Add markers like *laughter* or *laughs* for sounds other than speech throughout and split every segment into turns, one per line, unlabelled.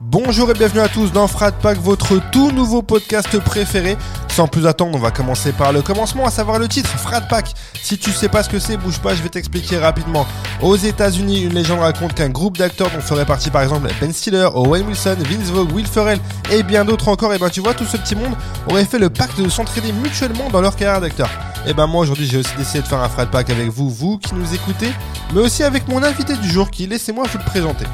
Bonjour et bienvenue à tous dans Frat Pack, votre tout nouveau podcast préféré. Sans plus attendre, on va commencer par le commencement, à savoir le titre, Frat Pack. Si tu sais pas ce que c'est, bouge pas, je vais t'expliquer rapidement. Aux États-Unis, une légende raconte qu'un groupe d'acteurs dont ferait partie par exemple Ben Stiller, Owen Wilson, Vince Vogue, Will Ferrell et bien d'autres encore, et ben tu vois, tout ce petit monde aurait fait le pacte de s'entraider mutuellement dans leur carrière d'acteur. Et ben moi aujourd'hui, j'ai aussi décidé de faire un Frat Pack avec vous, vous qui nous écoutez, mais aussi avec mon invité du jour qui, laissez-moi vous le présenter.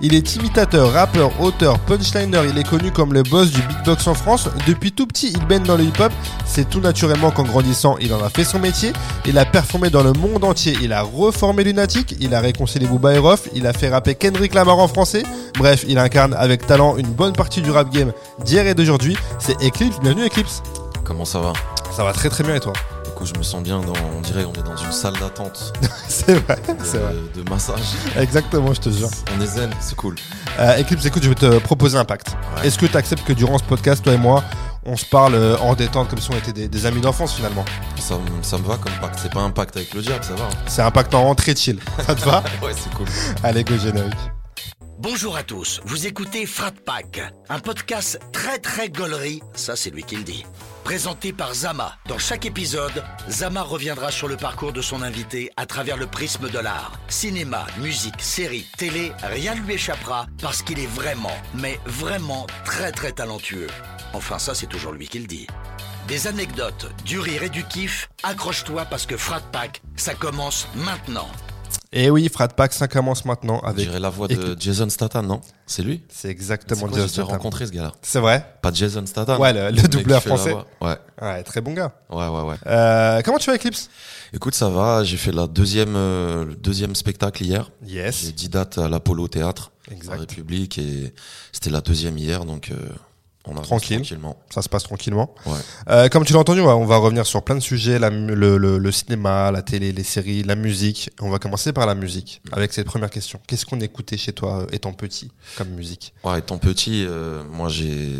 Il est imitateur, rappeur, auteur, punchliner, il est connu comme le boss du beatbox en France. Depuis tout petit, il baigne dans le hip-hop. C'est tout naturellement qu'en grandissant, il en a fait son métier. Il a performé dans le monde entier, il a reformé Lunatic, il a réconcilié Booba et Ruff, il a fait rapper Kendrick Lamar en français. Bref, il incarne avec talent une bonne partie du rap game d'hier et d'aujourd'hui. C'est Eclipse, bienvenue Eclipse.
Comment ça va
Ça va très très bien et toi
Du coup, je me sens bien. Dans, on dirait qu'on est dans une salle d'attente
*laughs* C'est vrai, c'est vrai.
de, de massage.
Exactement, je te jure.
On est zen, c'est cool.
Euh, Eclipse, écoute, je vais te proposer un pacte.
Ouais.
Est-ce que tu acceptes que durant ce podcast, toi et moi, on se parle euh, en détente comme si on était des, des amis d'enfance finalement
Ça, me- ça me va comme pacte. C'est pas un pacte avec le diable, ça va. hein
C'est un pacte en très chill. *laughs* Ça te va
ouais, c'est cool.
Allez, go générique.
Bonjour à tous, vous écoutez Frat Pack, un podcast très très gaulerie, ça c'est lui qui le dit. Présenté par Zama. Dans chaque épisode, Zama reviendra sur le parcours de son invité à travers le prisme de l'art. Cinéma, musique, série, télé, rien ne lui échappera parce qu'il est vraiment, mais vraiment très très talentueux. Enfin ça c'est toujours lui qui le dit. Des anecdotes, du rire et du kiff, accroche-toi parce que Frat Pack, ça commence maintenant.
Et Eh oui, Frat Pack, ça commence maintenant
On
avec.
dirait la voix de Jason Statham, non C'est lui
C'est
C'est
exactement
quoi, J'ai
Jason
déjà
Statham.
rencontré ce gars-là.
C'est vrai
Pas Jason Statham.
Ouais, le- le
mec qui
doubleur
fait la
français.
voix. Ouais,
Ouais, très bon gars.
ouais, ouais, ouais.
Euh, comment tu vas, Eclipse
Écoute, ça va. J'ai fait la deuxième, euh, le deuxième spectacle hier. J'ai
Yes.
10 dates à l'Apollo Théâtre, en
Exact.
République, et c'était la deuxième hier, donc euh, on avance
Tranquille.
tranquillement.
Ça se passe tranquillement.
Ouais.
Euh, comme tu l'as entendu, ouais, on va revenir sur plein de sujets, la mu- le, le- le cinéma, la télé, les séries, la musique. On va commencer par la musique, avec cette première question. Qu'est-ce qu'on écoutait chez toi euh, étant petit comme musique
Ouais, étant petit, euh, moi j'ai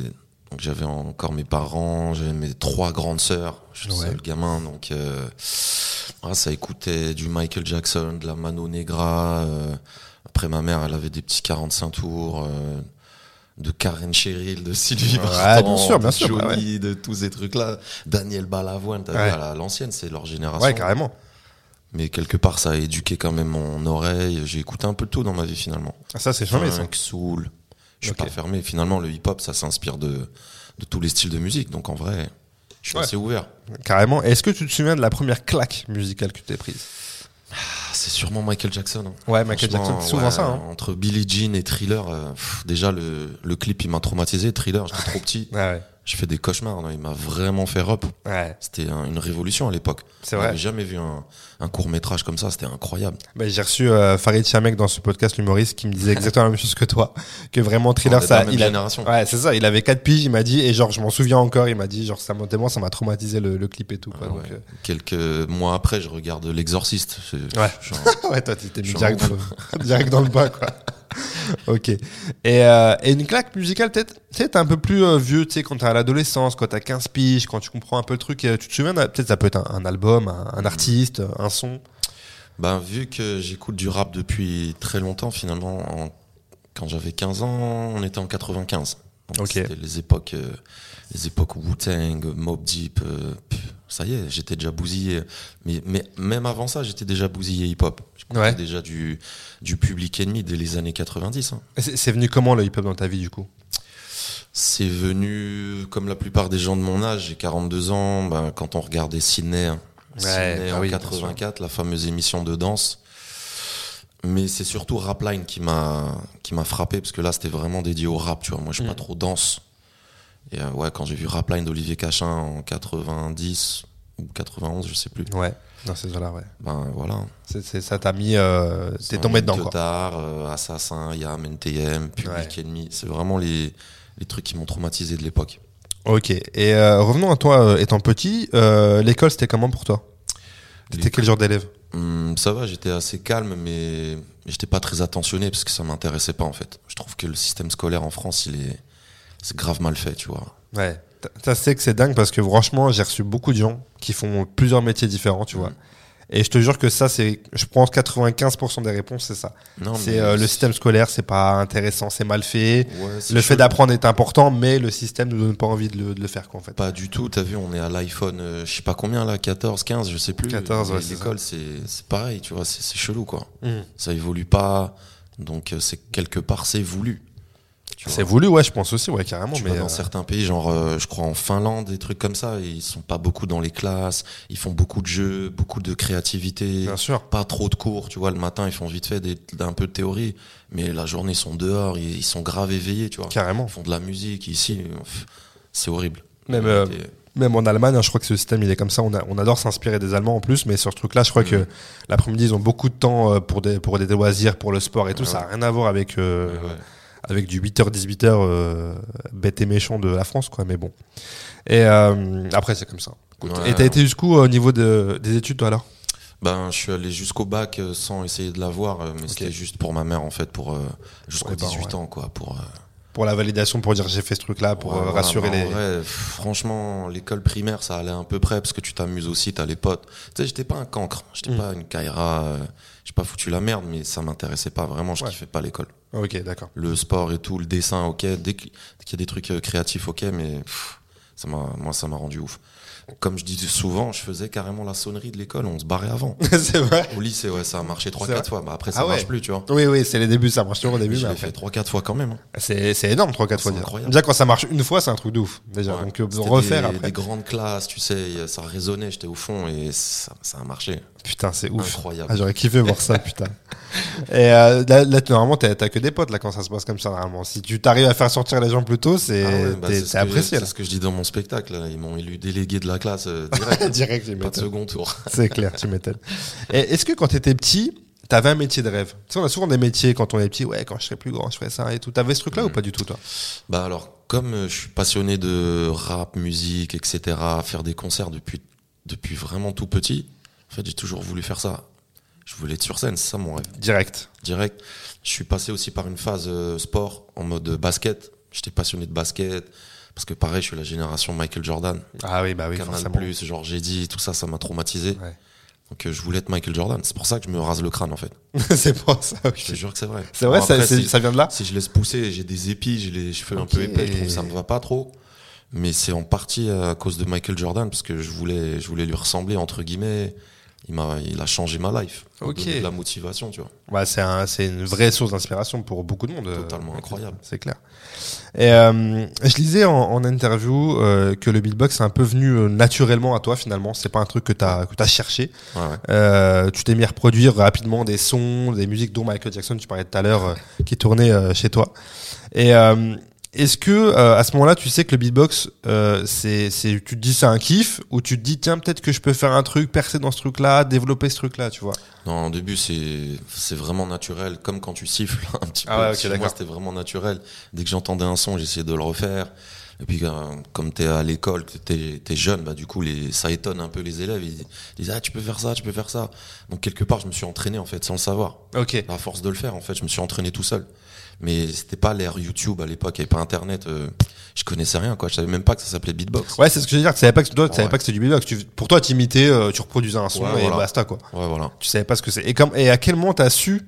donc j'avais encore mes parents, j'avais mes trois grandes sœurs, je suis
Ouais.
le seul gamin, donc euh, ouais, ça écoutait du Michael Jackson, de la Mano Negra. euh, après ma mère, elle avait des petits 45 tours. euh, de Karen Cheryl, de Sylvie
Ouais,
Vartan,
bien sûr, bien
de
sûr, bah
Johnny, de tous ces trucs-là. Daniel Balavoine, t'as
Ouais.
vu, à la- à l'ancienne, c'est leur génération.
Ouais, carrément.
Mais quelque part, ça a éduqué quand même mon oreille. J'ai écouté un peu de tout dans ma vie finalement.
Ah, Ça, c'est jamais ça.
Funk, soul. Je suis
Ok.
pas fermé. Finalement, le hip-hop, ça s'inspire de, de tous les styles de musique. Donc en vrai, je suis
Ouais.
assez ouvert.
Carrément. Est-ce que tu te souviens de la première claque musicale que tu t'es prise
Ah, c'est sûrement Michael Jackson. hein.
Ouais, Michael
Franchement,
Jackson, c'est souvent
ouais,
ça. Hein.
Entre Billie Jean et Thriller, euh, pff, déjà le, le clip, il m'a traumatisé. Thriller, j'étais
*laughs*
trop petit.
Ouais,
Je fais des cauchemars. non, il m'a vraiment fait rep.
ouais. ouais.
C'était un- une révolution à l'époque.
C'est
On
vrai.
n'avait jamais vu un, un court métrage comme ça. C'était incroyable.
Bah, J'ai reçu euh, Farid Chamek dans ce podcast, l'humoriste, qui me disait exactement la même chose que toi. *laughs* Que vraiment,
On est
Thriller,
de
ça.
la même
il a-
génération.
Ouais, c'est ça. Il avait 4 piges, il m'a dit, et genre, je m'en souviens encore, il m'a dit, genre, ça m'a tellement, ça m'a traumatisé le, le clip et tout. Quoi,
Ah
donc, euh,
ouais. Quelques mois après, je regarde L'Exorciste. C'est-
Ouais.
genre,
euh, ouais, toi, t'étais mis
Je
direct, dans- *laughs* direct dans le bas, quoi. ok. Et, euh, et une claque musicale, peut-être, tu sais, t'es un peu plus euh, vieux, tu sais, quand t'es à l'adolescence, quand t'as 15 piges, quand tu comprends un peu le truc, euh, tu te souviens, d'un- peut-être, ça peut être un, un album, un, un artiste, un son.
Ben, vu que j'écoute du rap depuis très longtemps, finalement, en- quand j'avais 15 ans, on était en 95. Donc,
Ok.
C'était les époques, euh, les époques Wu-Tang, Mob Deep. euh, pff, ça y est, j'étais déjà bousillé. Mais, mais même avant ça, j'étais déjà bousillé hip-hop. J'écoutais
Ouais.
déjà du, du public ennemi dès les années 90. hein.
Et C'est c'est venu comment le hip-hop dans ta vie du coup
C'est venu, comme la plupart des gens de mon âge, j'ai 42 ans, ben, quand on regardait Sydney, hein.
Ouais,
Sydney
bah
en
oui, bien
84, la fameuse émission de danse. Mais c'est surtout Rapline qui m'a qui m'a frappé parce que là c'était vraiment dédié au rap, tu vois. Moi je suis
Mm.
pas trop danse. Et euh, ouais, quand j'ai vu Rapline d'Olivier Cachin en 90 ou 91, je sais plus.
Ouais, dans ces eaux-là, ouais.
Ben voilà.
C'est- c'est- ça t'a mis. Euh, T'es tombé dedans quoi.
Tard, euh, Assassin, Yam, NTM, Public Enemy, c'est vraiment les les trucs qui m'ont traumatisé de l'époque.
Ok. Et euh, revenons à toi euh, étant petit, euh, l'école c'était comment pour toi T'étais quel genre d'élève
Hum, ça va, j'étais assez calme, mais mais j'étais pas très attentionné parce que ça m'intéressait pas en fait. Je trouve que le système scolaire en France, il est, c'est grave mal fait, tu vois.
Ouais.
Mm.
Ça c'est que c'est dingue parce que franchement j'ai reçu beaucoup de gens qui font plusieurs métiers différents, tu vois. Et je te jure que ça, c'est, je pense 95% des réponses, c'est ça.
Non, mais
C'est euh, le système scolaire, c'est pas intéressant, c'est mal fait.
Ouais, c'est
Le
chelou.
fait d'apprendre est important, mais le système nous donne pas envie de le, de le faire, quoi, en fait.
Pas du tout, t'as vu, on est à l'iPhone, euh, je sais pas combien là, 14, 15, je sais plus.
14, ouais,
Mais
c'est
L'école, c'est c'est pareil, tu vois, c'est c'est chelou quoi.
Mm.
Ça évolue pas, donc euh, c'est quelque part, c'est voulu. Tu vois.
C'est voulu, ouais, je pense aussi, ouais, carrément.
Tu
mais
vois, dans
euh,
certains pays, genre euh, je crois en Finlande, des trucs comme ça, ils sont pas beaucoup dans les classes, ils font beaucoup de jeux, beaucoup de créativité,
bien sûr.
pas trop de cours, tu vois, le matin ils font vite fait des, un peu de théorie, mais la journée ils sont dehors, ils, ils sont grave éveillés, tu vois.
Carrément.
Ils font de la musique ici, euh, pff, c'est horrible.
Même,
La
euh,
vérité.
Même en Allemagne, hein, je crois que ce système, il est comme ça. On, a- on adore s'inspirer des Allemands en plus, mais sur ce truc-là, je
Mm.
crois que l'après-midi, ils ont beaucoup de temps euh, pour des, pour des loisirs, pour le sport et tout.
Ouais,
Ça n'a rien à voir avec, euh,
Ouais, ouais.
avec du 8h-18h euh, bête et méchant de la France, quoi. Mais bon. Et euh, après, c'est comme ça. Écoute,
Ouais.
Et t'as été jusqu'où euh, au niveau de- des études, toi, alors
Ben, je suis allé jusqu'au bac euh, sans essayer de l'avoir, euh, mais c'était juste pour ma mère en fait, pour euh, jusqu'aux
les parents,
18
ouais.
ans quoi, pour euh,
Pour la validation, pour dire j'ai fait ce truc-là, pour
ouais,
euh,
voilà,
rassurer
ben, en
les.
vrai, pff, franchement, l'école primaire, ça allait à peu près parce que tu t'amuses aussi, t'as les potes. Tu sais, j'étais pas un cancre, hein. j'étais
Mm.
pas une caïra, euh, j'ai pas foutu la merde, mais ça m'intéressait pas vraiment, je
Ouais.
kiffais pas l'école.
Ah, Ok, d'accord. *laughs*
Le sport et tout, le dessin, ok, dès qu'il dès qu'il y a des trucs euh, créatifs, ok, mais pff, ça m'a, moi, ça m'a rendu ouf. Comme je dis souvent, je faisais carrément la sonnerie de l'école, on se barrait avant.
c'est vrai.
Au lycée, ouais, ça a marché
C'est
3-4 fois, bah, après ça
Ah ouais.
marche plus, tu vois.
Oui, oui, c'est les débuts, ça marche toujours au début,
Je
mais
l'ai
après.
fait 3-4 fois quand même. hein.
C'est c'est énorme, 3-4 fois.
C'est
déjà.
incroyable.
Déjà, quand ça marche une fois, c'est un truc de ouf. Déjà,
Ouais.
donc euh,
C'était
refaire
des,
après.
Des grandes classes, tu sais, ça résonnait, j'étais au fond et ça, ça a marché.
Putain, c'est ouf.
Incroyable.
Ah, J'aurais kiffé voir ça, putain. *laughs* Et euh, là, là, tu- normalement, t'as t'as que des potes là quand ça se passe comme ça. Normalement, si tu t'arrives à faire sortir les gens plus tôt, c'est
Ah ouais, bah,
t'es-
ce
t'es
que-
apprécié.
C'est ce que je dis dans mon spectacle. là. Ils m'ont élu délégué de la classe euh, direct.
là. *laughs* Direct, tu
Pas de
m'étonnes.
second tour. *laughs*
C'est clair, tu m'étonnes. Et Est-ce que quand t'étais petit, t'avais un métier de rêve Tu sais, on a souvent des métiers quand on est petit. Ouais, quand je serai plus grand, je ferai ça et tout. T'avais ce truc-là ou pas du tout, toi
Bah alors, comme euh, je suis passionné de rap, musique, etc., faire des concerts depuis, depuis vraiment tout petit, en fait, j'ai toujours voulu faire ça. Je voulais être sur scène, c'est ça mon rêve.
Direct.
direct. Je suis passé aussi par une phase euh, sport en mode basket. J'étais passionné de basket parce que pareil, je suis la génération Michael Jordan,
Ah oui, bah oui,
Canal
forcément.
Plus, genre j'ai dit tout ça, ça m'a traumatisé.
Ouais.
Donc euh, je voulais être Michael Jordan. C'est pour ça que je me rase le crâne en fait.
*laughs* c'est pour ça. ok.
Je te jure que c'est vrai.
C'est vrai,
Bon,
ça,
après,
c'est-
si,
ça vient de là.
si je laisse pousser, j'ai des épis, j'ai les cheveux un
Ok.
peu épais, je trouve que ça me va pas trop. Mais c'est en partie à cause de Michael Jordan parce que je voulais, je voulais lui ressembler entre guillemets. Il m'a, il a changé ma life. Il m'a
Ok.
donné de la motivation, tu vois.
Ouais, c'est un- c'est une vraie source d'inspiration pour beaucoup de monde. euh,
Totalement
Michael
incroyable.
Jordan, C'est clair. Et euh, je lisais en, en interview euh, que le beatbox c'est un peu venu euh, naturellement à toi finalement. C'est pas un truc que t'as que t'as cherché.
Ouais, ouais.
Euh, tu t'es mis à reproduire rapidement des sons, des musiques dont Michael Jackson, tu parlais tout à l'heure, euh, qui tournait euh, chez toi. Et euh, est-ce que euh, à ce moment-là, tu sais que le beatbox, euh, c'est, c'est, tu te dis c'est un kiff ou tu te dis tiens peut-être que je peux faire un truc, percer dans ce truc-là, développer ce truc-là, tu vois
Non, au début, c'est c'est vraiment naturel, comme quand tu siffles un petit
Ah
peu.
ouais, ok,
Chez moi,
d'accord.
c'était vraiment naturel. Dès que j'entendais un son, j'essayais de le refaire. Et puis, quand- comme t'es à l'école, que t'es es jeune, bah du coup, les, ça étonne un peu les élèves. Ils disent ah tu peux faire ça, tu peux faire ça. Donc quelque part, je me suis entraîné en fait, sans le savoir.
Ok.
À force de le faire, en fait, je me suis entraîné tout seul. Mais c'était pas l'ère YouTube à l'époque, il n'y avait pas Internet. euh, je connaissais rien, quoi. Je savais même pas que ça s'appelait beatbox.
Ouais, c'est ce que je veux dire. Tu savais pas que, toi, tu savais
Ouais.
pas que c'était du beatbox. Tu- pour toi, t'imitais, euh, tu reproduisais un son
Ouais,
et
voilà.
basta, quoi.
ouais voilà.
Tu savais pas ce que c'est. Et, comme, et à quel moment t'as su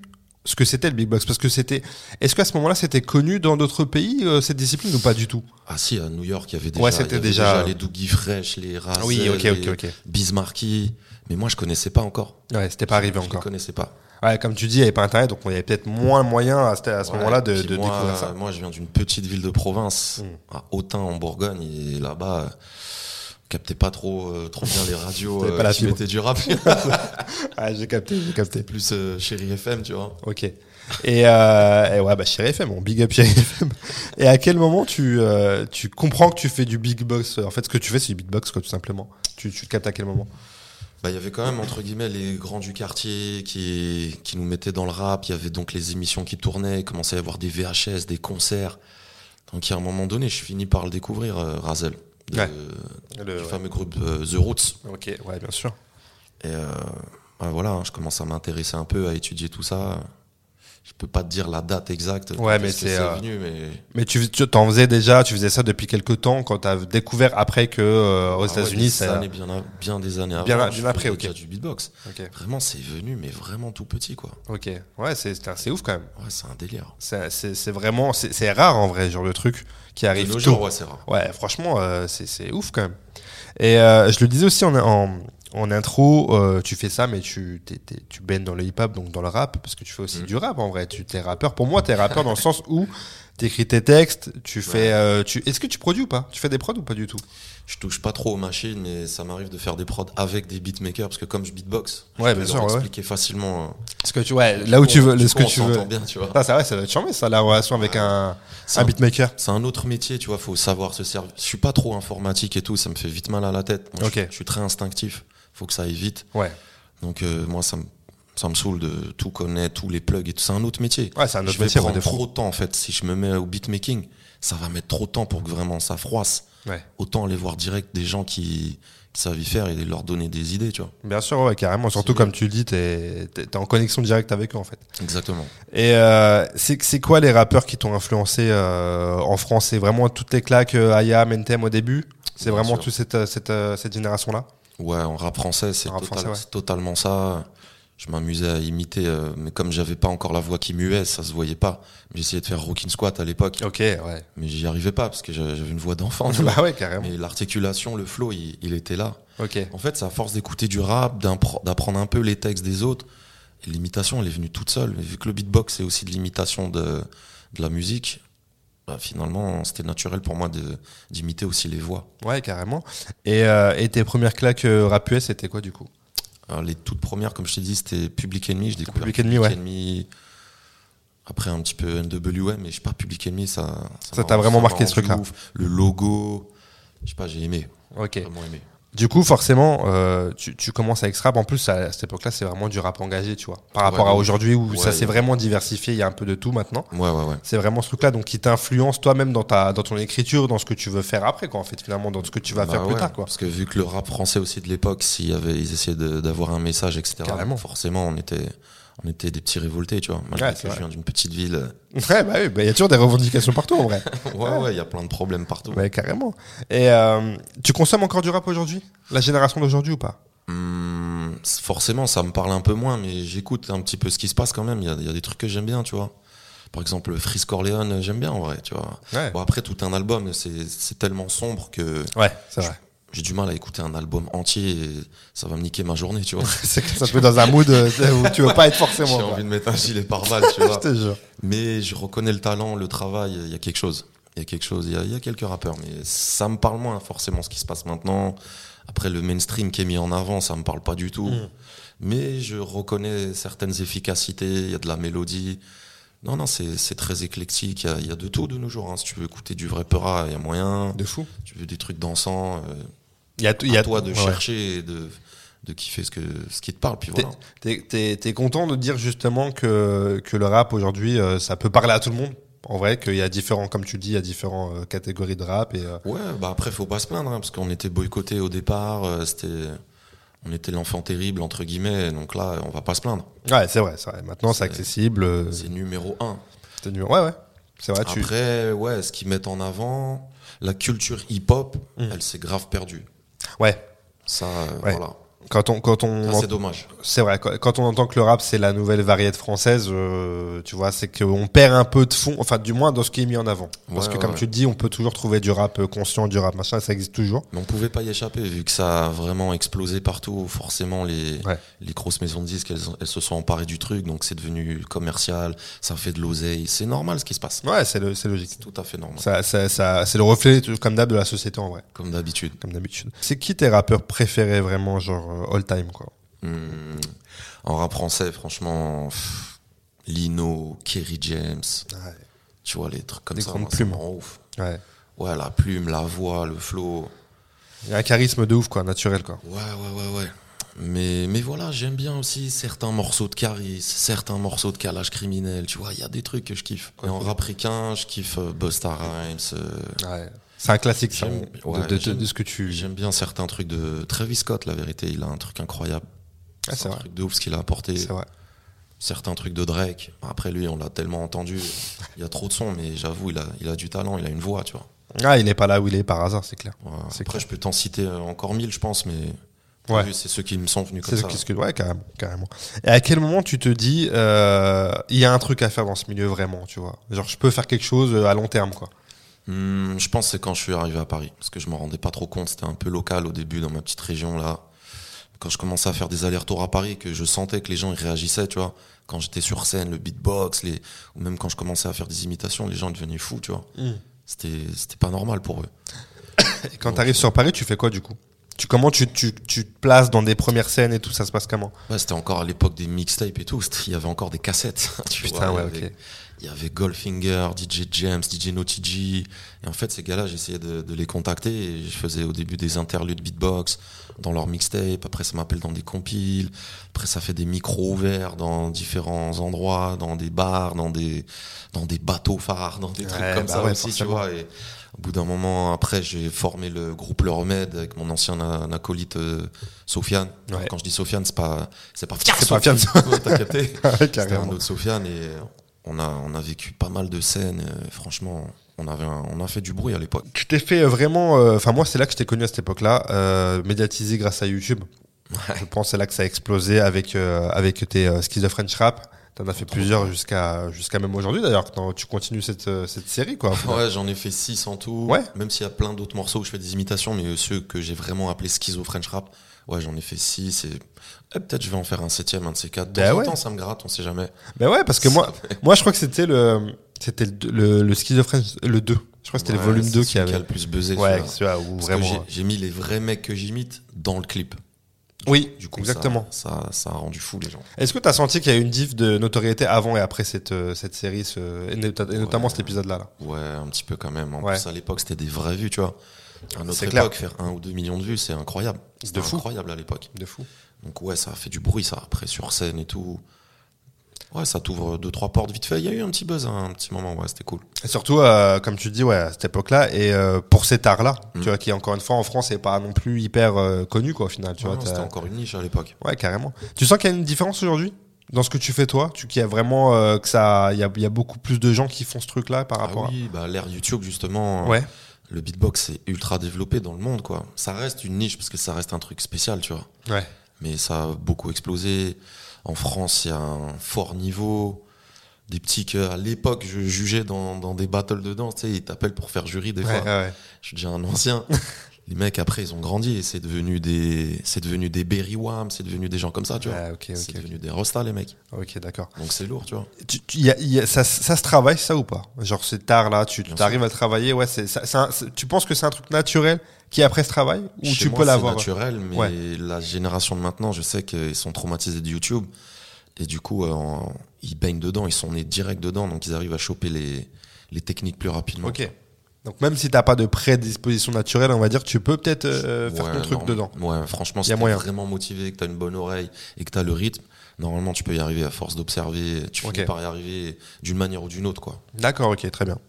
ce que c'était le beatbox Parce que c'était. Est-ce qu'à ce moment-là, c'était connu dans d'autres pays, euh, cette discipline, ou pas du tout
Ah si, à New York, il y avait déjà,
Ouais,
il y
c'était
avait
déjà- euh,
les Dougie Fresh, les
Ah
Razel, les
ok.
Bismarcky. Mais moi, je connaissais pas encore.
Ouais, c'était pas arrivé
je les
encore.
connaissais pas.
Ouais, comme tu dis, il n'y avait pas internet, donc il y avait peut-être moins moyen à, ce- à ce
Ouais,
moment-là de,
puis
de
moi,
découvrir ça. Hmm.
Moi, je viens d'une petite ville de province, à Autun, en Bourgogne, et là-bas, euh, on captait pas trop, euh, trop bien les radios euh,
T'avais pas la
qui
fibre.
mettaient
*laughs*
du rap.
Ah, j'ai capté, j'ai capté.
Plus euh, Chéri FM, tu vois.
Ok. *laughs* Et, euh, et ouais, bah, Chérie FM, on big up Chérie FM. Et à quel moment tu, euh, tu comprends que tu fais du big box En fait, ce que tu fais, c'est du beatbox, quoi, tout simplement. Tu, tu te captes à quel moment
Bah, il y avait quand même, entre guillemets, les grands du quartier qui, qui nous mettaient dans le rap. Il y avait donc les émissions qui tournaient. Il commençait à y avoir des VHS, des concerts. Donc, il y a un moment donné, je finis par le découvrir, euh, Razel. de-
Ouais.
du
Le, ouais.
fameux groupe euh, The Roots.
Ok, ouais, bien sûr.
Et euh, bah, voilà, hein, je commence à m'intéresser un peu, à étudier tout ça. je peux pas te dire la date exacte.
Ouais,
quand est-ce
mais
que
c'est,
c'est
euh,
venu, mais
Mais tu tu- t'en faisais déjà, tu faisais ça depuis quelques temps quand t'as découvert après que euh, aux
Ah ouais,
États-Unis,
des
ça.
années, bien, a- bien des années avant.
Bien a-
je
bien après,
faisais
ok.
déjà du beatbox.
Ok,
Vraiment, c'est venu, mais vraiment tout petit, quoi.
ok. Ouais, c'est c'est- c'est ouf quand même.
Ouais, c'est un délire.
C'est- C'est c'est vraiment, c'est c'est rare en vrai, ce genre de truc qui
De
arrive.
nos
tôt.
jours, ouais, c'est rare.
Ouais, franchement, euh, c'est c'est ouf quand même. Et euh, je le disais aussi en, en, en intro, euh, tu fais ça, mais tu, t'es- t'es- tu baignes dans le hip-hop, donc dans le rap, parce que tu fais aussi
Mhm.
du rap en vrai. Tu t'es rappeur. Pour moi, t'es rappeur dans le sens où t'écris tes textes, tu fais. euh, tu... Est-ce que tu produis ou pas Tu fais des prods ou pas du tout
Je touche pas trop aux machines, mais ça m'arrive de faire des prods avec des beatmakers, parce que comme je beatbox,
Ouais,
je peux
bien
leur
sûr, ouais, ouais.
expliquer facilement. euh,
Ce que tu, ouais, là où
on-
tu veux,
du
ce
coup,
que
on
tu veux. Ah,
s'entend bien, tu vois.
Ça, ça, ouais, ça doit être charmé, ça, la relation avec un,
C'est
un
un,
beatmaker.
c'est un autre métier, tu vois, faut savoir se servir. Je suis pas trop informatique et tout, ça me fait vite mal à la tête. Moi, je-
Ok.
je, suis très instinctif, faut que ça aille vite.
Ouais,
Donc euh, moi, ça me, ça me saoule de tout connaître, tous les plugs et tout. C'est un autre métier.
ouais c'est un
je
autre
vais
métier, ouais,
prendre
de fou.
trop de temps en fait. Si je me mets au beatmaking, ça va mettre trop de temps pour que vraiment ça froisse.
Ouais.
Autant aller voir direct des gens qui, qui savent y faire et leur donner des idées, tu vois.
Bien sûr, ouais, carrément. Surtout,
C'est-
comme tu le dis, t'es t'es- t'es en connexion directe avec eux, en fait.
Exactement.
Et euh, c'est c'est quoi les rappeurs qui t'ont influencé euh, en France C'est vraiment toutes les claques euh, Ayam, NTM au début C'est
Bien
vraiment
sûr.
toute cette, euh, cette, euh, cette génération-là
Ouais, en rap français, c'est
En rap
total-
français, ouais.
c'est totalement ça. Je m'amusais à imiter, euh, mais comme j'avais pas encore la voix qui muait, ça se voyait pas. J'essayais de faire Rockin' Squat à l'époque,
Ok, ouais.
mais j'y arrivais pas parce que j'avais j'avais une voix d'enfant. tu vois.
*laughs* bah ouais, carrément.
mais l'articulation, le flow, il, il était là.
Ok.
En fait, c'est à force d'écouter du rap, d'impro- d'apprendre un peu les textes des autres. et L'imitation, elle est venue toute seule. Mais vu que le beatbox, c'est aussi de l'imitation de, de la musique, bah, finalement, c'était naturel pour moi de- d'imiter aussi les voix.
Ouais, carrément. Et, euh, et tes premières claques euh, rap US, c'était quoi du coup
Alors, les toutes premières, comme je t'ai dit, c'était Public Enemy. J'ai découvert
Public Enemy, ouais.
Enemy. Après, un petit peu NWA, mais je sais pas, Public Enemy, ça.
Ça
m'a-
t'a vraiment
m'a
marqué, ce
rendu
truc-là.
ouf. Le logo. Je sais pas, j'ai aimé.
Ok.
Vraiment aimé.
Du coup, forcément, euh, tu, tu commences avec ce rap. En plus, à, cette époque-là, c'est vraiment du rap engagé, tu vois. Par
Ouais,
rapport à
donc-
aujourd'hui où
ouais,
ça s'est
ouais.
vraiment diversifié, il y a un peu de tout maintenant.
Ouais, ouais, ouais.
C'est vraiment ce truc-là, donc qui t'influence toi-même dans ta, dans ton écriture, dans ce que tu veux faire après, quoi. En fait, finalement, dans ce que tu vas
Bah
faire plus
ouais,
tard, quoi.
Parce que vu que le rap français aussi de l'époque, s'il y avait, ils essayaient de- d'avoir un message, etc.
Carrément.
Forcément, on était, on était des petits révoltés, tu vois. Malgré
Ouais, c'est
que
vrai.
je viens d'une petite
*laughs*
ville.
Ouais, bah oui, bah il y a toujours des revendications partout en
*laughs*
vrai.
Ouais, ouais, il y a plein de problèmes partout.
Ouais, carrément. Et euh, tu consommes encore du rap aujourd'hui La génération d'aujourd'hui ou pas
Hum, c- forcément, ça me parle un peu moins, mais j'écoute un petit peu ce qui se passe quand même. Il y a, il y a des trucs que j'aime bien, tu vois. Par exemple, Freeze Corleone, euh, j'aime bien en vrai, tu vois.
Ouais,
Bon, après, tout un album, c'est c'est tellement sombre que
ouais c'est vrai. *laughs*
j'ai du mal à écouter un album entier et ça va me niquer ma journée, tu vois.
*laughs* c'est que ça te met dans un mood euh, où tu veux pas être
J'ai
forcément. quoi.
envie de mettre un gilet pare-balles,
*laughs*
tu
Je
vois.
te jure.
Mais je reconnais le talent, le travail, il y a quelque chose. Il y a quelque chose, il y a, il y a quelques rappeurs, mais ça me parle moins forcément ce qui se passe maintenant. Après, le mainstream qui est mis en avant, ça me parle pas du tout.
Mm.
Mais je reconnais certaines efficacités, il y a de la mélodie. Non, non, c'est c'est très éclectique, il y a, il y a de tout de nos jours. hein. Si tu veux écouter du vrai Peura, il y a moyen.
De fou.
Tu veux des trucs dansants, euh,
Il y a, tout- il
il
y a
toi de
ouais.
chercher et de, de kiffer ce, que, ce qui te parle. Puis
T'es-
voilà.
T'es- T'es t'es content de dire justement que, que le rap aujourd'hui, euh, ça peut parler à tout le monde En vrai, qu'il y a différents, comme tu le dis, il y a différentes catégories de rap. Et, euh,
Ouais, bah après faut pas se plaindre hein, parce qu'on était boycotté au départ, euh, c'était on était l'enfant terrible entre guillemets, donc là on va pas se plaindre.
Ouais, c'est vrai, c'est vrai. Maintenant, c'est accessible. euh,
C'est numéro un.
c'est nul. Ouais, ouais. C'est vrai, Ah, tu.
Après ouais, ce qu'ils mettent en avant, la culture hip-hop,
Mm.
elle s'est grave perdue.
Ouais.
Ça euh,
Ouais.
voilà,
Quand on, quand on
Ça,
entend-
c'est dommage.
C'est vrai, quand quand on entend que le rap c'est la nouvelle variété française, euh, tu vois, c'est qu'on perd un peu de fond, enfin du moins dans ce qui est mis en avant. Parce
Ouais,
que
ouais,
comme
ouais.
tu le dis, on peut toujours trouver du rap euh, conscient, du rap machin, ça existe toujours.
Mais on pouvait pas y échapper vu que ça a vraiment explosé partout, forcément les
Ouais.
les grosses maisons de disques, elles, elles se sont emparées du truc, donc c'est devenu commercial, ça fait de l'oseille, c'est normal ce qui se passe.
Ouais, c'est le- c'est logique.
C'est tout à fait normal
Ça, ça, ça- c'est le reflet, tu- comme d'hab, de la société en vrai,
comme d'habitude.
comme d'habitude. C'est qui tes rappeurs préférés vraiment, genre euh, all time quoi
Hmm. En rap français, franchement, pff, Lino, Kerry James,
Ouais.
tu vois, les trucs comme
Des
ça.
grandes
moi, ça
plumes.
me rend ouf.
ouais.
Ouais, la plume, la voix, le flow.
Il y a un charisme de ouf quoi, naturel quoi.
Ouais, ouais, ouais, ouais. Mais, mais voilà, j'aime bien aussi certains morceaux de Caris, certains morceaux de Calage Criminel, tu vois, il y a des trucs que je kiffe. Et en rap ricain, je kiffe euh, Busta Rhymes, euh,
Ouais. C'est un classique ça,
J'aime-
de-
ouais,
de, de-
j'aime-
de ce que tu.
J'aime bien certains trucs de Travis Scott, la vérité, il a un truc incroyable.
Ah, c'est
un
vrai.
truc de ouf ce qu'il a apporté.
C'est vrai.
certains trucs de Drake. Après, lui, on l'a tellement entendu. Il y a trop de sons, mais j'avoue, il a, il a du talent, il a une voix, tu vois.
Ah, il est pas là où il est par hasard, c'est clair.
Voilà.
C'est
Après,
clair.
je peux t'en citer euh, encore mille, je pense, mais
Ouais.
vu, c'est ceux qui me sont venus
C'est
comme ça.
ce que ouais carrément, carrément. Et à quel moment tu te dis euh, il y a un truc à faire dans ce milieu vraiment, tu vois Genre je peux faire quelque chose euh, à long terme quoi.
Hmm, je pense que c'est quand je suis arrivé à Paris, parce que je m'en rendais pas trop compte. C'était un peu local au début dans ma petite région là. Quand je commençais à faire des allers-retours à Paris, que je sentais que les gens ils réagissaient, tu vois. Quand j'étais sur scène, le beatbox, les... ou même quand je commençais à faire des imitations, les gens devenaient fous, tu vois. C'était, c'était pas normal pour eux.
Et quand tu arrives sur Paris, tu fais quoi du coup Tu comment tu, tu, tu te places dans des premières scènes et tout ça se passe comment
Ouais, c'était encore à l'époque des mixtapes et tout. c'était- Il y avait encore des cassettes. *laughs* tu
Putain,
vois,
ouais,
il
ok.
y
*laughs*
avait- Il y avait Goldfinger, DJ James, DJ Naughty G. Et en fait, ces gars-là, j'essayais de, de les contacter. Et je faisais au début des interludes beatbox dans leur mixtape. Après, ça m'appelle dans des compiles. Après, ça fait des micros ouverts dans différents endroits, dans des bars, dans des, dans des bateaux phares, dans des
Ouais,
trucs comme
bah
ça
ouais,
aussi, tu
forcément.
vois. Et au bout d'un moment, après, j'ai formé le groupe Le Remède avec mon ancien a- acolyte euh, Sofiane.
Ouais.
Quand je dis Sofiane, c'est pas, c'est pas fier
C'est pas fier,
Sofiane. *laughs* Ouais, T'as capté?
Ouais,
C'était un
carrément.
autre Sofiane et on a, on a vécu pas mal de scènes. euh, Franchement, on, avait un- on a fait du bruit à l'époque.
Tu t'es fait euh, vraiment euh, enfin moi c'est là que je t'ai connu à cette époque-là, euh, médiatisé grâce à YouTube. Je pense que c'est là que ça a explosé avec euh, avec tes euh, skis de French rap. T'en as fait plusieurs jusqu'à jusqu'à même aujourd'hui d'ailleurs. T'en- Tu continues cette, euh, cette série quoi. au final.
Ouais, j'en ai fait 6 en tout.
Ouais.
Même s'il y a plein d'autres morceaux où je fais des imitations, mais ceux que j'ai vraiment appelés schizo French rap, ouais, j'en ai fait 6 et eh, peut-être je vais en faire un septième, un de ces quatre. De
Bah
temps en
ouais.
temps, ça me gratte, on sait jamais.
Ben ouais, parce que
*laughs*
moi, moi je crois que c'était le, c'était le, le, le schizophrène, le 2. Je crois que c'était
Ouais,
le volume
c'est
2
celui
qui avait.
a le plus buzzé.
ouais,
celui-là.
celui-là, où
Parce que
vraiment. euh.
j'ai- j'ai mis les vrais mecs que j'imite dans le clip.
Oui,
Du coup, ça-
exactement.
ça, ça a rendu fou les gens.
Est-ce que t'as senti qu'il y a eu une diff de notoriété avant et après cette, euh, cette série, ce, et, not- et notamment
Ouais.
cet épisode-là là.
Ouais, un petit peu quand même. En
Ouais.
plus, à l'époque, c'était des vraies vues, tu vois. À notre
C'est
époque,
clair.
faire un ou deux millions de vues, c'est incroyable. C'était
fou.
incroyable à l'époque.
De fou.
Donc ouais, ça a fait du bruit, ça. Après, sur scène et tout. Ouais, ça t'ouvre deux, trois portes vite fait. Il y a eu un petit buzz, hein, un petit moment, ouais, c'était cool.
Et surtout, euh, comme tu dis, ouais, à cette époque-là, et euh, pour cet art-là,
Mm.
tu vois, qui encore une fois en France n'est pas non plus hyper euh, connu, quoi, au final. Tu
Ouais,
vois,
non,
t'as-
c'était encore une niche à l'époque.
Ouais, carrément. Tu sens qu'il y a une différence aujourd'hui dans ce que tu fais toi Tu qu'il y a vraiment euh, que ça, il y a, il y a beaucoup plus de gens qui font ce truc-là par
Ah
rapport
oui, bah, l'ère YouTube,
à.
justement, euh,
Ouais.
le beatbox c'est ultra développé dans le monde, quoi. Ça reste une niche, parce que ça reste un truc spécial, tu vois.
Ouais.
mais ça a beaucoup explosé. En France, il y a un fort niveau. Des petits que, à l'époque, je jugeais dans, dans des battles de danse. Tu sais, ils t'appellent pour faire jury des
Ouais,
fois.
ouais, ouais.
Je suis déjà un ancien. *laughs* Les mecs, après, ils ont grandi et c'est devenu des, c'est devenu des Berry Wham, c'est devenu des gens comme ça, tu vois.
Ah, ok,
c'est
ok,
devenu des Rostas, les mecs.
ok, ok, d'accord.
Donc c'est lourd, tu vois.
Tu- tu- y a- y a- ça, ça se travaille ça ou pas Genre c'est tard là, tu
Bien
arrives à travailler, ouais, c'est, ça- c'est un- c'est- tu penses que c'est un truc naturel qui après se travaille ou
Chez
tu
moi,
peux
c'est
l'avoir ouais.
naturel, mais
Ouais.
la génération de maintenant, je sais qu'ils sont traumatisés de YouTube. Et du coup, euh, en- ils baignent dedans, ils sont nés direct dedans, donc ils arrivent à choper les, les techniques plus rapidement.
Ok. Donc même si t'as pas de prédisposition naturelle, on va dire, tu peux peut-être euh, faire
Ouais,
ton truc
norm-
dedans.
Ouais, franchement,
Y a
si t'es
moyen.
vraiment motivé, que t'as une bonne oreille et que t'as le rythme, normalement, tu peux y arriver à force d'observer. Tu
Ok.
finis par y arriver d'une manière ou d'une autre, quoi.
D'accord, ok, très bien.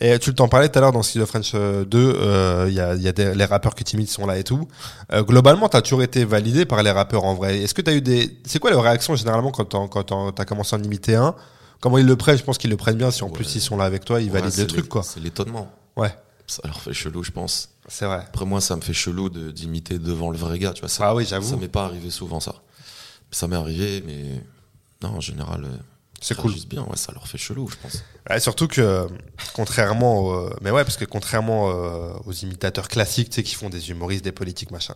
Et tu t'en parlais tout à l'heure dans Skill of French euh, 2, euh, il y a, il y a des, les rappeurs que timides sont là et tout. Euh, globalement, t'as toujours été validé par les rappeurs en vrai. Est-ce que t'as eu des. C'est quoi leur réaction généralement quand t'en- quand t'en- t'as commencé à en imiter un Comment ils le prennent Je pense qu'ils le prennent bien. Si en
Ouais.
plus ils sont là avec toi, ils
Ouais,
valident
c'est
le truc,
l'é-
quoi.
C'est l'étonnement.
Ouais,
Ça leur fait chelou, je pense.
c'est vrai.
Après, moi, ça me fait chelou de- d'imiter devant le vrai gars, tu vois. Ça,
Ah oui,
ça
j'avoue.
m'est pas arrivé souvent, ça. Ça m'est arrivé, mais non, en général. euh,
C'est
ils
cool.
réagissent bien, ouais, ça leur fait chelou, je pense.
Ouais, surtout que, euh, contrairement, aux- mais ouais, parce que contrairement euh, aux imitateurs classiques, tu sais, qui font des humoristes, des politiques, machin,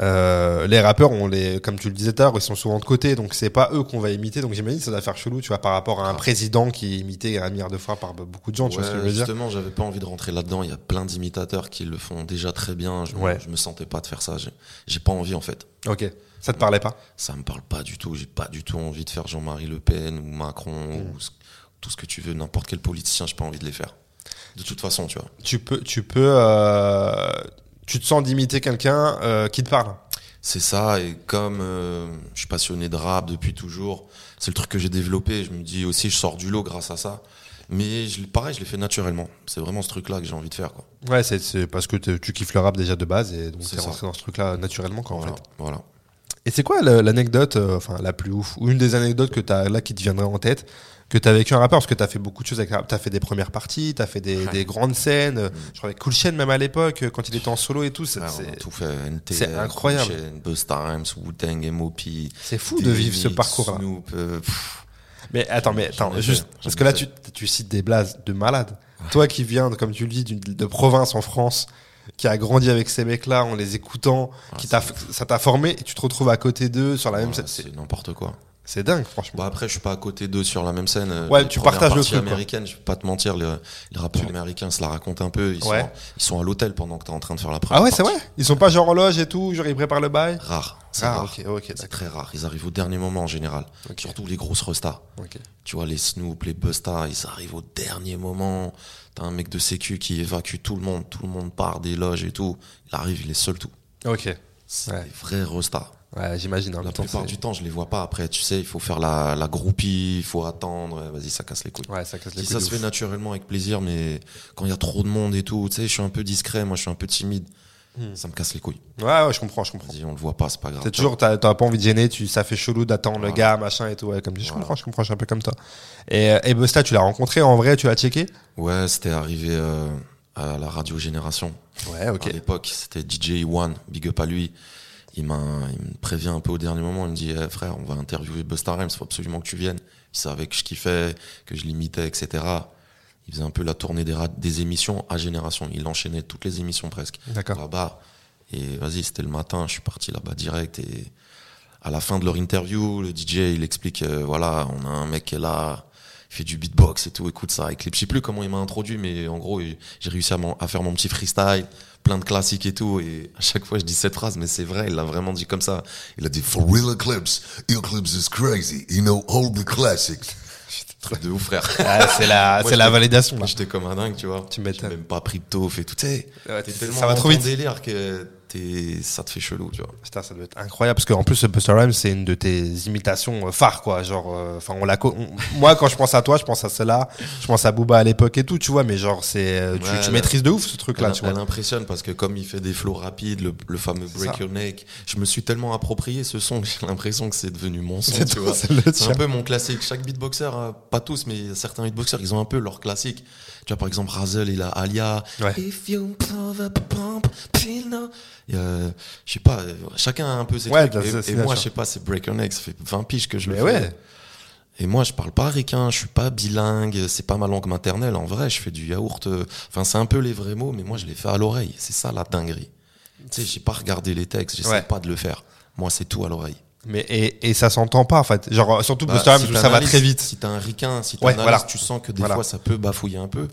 euh, les rappeurs, on les, comme tu le disais tout à l'heure, ils sont souvent de côté, donc c'est pas eux qu'on va imiter, donc j'imagine que ça doit faire chelou, tu vois, par rapport à un
Ah.
président qui est imité un milliard de fois par be- beaucoup de gens, tu vois ce que je
Ouais,
veux dire
justement, j'avais pas envie de rentrer là-dedans. Il y a plein d'imitateurs qui le font déjà très bien. Je,
Ouais.
je me sentais pas de faire ça. J'ai- J'ai pas envie, en fait.
Ok, ça te parlait pas
ça me parle pas du tout. J'ai pas du tout envie de faire Jean-Marie Le Pen ou Macron
Mm.
ou ce- tout ce que tu veux, n'importe quel politicien, j'ai pas envie de les faire. De toute façon, tu vois.
Tu peux, tu peux, euh, tu te sens d'imiter quelqu'un euh, qui te parle
C'est ça, et comme euh, je suis passionné de rap depuis toujours, c'est le truc que j'ai développé. Je me dis aussi, je sors du lot grâce à ça. Mais je, pareil, je l'ai fait naturellement. C'est vraiment ce truc-là que j'ai envie de faire. Quoi.
Ouais, c'est- c'est parce que t'es- tu kiffes le rap déjà de base et donc
C'est
t'es
ça.
rentré dans ce truc-là naturellement, quoi, en
Voilà.
fait.
voilà.
Et c'est quoi le- l'anecdote, euh, enfin la plus ouf, ou une des anecdotes que t'as là qui te viendrait en tête, que t'as vécu un rappeur, parce que t'as fait beaucoup de choses avec t'as fait des premières parties, t'as fait des,
Ouais. Mm.
des grandes scènes, euh, je crois avec Cool Chain même à l'époque, euh, quand il était en solo et tout, c'est,
Ouais, on a
c'est,
tout fait. NTM,
c'est incroyable.
Chain, Buzz Times, Wu-Tang, M.O.P.
c'est fou de vivre ce
Dynamic,
parcours-là.
Snoop, euh, pff,
Mais attends, mais attends,
J'en ai
juste,
fait, j'en
parce
ai
que là tu,
fait.
tu cites des blazes de malades. Toi qui viens, de- comme tu le dis, d'une- de province en France, qui a grandi avec ces mecs-là en les écoutant, qui
Ah, c'est
t'a, ça t'a formé, et tu te retrouves à côté d'eux sur la Bah, même
ouais,
scène. C'est,
c'est n'importe quoi.
c'est dingue, franchement.
Bon, après, je suis pas à côté d'eux sur la même scène. euh,
Ouais,
les
tu
premières
partages le
parties
truc, quoi.
américaines, je vais pas te mentir, les, les rappeurs américains se la racontent un peu. Ils,
Ouais.
sont, ils sont à l'hôtel pendant que t'es en train de faire la première
Ah ouais, c'est
partie.
vrai Ils sont pas genre en loge et tout, genre ils préparent le bail
Rare. C'est
Ah
rare.
ok, ok,
C'est
d'accord.
très rare. Ils arrivent au dernier moment en général.
Ok.
Surtout les grosses restas.
ok.
Tu vois, les Snoop, les Busta, ils arrivent au dernier moment. T'as un mec de sécu qui évacue tout le monde. Tout le monde part des loges et tout. Il arrive, il est seul tout.
Ok.
C'est
Ouais.
des vrais restas.
Ouais, j'imagine. hein,
La
parce que
plupart
c'est-
du temps, je les vois pas après. Tu sais, il faut faire la, la groupie, il faut attendre. Ouais, Vas-y, ça casse les couilles.
Ouais, ça casse
Je
les
dis
couilles.
ça se
de
fait
ouf.
naturellement avec plaisir, mais quand il y a trop de monde et tout, tu sais, je suis un peu discret, moi je suis un peu timide.
Hmm.
Ça me casse les couilles.
Ouais, ouais, je comprends, je comprends.
Vas-y, on le voit pas, c'est pas grave.
T'as toujours, t'as t'as pas envie de gêner, tu, ça fait chelou d'attendre le gars,
Voilà.
machin et tout. ouais, comme je
Voilà.
comprends, je comprends, je suis un peu comme toi. Et, euh, et Busta, tu l'as rencontré en vrai, tu l'as checké
Ouais, c'était arrivé euh, à la radio Génération.
Ouais, ok.
À l'époque, c'était DJ One, big up à lui. Il, m'a, il me prévient un peu au dernier moment, il me dit Eh, frère, on va interviewer Busta Rhymes, faut absolument que tu viennes. Il savait que je kiffais, que je l'imitais, etc. Il faisait un peu la tournée des, ra- des émissions à Génération. Il enchaînait toutes les émissions presque.
Ah, D'accord.
là-bas. Et vas-y, c'était le matin, je suis parti là-bas direct. Et à la fin de leur interview, le DJ, il explique euh, voilà, on a un mec qui est là, il fait du beatbox et tout, écoute ça. Éclipse, je sais plus comment il m'a introduit, mais en gros, il- j'ai réussi à, m'en- à faire mon petit freestyle, plein de classiques et tout. Et à chaque fois, je dis cette phrase, mais c'est vrai, il l'a vraiment dit comme ça. Il a dit
For real Eclipse, Eclipse is crazy. You know all the classics.
truc de ouf, *laughs* frère.
Ah, c'est *laughs* la,
Moi,
c'est
je
la
te-
validation là.
J'étais comme un dingue, tu vois.
Tu m'étonnes.
J'ai même pas pris de taupe et tout. Tu sais,
Ouais,
t'es
c'est-
tellement
ça va
dans
trop
ton
vite.
délire que t'es- ça te fait chelou, tu vois.
Putain, ça doit être incroyable parce qu'en plus, Buster Rhymes, c'est une de tes imitations euh, phares, quoi. Genre, euh, enfin, on la. co- on- Moi, quand je pense à toi, je pense à celle-là, je pense à Booba à l'époque et tout, tu vois. Mais genre, c'est, euh, tu,
Ouais,
tu
là-
maîtrises de ouf ce truc-là,
elle,
tu vois.
elle impressionne parce que comme il fait des flots rapides, le, le fameux
C'est
break
ça.
your neck, je me suis tellement approprié ce son que j'ai l'impression que c'est devenu mon son.
*laughs* C'est
tu
ton-
vois.
c'est le
C'est
tien.
un peu mon classique. Chaque beatboxer, euh, pas tous, mais certains beatboxers, ils ont un peu leur classique. Tu vois, par exemple, Razel, il a Alia.
Ouais.
If you pump up, pump, pin up. Et, euh, je sais pas, euh, chacun a un peu ses
Ouais,
trucs.
t'as-
Et-
c'est
Et,
bien
moi,
sûr.
je sais pas, c'est break your neck, ça fait 20 piges que je
Mais
le
ouais.
fais. Et moi, je parle pas ricain, je suis pas bilingue, c'est pas ma langue maternelle. En vrai, je fais du yaourt. euh, Enfin, c'est un peu les vrais mots, mais moi, je les fais à l'oreille. C'est ça la dinguerie. Tu sais, j'ai pas regardé les textes, j'essaie
Ouais.
pas de le faire. Moi, c'est tout à l'oreille.
Mais et, et ça s'entend pas en fait. Genre euh, surtout
Bah,
Busta Rhymes
si
où ça va
t'analyses-
très vite.
Si t'as un ricain, si
Ouais,
t'analyses,
voilà.
tu sens que des
Voilà.
fois, ça peut bafouiller un peu.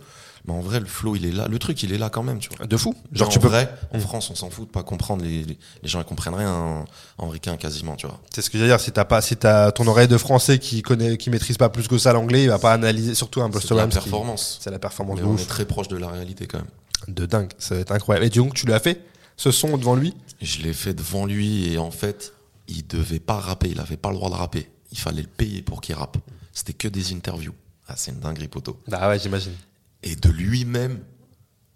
Mais en vrai, le flow, il est là. Le truc, il est là quand même, tu vois.
De fou. Genre
Mais
tu
en
peux. Mm.
vrai, en France, on s'en fout de pas comprendre. Les, les, les gens, ils comprennent rien en, en ricain quasiment, tu vois.
C'est ce que j'allais dire. Si t'as pas, si t'as ton oreille de français qui connaît, qui maîtrise pas plus que ça l'anglais, il va pas analyser. Surtout un
C'est de
Busta
la
Rhymes. qui-
performance.
C'est la performance
Mais
de
on
ouf.
est très proche de la réalité quand même.
De dingue. Ça va être incroyable. Et donc tu l'as fait ce son devant lui.
Je l'ai fait devant lui et en fait, il devait pas rapper, il avait pas le droit de rapper. Il fallait le payer pour qu'il rappe. C'était que des interviews. Ah, c'est une dinguerie, poteau.
Ah ouais, j'imagine.
Et de lui-même,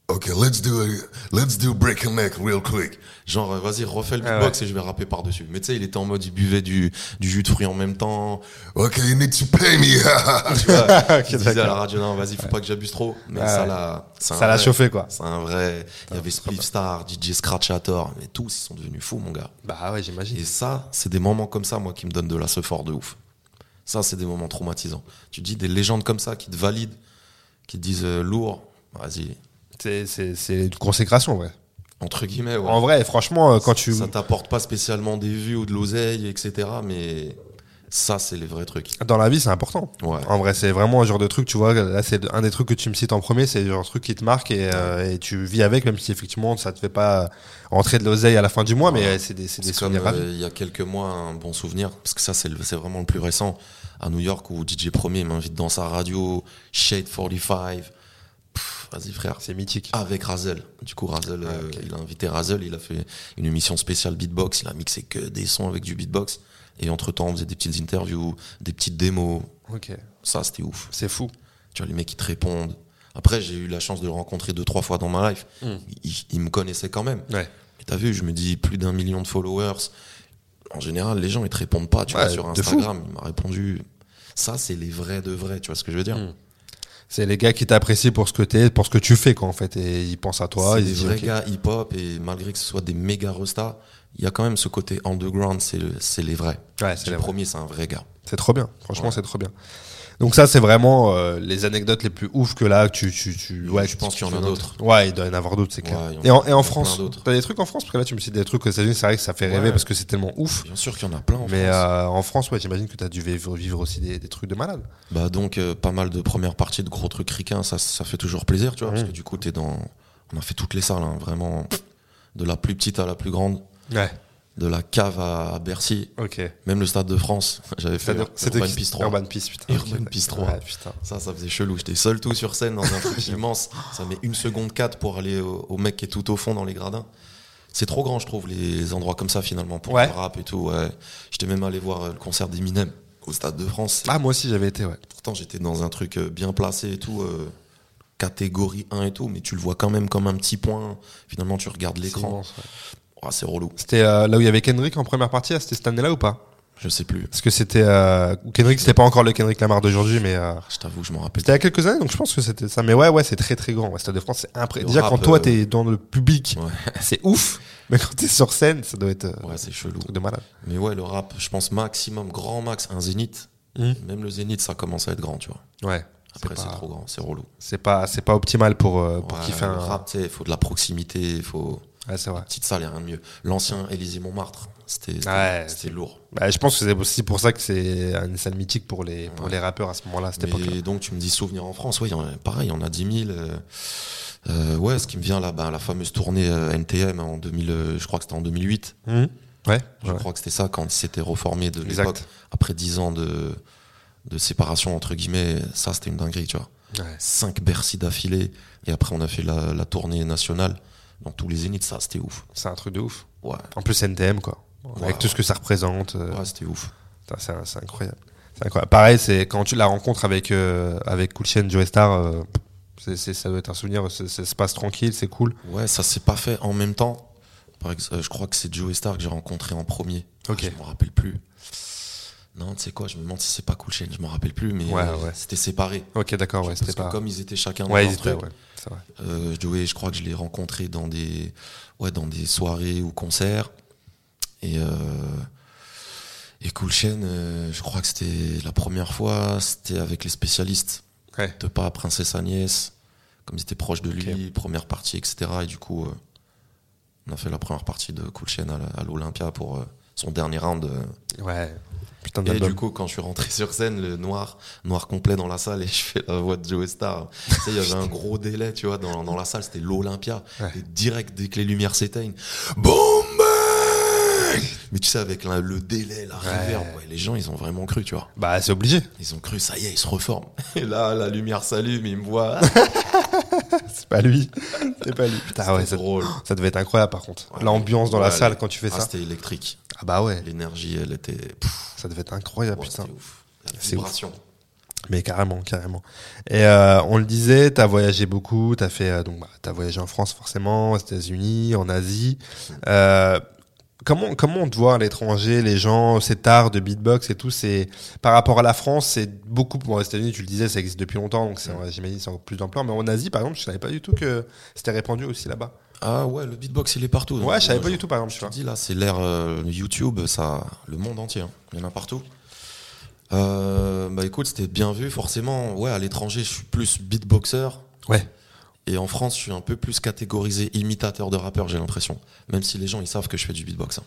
Okay, let's do it. Let's do break your neck real quick.
genre, euh, vas-y, refais le
Ah
beatbox et je vais rapper par-dessus. Mais tu sais, il était en mode, il buvait du, du jus de fruits en même temps.
Okay, you need to pay me. *laughs*
Tu vois,
Ah, *laughs* Ok,
il disait à la
d'accord.
radio, non, vas-y, faut pas que j'abuse trop. Mais
Ouais, Ah
ça
ouais.
l'a, c'est un
Ça l'a
vrai-
chauffé Ah, quoi.
C'est un vrai. Il y avait Spliff Star, DJ Scratchator, mais tous, ils sont devenus fous, mon gars.
Bah ouais,
Et
j'imagine.
ça, c'est des moments comme ça, moi, qui me donnent de la fort de ouf. Ça, c'est des moments traumatisants. Tu dis des légendes comme ça qui te valident, qui te disent euh, lourd, vas-y,
C'est c'est- c'est une consécration, ouais.
entre guillemets. ouais.
En vrai, franchement, euh, quand tu.
Ça t'apporte pas spécialement des vues ou de l'oseille, etc. Mais ça, c'est les vrais trucs.
Dans la vie, c'est important.
Ouais.
En vrai, c'est vraiment un genre de truc, tu vois. Là, c'est un des trucs que tu me cites en premier, c'est le genre de truc qui te marque et, euh, et tu vis avec, même si effectivement ça te fait pas rentrer de l'oseille à la fin du mois, mais euh, c'est des, c'est des
C'est comme
souvenirs à vie.
euh, il y a quelques mois, un bon souvenir, parce que ça, c'est le- c'est vraiment le plus récent, à New York où DJ Premier m'invite dans sa radio, Shade 45. Pff, Vas-y, frère.
C'est mythique.
Avec Razel. Du coup, Razel,
Ah,
euh,
ok.
il a invité Razel, il a fait une émission spéciale beatbox, il a mixé que des sons avec du beatbox. Et entre-temps, on faisait des petites interviews, des petites démos.
Ok,
Ça, c'était ouf.
c'est fou.
Tu vois, les mecs qui te répondent. Après, j'ai eu la chance de le rencontrer deux, trois fois dans ma life.
Mm.
Il, il me connaissait quand même.
Ouais.
Et t'as vu, je me dis plus d'un million de followers. en général, les gens, ils te répondent pas, tu
Ouais,
vois, sur
de fou.
Instagram. Il m'a répondu. Ça, c'est les vrais de vrais, tu vois ce que je veux dire
C'est les gars qui t'apprécient pour ce que t'es, pour ce que tu fais, quoi, en fait. Et ils pensent à toi.
c'est
Ils
des
se disent,
vrais
ok.
gars hip-hop, et malgré que ce soit des méga restas, il y a quand même ce côté underground, c'est le- c'est les vrais.
Ouais, c'est
le
les vrais.
premier, c'est un vrai gars.
C'est trop bien. Franchement,
Ouais.
c'est trop bien. Donc ça, c'est vraiment euh, les anecdotes les plus ouf que là. que Tu, tu, tu, ouais,
Je
que
pense
tu-
qu'il y en
tu
a
notes.
d'autres.
Ouais, il doit y en avoir d'autres, c'est clair.
Ouais, il y en
et en,
a-
et en
il y en a
France,
plein d'autres.
t'as des trucs en France Parce que là, tu me cites des trucs aux États-Unis, c'est vrai que ça fait rêver
Ouais.
parce que c'est tellement ouf.
Bien sûr qu'il y en a plein en
Mais
France.
euh, en France, ouais, j'imagine que t'as dû vivre, vivre aussi des, des trucs de malade.
Bah donc euh, pas mal de premières parties de gros trucs ricains, ça, ça fait toujours plaisir, tu vois, parce que du coup t'es dans, on a fait toutes les salles, hein, vraiment de la plus petite à la plus grande,
Ouais,
de la cave à, à Bercy,
ok.
même le stade de France, *laughs* j'avais fait euh,
C'était
Urban
qui-
Peace 3.
Urban Peace, putain.
Urban
Ok, ouais.
Peace 3.
Ouais, putain.
Ça, ça faisait chelou. J'étais seul tout sur scène dans un
*laughs*
truc *laughs* immense. Ça met une seconde 4 pour aller au, au mec qui est tout au fond dans les gradins. C'est trop grand, je trouve, les endroits comme ça finalement pour
Ouais.
le rap et tout. ouais. J'étais même allé voir euh, le concert d'Eminem au Stade de France.
Ah, moi aussi, j'avais été, ouais.
Pourtant, j'étais dans un truc euh, bien placé et tout, euh, catégorie 1 et tout, mais tu le vois quand même comme un petit point. Finalement, tu regardes
C'est
l'écran.
immense, ouais.
Ouah, c'est relou.
C'était euh, là où il y avait Kendrick en première partie, ah, c'était cette année-là ou pas
Je sais plus.
Parce que c'était. euh, Kendrick, c'était pas encore le Kendrick Lamar d'aujourd'hui, mais. euh,
Je t'avoue, je m'en rappelle.
C'était il y a quelques années, donc je pense que c'était ça. Mais ouais, ouais, c'est très très grand. Ouais, Stade de France, c'est
Le
impressionnant. Déjà,
rap,
quand toi,
euh,
t'es dans le public,
Ouais,
*laughs* c'est ouf. Mais quand t'es sur scène, ça doit être euh,
ouais c'est chelou.
un truc de malade.
Mais ouais, le rap, je pense maximum, grand max, un zénith. Même le zénith, ça commence à être grand, tu vois.
Ouais.
Après, c'est
Hmm. pas-
trop grand, c'est relou.
C'est pas, c'est pas optimal pour, euh, pour
Ouais,
kiffer
le
un
rap, tu sais, il faut de la proximité, il faut.
Ouais, c'est vrai.
Petite salle, il a rien de mieux. L'ancien Élysée Montmartre, c'était c'était-
Ouais,
c'était lourd.
Bah, je pense que c'est aussi pour ça que c'est une salle mythique pour les, pour
Ouais.
les rappeurs à ce moment-là, à cette époque-là.
Mais donc, tu me dis souvenir en France, ouais, il y en a- pareil, on a 10 000. euh, euh, ouais, ce qui me vient là, bah, la fameuse tournée euh, NTM en 2000, euh, je crois que c'était en 2008.
Mhm. Ouais,
Hum? Je
ouais.
crois que c'était ça quand il s'était reformé de
Exact.
l'époque. Après 10 ans de, de séparation, entre guillemets, ça, c'était une dinguerie, tu vois.
Ouais.
5 Bercy d'affilée, et après, on a fait la, la tournée nationale dans tous les zéniths, ça, c'était ouf.
C'est un truc de ouf.
Ouais,
En plus, NTM, quoi. Avec
Ouais,
tout ce que ça représente. euh,
ouais c'était ouf.
Putain, C'est c'est incroyable. C'est incroyable. Pareil, c'est quand tu la rencontres avec euh, avec Cool Chain, Joey Star, euh, c'est- c'est- ça doit être un souvenir. c'est- Ça se passe tranquille, c'est cool.
Ouais, ça s'est pas fait en même temps. Par ex- euh, je crois que c'est Joey Star que j'ai rencontré en premier.
Ok.
Ah, je me rappelle plus. Non, tu sais quoi, je me demande si c'est pas Cool Chain, je me rappelle plus, mais
Ouais,
euh,
ouais.
c'était séparé.
Ok, d'accord, ouais,
Parce
c'était
que
pas.
comme ils étaient chacun dans
Ouais,
leur
ils étaient,
truc,
ouais, c'est vrai.
euh, Joey, je crois que je l'ai rencontré dans des, ouais, dans des soirées ou concerts. Et, euh, et Cool Chain, euh, je crois que c'était la première fois, c'était avec les spécialistes.
Ouais.
De pas Princesse Agnès, comme ils étaient proches de lui, première partie, etc. Et du coup, euh, on a fait la première partie de Cool Chain à la- à l'Olympia pour euh, son dernier round. euh.
Ouais. Putain
Et du
d'album.
coup, quand je suis rentré sur scène, le noir, noir complet dans la salle, et je fais la voix de Joe Star. tu sais, il y avait un gros délai, tu vois, dans, dans la salle, c'était l'Olympia.
Ouais.
Et direct, dès que les lumières s'éteignent, BOOM bang Mais tu sais, avec la- le délai, la reverb, ouais, les gens, ils ont vraiment cru, tu vois.
Bah, c'est
*laughs*
obligé.
Ils ont cru, ça y est, ils se reforment. *laughs* Et là, la lumière s'allume, ils me voient.
C'est pas lui. c'est pas lui. Putain, ouais,
C'était
ça,
drôle.
ça devait être incroyable par contre.
Ouais,
L'ambiance dans
ouais,
la salle
elle-
quand tu fais
ah,
ça.
C'était électrique.
Ah bah ouais.
L'énergie, elle était. pff,
Ça devait être incroyable,
ouais,
putain.
c'était Ah, ouf. La
C'est ouf.
vibration.
Mais carrément, carrément. Et euh, on le disait, t'as voyagé beaucoup, t'as fait euh, donc bah, t'as voyagé en France forcément, aux États-Unis, en Asie. Euh, comment comment on te voit à l'étranger, les gens, cet art de beatbox et tout, c'est par rapport à la France, c'est beaucoup. Bon, aux États-Unis, tu le disais, ça existe depuis longtemps, donc
Mm.
c'est- j'imagine c'est en plus d'ampleur. Mais en Asie, par exemple, je savais pas du tout que c'était répandu aussi là-bas.
Ah ouais, le beatbox, il est partout. Donc,
Ouais, je savais
euh,
pas du tout, par exemple. Tu
Je
vois.
te dis, là, c'est l'ère euh, YouTube, ça, le monde entier. hein. Il y en a partout. Euh, bah écoute, c'était bien vu, forcément. Ouais, à l'étranger, je suis plus beatboxer.
Ouais.
Et en France, je suis un peu plus catégorisé imitateur de rappeur, j'ai l'impression. Même si les gens, ils savent que je fais du beatbox. hein.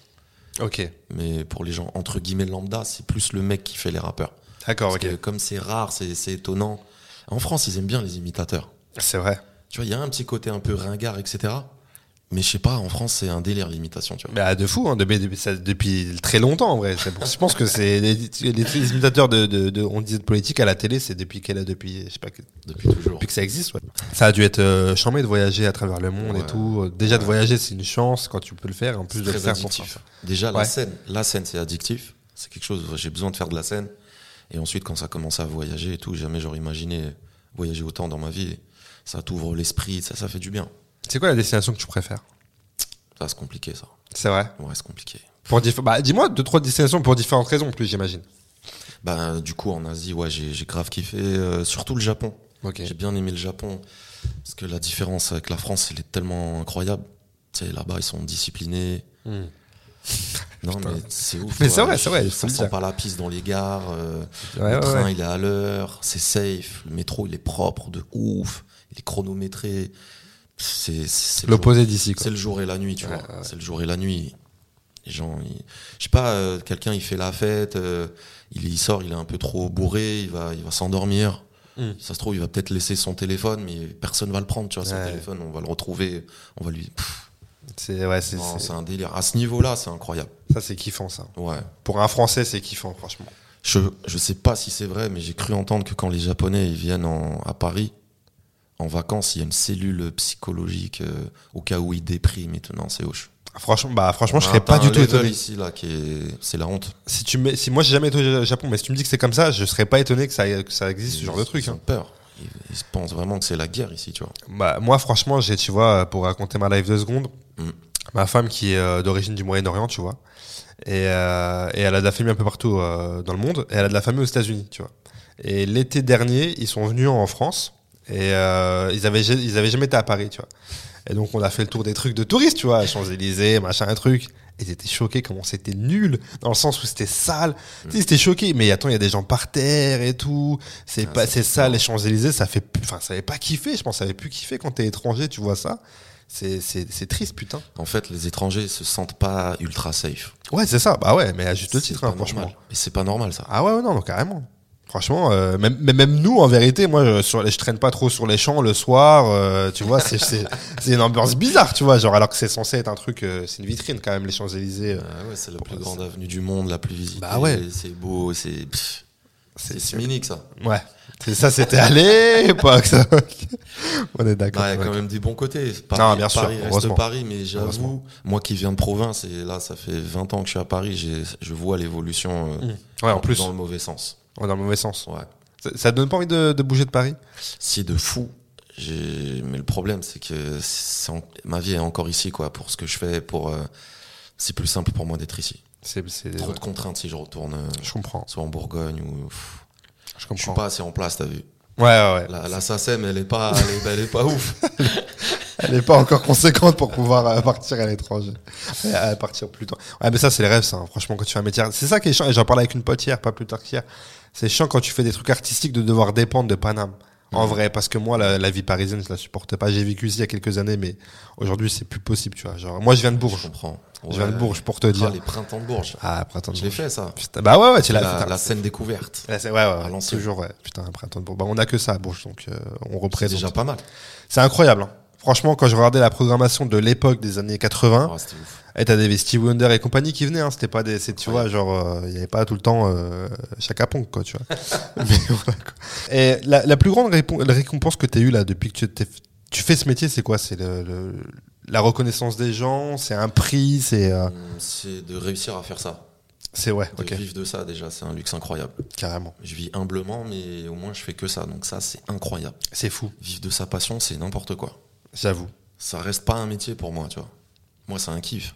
Ok.
Mais pour les gens, entre guillemets, lambda, c'est plus le mec qui fait les rappeurs.
D'accord.
Parce
Ah, Ok.
que comme c'est rare, c'est c'est étonnant. En France, ils aiment bien les imitateurs.
C'est vrai.
Tu vois, il y a un petit côté un peu ringard, etc. Mais je sais pas, en France, c'est un délire l'imitation, tu vois.
Bah, de fou, hein, de- de- ça- depuis très longtemps en vrai. C'est pour- je pense que c'est les, les- les imitateurs de, de- de- on disait de politique à la télé, c'est depuis qu'elle a depuis, je sais pas, que-
Depuis toujours.
depuis que ça existe. ouais. Ça a dû être euh, chambé de voyager à travers le monde et
Ouais.
tout. Euh, Déjà de voyager, c'est une chance quand tu peux le faire. En plus de le
Très
faire pour
addictif.
ça.
Déjà,
Ouais.
la scène, la scène, c'est addictif. C'est quelque chose, j'ai besoin de faire de la scène. Et ensuite, quand ça commence à voyager et tout, jamais j'aurais imaginé voyager autant dans ma vie. Ça t'ouvre l'esprit, ça, ça fait du bien.
C'est quoi la destination que tu préfères
Ça, c'est compliqué, ça.
C'est vrai.
Ouais, c'est compliqué.
Pour diff- bah, dis-moi deux trois destinations pour différentes raisons en plus j'imagine.
Bah, du coup, en Asie, ouais, j'ai j'ai grave kiffé, euh, surtout le Japon.
Ok.
J'ai bien aimé le Japon parce que la différence avec la France, elle est tellement incroyable. Tu sais, là-bas, ils sont disciplinés.
Hmm.
Non, mais c'est ouf.
Mais c'est
ouais.
vrai, c'est vrai, faut
Ça
le
sent
dire.
pas la pisse dans les gares. euh,
Ouais, ouais,
le train,
ouais.
il est à l'heure. C'est safe. Le métro, il est propre de ouf. Il est chronométré. C'est c'est le jour-
L'opposé d'ici quoi.
c'est le jour et la nuit, tu
Ouais,
vois. C'est le jour et la nuit. Les gens, ils- je sais pas, euh, quelqu'un il fait la fête, euh, il y sort, il est un peu trop bourré, il va, il va s'endormir.
Mm.
Ça se trouve, il va peut-être laisser son téléphone, mais personne va le prendre, tu vois, son
Ouais.
téléphone, on va le retrouver, on va lui. Pff,
C'est ouais, c'est,
non,
c'est-
c'est un délire. À ce niveau-là, c'est incroyable.
ça c'est kiffant ça.
Ouais.
Pour un Français c'est kiffant franchement.
Je, je sais pas si c'est vrai, mais j'ai cru entendre que quand les Japonais ils viennent en- à Paris, en vacances, il y a une cellule psychologique euh, au cas où ils dépriment et tout. Non, c'est hoche.
Franchement bah franchement je
Ah,
serais
t'as
pas
un
du tout
level
étonné.
ici là qui est- c'est la honte.
Si tu mets, si moi j'ai jamais été au Japon mais si tu me dis que c'est comme ça je serais pas étonné que ça que ça existe ce genre de truc.
Ils
hein.
ont peur. Ils, ils se pensent vraiment que c'est la guerre ici, tu vois.
Bah, moi, franchement, j'ai, tu vois, pour raconter ma life deux secondes,
Mm.
ma femme qui est euh, d'origine du Moyen-Orient, tu vois, et, euh, et elle a de la famille un peu partout euh, dans le monde, et elle a de la famille aux États-Unis, tu vois. Et l'été dernier, ils sont venus en France, et euh, ils, avaient, ja- ils avaient jamais été à Paris, tu vois. Et donc, on a fait le tour des trucs de touristes, tu vois, Champs-Élysées, machin, un truc. Ils étaient choqués comment c'était nul, dans le sens où c'était sale. Tu sais, ils étaient choqués. Mais attends, il y a des gens par terre et tout. C'est
Ah,
pas,
ça
c'est ça, les Champs-Élysées, ça fait, plus- enfin, ça avait pas kiffé. Je pense, ça avait plus kiffé quand t'es étranger, tu vois ça. C'est, c'est, c'est triste, putain.
En fait, les étrangers se sentent pas ultra safe.
Ouais, c'est ça. Bah ouais, mais à juste le
C'est
titre,
pas
hein, franchement.
normal. Et c'est pas normal ça.
Ah ouais, ouais, non, non, carrément. Franchement, euh, même, mais même nous, en vérité, moi, je, sur, les- je traîne pas trop sur les champs le soir. euh, tu vois, c'est,
*laughs*
c'est, c'est une ambiance bizarre, tu vois. Genre, alors que c'est censé être un truc, euh, c'est une vitrine quand même, les Champs-Élysées. euh,
Ah ouais, c'est la
Bon,
plus
bah,
grande avenue du monde, la plus visitée.
Bah ouais.
C'est beau, c'est pff, c'est sminique ça.
Ouais. C'est ça, c'était aller, pas que ça. *laughs* On est d'accord.
Bah, il y a
ok.
quand même des bons côtés.
bien sûr,
Paris reste
heureusement.
Paris, mais
Heureusement.
j'avoue, moi qui viens de province, et là, ça fait 20 ans que je suis à Paris, j'ai- je vois l'évolution euh,
Mm. Ouais, en
dans-
plus,
dans le mauvais sens.
on est dans le mauvais sens.
Ouais.
Ça, ça te donne pas envie de, de bouger de Paris
C'est de fou. J'ai- Mais le problème, c'est que c'est en- ma vie est encore ici, quoi, pour ce que je fais. Pour, euh, c'est plus simple pour moi d'être ici.
C'est, c'est,
Trop
ouais.
de contraintes si je retourne, euh,
Je comprends.
soit en Bourgogne ou. pff,
Je
je suis
comprends.
pas assez en place, t'as vu.
Ouais, ouais, ouais.
La, la SACEM, elle est pas, elle est, elle est pas ouf.
Elle est pas encore conséquente pour pouvoir euh, partir à l'étranger. Ouais, à partir plus tôt. Ouais, mais ça, c'est les rêves, ça. hein. Franchement, quand tu fais un métier. C'est ça qui est chiant. Et j'en parlais avec une pote hier, pas plus tard qu'hier. C'est chiant quand tu fais des trucs artistiques de devoir dépendre de Paname. En vrai, parce que moi, la, la vie parisienne, je la supportais pas. J'ai vécu ici il y a quelques années, mais aujourd'hui, c'est plus possible, tu vois. Genre, moi, *laughs* je viens de
Je
Bourges.
comprends.
Je viens de
Ouais.
Bourges pour te
Ah,
dire.
les printemps de Bourges.
Ah, printemps de
Je l'ai
Bourges.
fait, ça.
Putain, bah ouais, ouais, tu l'as
la,
putain.
la scène découverte.
Là, c'est- ouais, ouais, ouais,
Lancée.
toujours, ouais. Putain, un printemps de Bourges. Bah, on a que ça à Bourges, donc euh, on
C'est
représente.
déjà pas mal.
C'est incroyable. hein. Franchement, quand je regardais la programmation de l'époque des années 80,
Ah, c'était ouf.
et t'as des Steve Wonder et compagnie qui venaient, hein, c'était pas des, c'est- tu vois,
Incroyable.
genre, il y avait pas tout le temps euh, Chaka Pong, quoi, tu vois. *laughs* Mais voilà, quoi. Et la, la plus grande répo- la récompense que t'as eue là depuis que tu, t'es- tu fais ce métier, c'est quoi C'est le, le- la reconnaissance des gens, c'est un prix, c'est, euh,
Hum, C'est de réussir à faire ça.
c'est ouais,
De
ok,
vivre de ça, déjà, c'est un luxe incroyable.
carrément,
Je vis humblement, mais au moins je fais que ça. Donc ça, c'est incroyable.
c'est fou,
Vivre de sa passion, c'est n'importe quoi.
j'avoue.
Ça reste pas un métier pour moi, tu vois. Moi, c'est un kiff.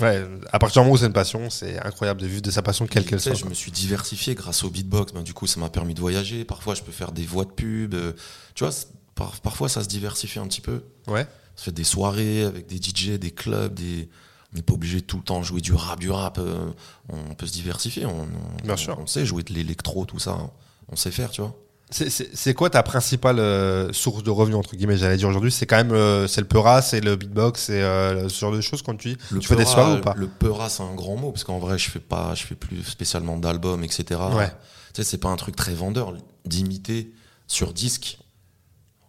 Ouais, à partir du moment où c'est une passion, c'est incroyable de vivre de sa passion quelle
Et
qu'elle
tu sais,
soit.
Je me suis diversifié grâce au beatbox. Ben, du coup, ça m'a permis de voyager. Parfois, je peux faire des voix de pub. euh, tu vois, c'est- par- parfois, ça se diversifie un petit peu.
quoi. Ouais.
On se fait des soirées avec des DJ, des clubs, des... On n'est pas obligé de tout le temps jouer du rap, du rap. euh, on peut se diversifier. On, on-
Bien sûr.
on sait jouer de l'électro, tout ça. hein. On sait faire, tu vois.
C'est- C'est c'est quoi ta principale euh, source de revenus entre guillemets j'allais dire aujourd'hui c'est quand même euh, c'est le peura c'est le beatbox c'est euh, ce genre de choses quand tu dis tu fais des
peura,
soirées ou pas
Le peura, c'est un grand mot, parce qu'en vrai, je fais pas, je fais plus spécialement d'albums, etc.
Ouais.
Tu sais, c'est pas un truc très vendeur d'imiter sur disque.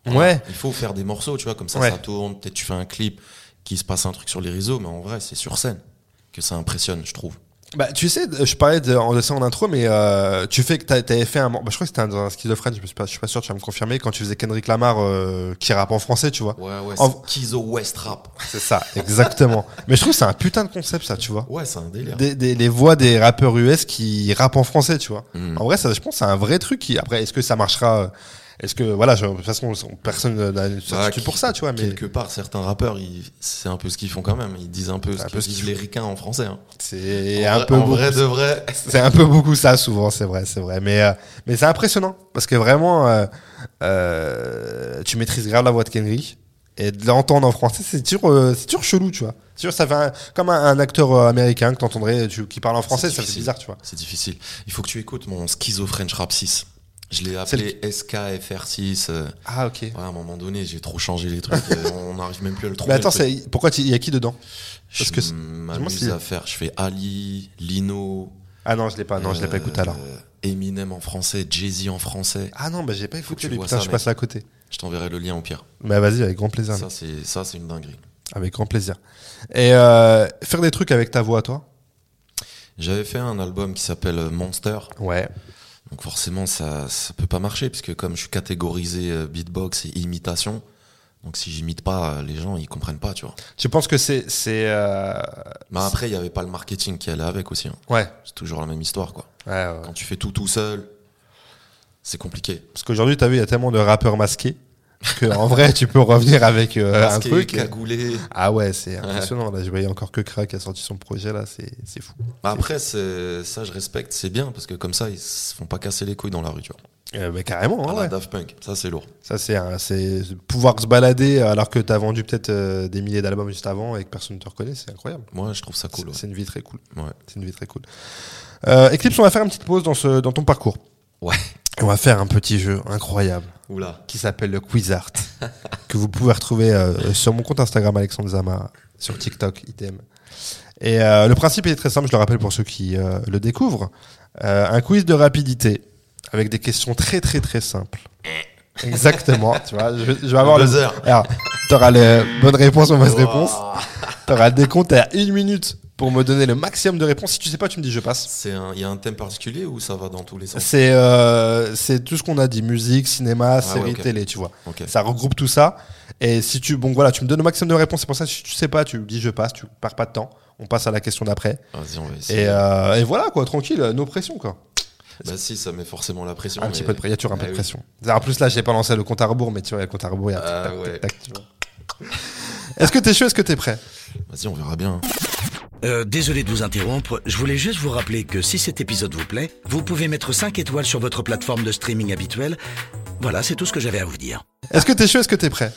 ouais
Il faut faire des morceaux, tu vois, comme ça,
Ouais.
ça tourne. Peut-être tu fais un clip, qui se passe un truc sur les réseaux, mais en vrai, c'est sur scène que ça impressionne, je trouve.
bah tu sais je parlais de, en- de ça en intro mais euh, tu fais que t'as- t'avais fait un bah, je crois que c'était un- dans un schizophrène je, me suis pas- je suis pas sûr tu vas me confirmer quand tu faisais Kendrick Lamar euh, qui rappe en français tu vois
Ouais, ouais.
En-
c'est Kizo West Rap.
*laughs* c'est ça exactement mais je trouve que c'est un putain de concept ça tu vois
Ouais, c'est un délire.
des, des- les voix des rappeurs US qui rappent en français, tu vois.
Mm.
En vrai, ça, je pense, que c'est un vrai truc qui, après, est-ce que ça marchera euh, Est-ce que, voilà, je- de toute façon, personne n'a une
Bah,
certitude pour ça, tu vois, mais
Quelque part, certains rappeurs, ils- c'est un peu ce qu'ils font quand même. Ils disent un peu ce
un
que
peu ce qu'ils
disent les ricains en français. hein.
c'est
En
un
vrai-
peu
en
beaucoup
vrai de vrai. *laughs*
C'est un peu beaucoup ça souvent, c'est vrai, c'est vrai. Mais, euh, mais c'est impressionnant parce que vraiment, euh, euh, tu maîtrises grave la voix de Kendrick et de l'entendre en français, c'est toujours, euh, c'est toujours chelou, tu vois. C'est sûr, ça fait un- comme un, un acteur euh, américain que t'entendrais, tu, qui parle en français,
C'est
ça fait
difficile.
bizarre, tu vois.
C'est difficile. Il faut que tu écoutes mon Schizo French Rap 6. Je l'ai appelé SKFR6. euh,
Ah ok.
ouais, à un moment donné, j'ai trop changé
*laughs*
les trucs. euh, on n'arrive même plus à le trouver.
Mais attends,
le truc.
c'est pourquoi il y a qui dedans parce
je
que c'est-
m'amuse
si-
à faire. Je fais Ali, Lino.
Ah non, je l'ai pas, non, je l'ai pas écouté
euh,
alors.
Eminem en français, Jay-Z en français.
Ah non, bah j'ai pas
faut que
écouté
tu
lui,
vois
putain,
ça,
je suis
mec.
passé à côté.
Je t'enverrai le lien au pire.
Bah vas-y, avec grand plaisir,
Ça, c'est ça, c'est une dinguerie.
avec grand plaisir. Et euh, faire des trucs avec ta voix, toi
J'avais fait un album qui s'appelle euh, Monster.
Ouais.
Donc forcément, ça ça peut pas marcher puisque comme je suis catégorisé euh, beatbox et imitation, donc si j'imite pas, euh, les gens ils comprennent pas, tu vois.
Tu penses que c'est, c'est, euh,
Mais après, il y avait pas le marketing qui allait avec aussi. hein.
ouais.
C'est toujours la même histoire, quoi.
Ouais, ouais.
Quand tu fais tout tout seul, c'est compliqué.
Parce qu'aujourd'hui, t'as vu, il y a tellement de rappeurs masqués qu'en vrai, tu peux revenir avec euh, un
Masqué,
truc.
cagoulé.
Ah ouais, c'est impressionnant. Là, je voyais encore que Crack a sorti son projet là, c'est c'est fou.
Bah après, c'est- ça je respecte, c'est bien parce que comme ça ils se font pas casser les couilles dans la rue, tu vois.
Euh, bah, carrément,
À
hein,
la
ouais.
Daft Punk, ça c'est lourd.
Ça, c'est un- c'est pouvoir se balader alors que t'as vendu peut-être euh, des milliers d'albums juste avant et que personne ne te reconnaît, c'est incroyable.
Moi, je trouve ça cool.
C'est-
ouais.
C'est une vie très cool.
Ouais.
C'est une vie très cool. Euh, Eclipse, on va faire une petite pause dans, ce, dans ton parcours.
Ouais.
Et on va faire un petit jeu incroyable.
Oula.
qui s'appelle le Quiz Art, que vous pouvez retrouver euh, sur mon compte Instagram Alexandre Zama, sur TikTok, idem. Et euh, le principe est très simple, je le rappelle pour ceux qui euh, le découvrent. Euh, un quiz de rapidité avec des questions très très très simples. Exactement, tu vois, je, je vais avoir
Le
le...
buzzer.
Alors, t'auras la bonne réponse, mauvaise
Ouah.
réponse. T'auras des comptes à une minute pour me donner le maximum de réponses. Si tu sais pas, tu me dis je passe.
C'est un, il y a un thème particulier ou ça va dans tous
*laughs*
les sens
C'est euh, c'est tout ce qu'on a dit, musique, cinéma, série,
Ah ouais, ok.
télé, tu vois.
Ok.
Ça regroupe tout ça. Et si tu, bon, voilà, tu me donnes le maximum de réponses. C'est pour ça, si tu sais pas, tu dis je passe, tu perds pas de temps. On passe à la question d'après.
Vas-y, on va essayer.
Et, euh, et voilà, quoi, tranquille, nos pressions, quoi.
Bah si, ça met forcément la pression.
Un
mais-
petit peu de pression, il y a toujours un peu
Ah
de
oui.
pression. En plus, là, j'ai pas lancé le compte à rebours, mais tu vois, il y a le compte à rebours, il y a tac,
Ah
tac,
ouais.
tac, tac, tu vois. Est-ce que t'es chaud, est-ce que t'es prêt
Vas-y, on verra bien. hein.
Euh, désolé de vous interrompre, je voulais juste vous rappeler que si cet épisode vous plaît, vous pouvez mettre 5 étoiles sur votre plateforme de streaming habituelle. Voilà, c'est tout ce que j'avais à vous dire.
Est-ce que t'es chaud, est-ce que t'es prêt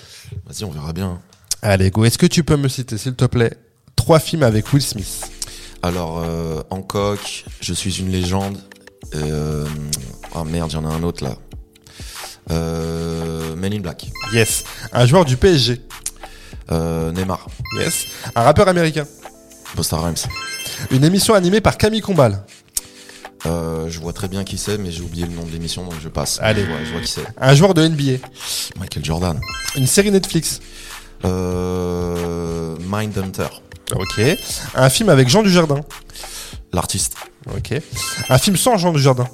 Vas-y, on verra bien.
Allez, go, est-ce que tu peux me citer, s'il te plaît, trois films avec Will Smith
Alors, euh, Hancock, je suis une légende. Euh, ah merde, y'en a un autre là. Euh, Men in Black.
Yes. Un joueur du PSG
Euh, Neymar.
Yes. Un rappeur américain
Busta Rhymes.
Une émission animée par Camille Combal
Euh, je vois très bien qui c'est, mais j'ai oublié le nom de l'émission, donc je passe.
Allez.
Ouais, je vois qui c'est.
Un joueur de NBA
Michael Jordan.
Une série Netflix
Euh, Mindhunter.
Ok. Un film avec Jean Dujardin.
L'artiste.
Ok. Un film sans Jean Dujardin.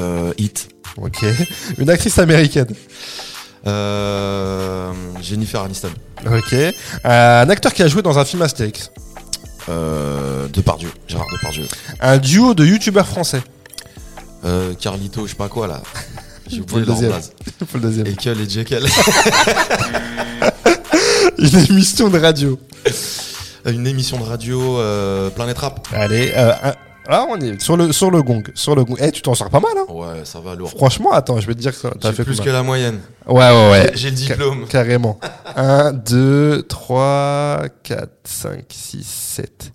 Euh, Hit.
Ok. Une actrice américaine.
Euh, Jennifer Aniston.
Ok. Un acteur qui a joué dans un film Astérix.
Euh, Depardieu. Gérard Depardieu.
Un duo de youtubeurs français.
Euh, Carlito, je sais pas quoi
*laughs*
là.
Faut le
J'ai oublié leur
deuxième.
blaze.
*laughs* Faut le deuxième.
Ekel et Jekyll. *laughs*
Une émission de radio.
Une émission de radio euh, Planète Rap.
Allez. euh, un- Ah, on est sur le, sur le gong. Sur le gong. Eh, tu t'en sors pas mal, hein
Ouais, ça va lourd.
Franchement, attends, je vais te dire que ça- t'as
J'ai
fait Eh,
plus que
combien
la moyenne.
Ouais, ouais, ouais.
J'ai le diplôme.
*laughs* Carrément. 1, 2, 3, 4, 5, 6, 7,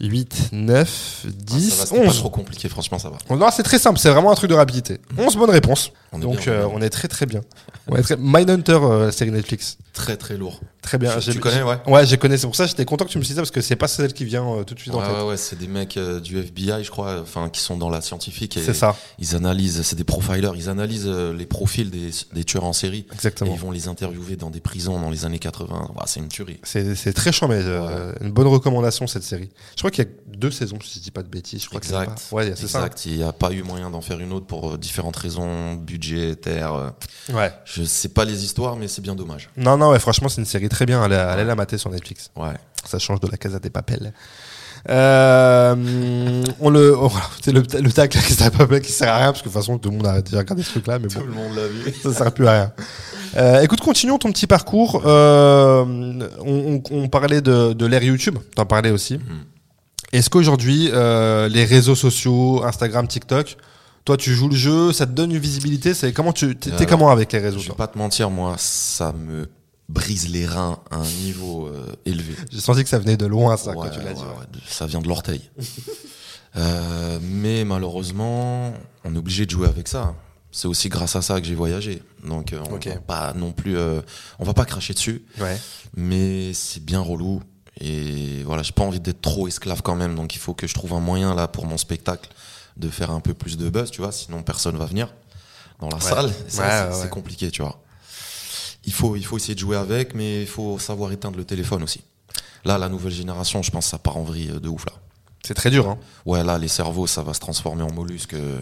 8, 9,
Ah, ça
10,
va, c'était pas
11.
trop compliqué, franchement, ça va.
Non, c'est très simple, c'est vraiment un truc de rapidité. 11 bonnes réponses.
On est
Donc
bien, on est
euh,
bien.
on est très très bien. On est très... Mindhunter, euh, la série Netflix.
Très très lourd.
Très bien.
Tu-
J'ai-
tu connais, ouais.
Ouais, j'ai connais. C'est pour ça que j'étais content que tu me dises ça parce que c'est pas celle qui vient euh, tout de suite
Ouais,
en tête.
ouais, ouais, c'est des mecs euh, du FBI, je crois, enfin, qui sont dans la scientifique. Et
C'est ça,
Ils analysent, c'est des profilers, ils analysent euh, les profils des, des tueurs en série. Et
exactement.
ils vont les interviewer dans des prisons dans les années 80. Ouah, c'est une tuerie.
C'est c'est très chiant, mais euh, une bonne recommandation cette série. Je crois qu'il y a deux saisons, si je dis pas de bêtises. Je crois qu'il y en a
Exact.
pas. Ouais, c'est ça. hein.
Exact. Il n'y a pas eu moyen d'en faire une autre pour euh, différentes raisons budgétaires. euh,
Ouais.
Je sais pas les histoires, mais c'est bien dommage.
Non, non, ouais, franchement, c'est une série très bien. Allez, allez la mater sur Netflix.
Ouais.
Ça change de la Casa des Papels. Euh, *laughs* on le, oh, voilà, c'est le, le tacle qui sert, à, qui sert à rien, parce que de toute façon, tout le monde a déjà regardé ce truc-là, mais bon,
Tout le monde l'a vu.
*laughs* ça sert plus à rien. Euh, écoute, continuons ton petit parcours. Euh, on, on- on parlait de, de l'ère YouTube, t'en parlais aussi.
Mm.
Est-ce qu'aujourd'hui, euh, les réseaux sociaux, Instagram, TikTok, toi, tu joues le jeu, ça te donne une visibilité, c'est comment tu, t'es, t'es
Alors,
comment avec les réseaux
Je vais
toi
pas te mentir, moi, ça me brise les reins à un niveau euh, élevé.
J'ai senti que ça venait de loin, ça,
Ouais,
quand tu l'as
ouais,
dit. ouais.
ouais, de- ça vient de l'orteil. *laughs* Euh, mais malheureusement, on est obligé de jouer avec ça. C'est aussi grâce à ça que j'ai voyagé. Donc euh, on
Ok.
va pas non plus, euh, on va pas cracher dessus,
Ouais.
mais c'est bien relou. Et voilà, j'ai pas envie d'être trop esclave quand même. Donc il faut que je trouve un moyen là pour mon spectacle de faire un peu plus de buzz, tu vois. Sinon personne va venir dans la salle. Et ça,
Ouais,
c'est-
ouais,
c'est
ouais.
compliqué, tu vois. Il faut, il faut essayer de jouer avec, mais il faut savoir éteindre le téléphone aussi. Là, la nouvelle génération, je pense, que ça part en vrille euh, de ouf là.
C'est très dur. Hein.
Ouais, là, les cerveaux, ça va se transformer en mollusques euh,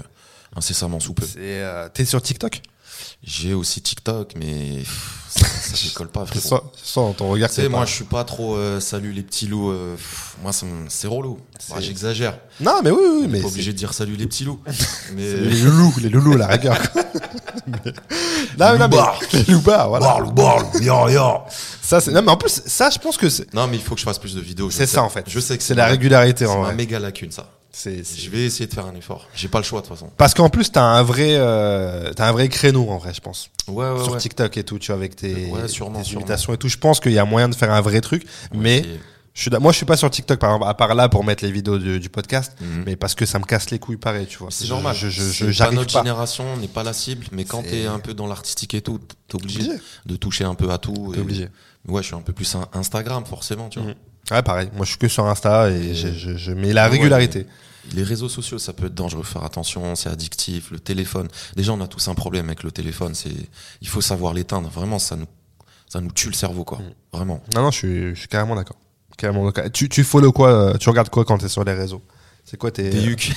incessamment sous peu.
C'est, euh, t'es sur TikTok
J'ai aussi TikTok, mais pff, ça,
*laughs*
ça décolle pas,
Je
frérot.
sens, je sens dans ton regard.
Tu
que
sais,
t'es
moi,
pas-
je suis pas trop euh, salut les petits loups. euh, pff, moi, ça me- c'est relou. Moi, J'exagère.
Non, mais oui, oui,
On
mais
est pas
c'est-
obligé de dire salut les
*laughs*
petits loups. Mais
les loulous, les loulous à la rigueur.
*laughs*
quoi. Mais- non, non, mais les loupards, voilà.
Barlou, barlou, yo, yo.
Ça, c'est. Non, mais en plus, ça, je pense que c'est.
non, mais il faut que je fasse plus de vidéos. je
C'est
sais.
ça en fait.
Je sais que
c'est la
ma-
régularité
C'est
en
ma
vrai.
méga lacune, ça.
C'est- c'est-
Je vais essayer de faire un effort. J'ai pas le choix de toute façon.
Parce qu'en plus t'as un vrai, euh, t'as un vrai créneau en vrai, je pense.
Ouais, ouais,
sur TikTok et tout, tu vois, avec tes,
Ouais, sûrement,
tes
sûrement.
imitations et tout, je pense qu'il y a moyen de faire un vrai truc. mais
c'est-
je suis, d'a- moi, je suis pas sur TikTok par exemple, à part là pour mettre les vidéos du, du podcast, mais parce que ça me casse les couilles, pareil, tu vois.
Mhm. C'est
Je-
normal.
Je, je,
C'est
je-
pas
j'arrive
notre
pas.
génération, on n'est pas la cible, mais quand t'es un peu dans l'artistique et tout, t'es obligé,
Obligé.
de toucher un peu à tout.
T'es
et-
obligé. Mm.
Ouais, je suis un peu plus un- Instagram, forcément, tu vois.
Ouais, pareil. Moi, je suis que sur Insta et je, je, je mets la
Ouais,
régularité.
mais Les réseaux sociaux, ça peut être dangereux. Faire attention, c'est addictif. Le téléphone. Déjà, on a tous un problème avec le téléphone. C'est, il faut savoir l'éteindre. Vraiment, ça nous, ça nous tue le cerveau, quoi.
Mm.
Vraiment.
Non, non, je suis, je suis carrément d'accord. Carrément d'accord. Tu, tu follow quoi euh, Tu regardes quoi quand t'es sur les réseaux C'est quoi tes.
Des *laughs* hucs.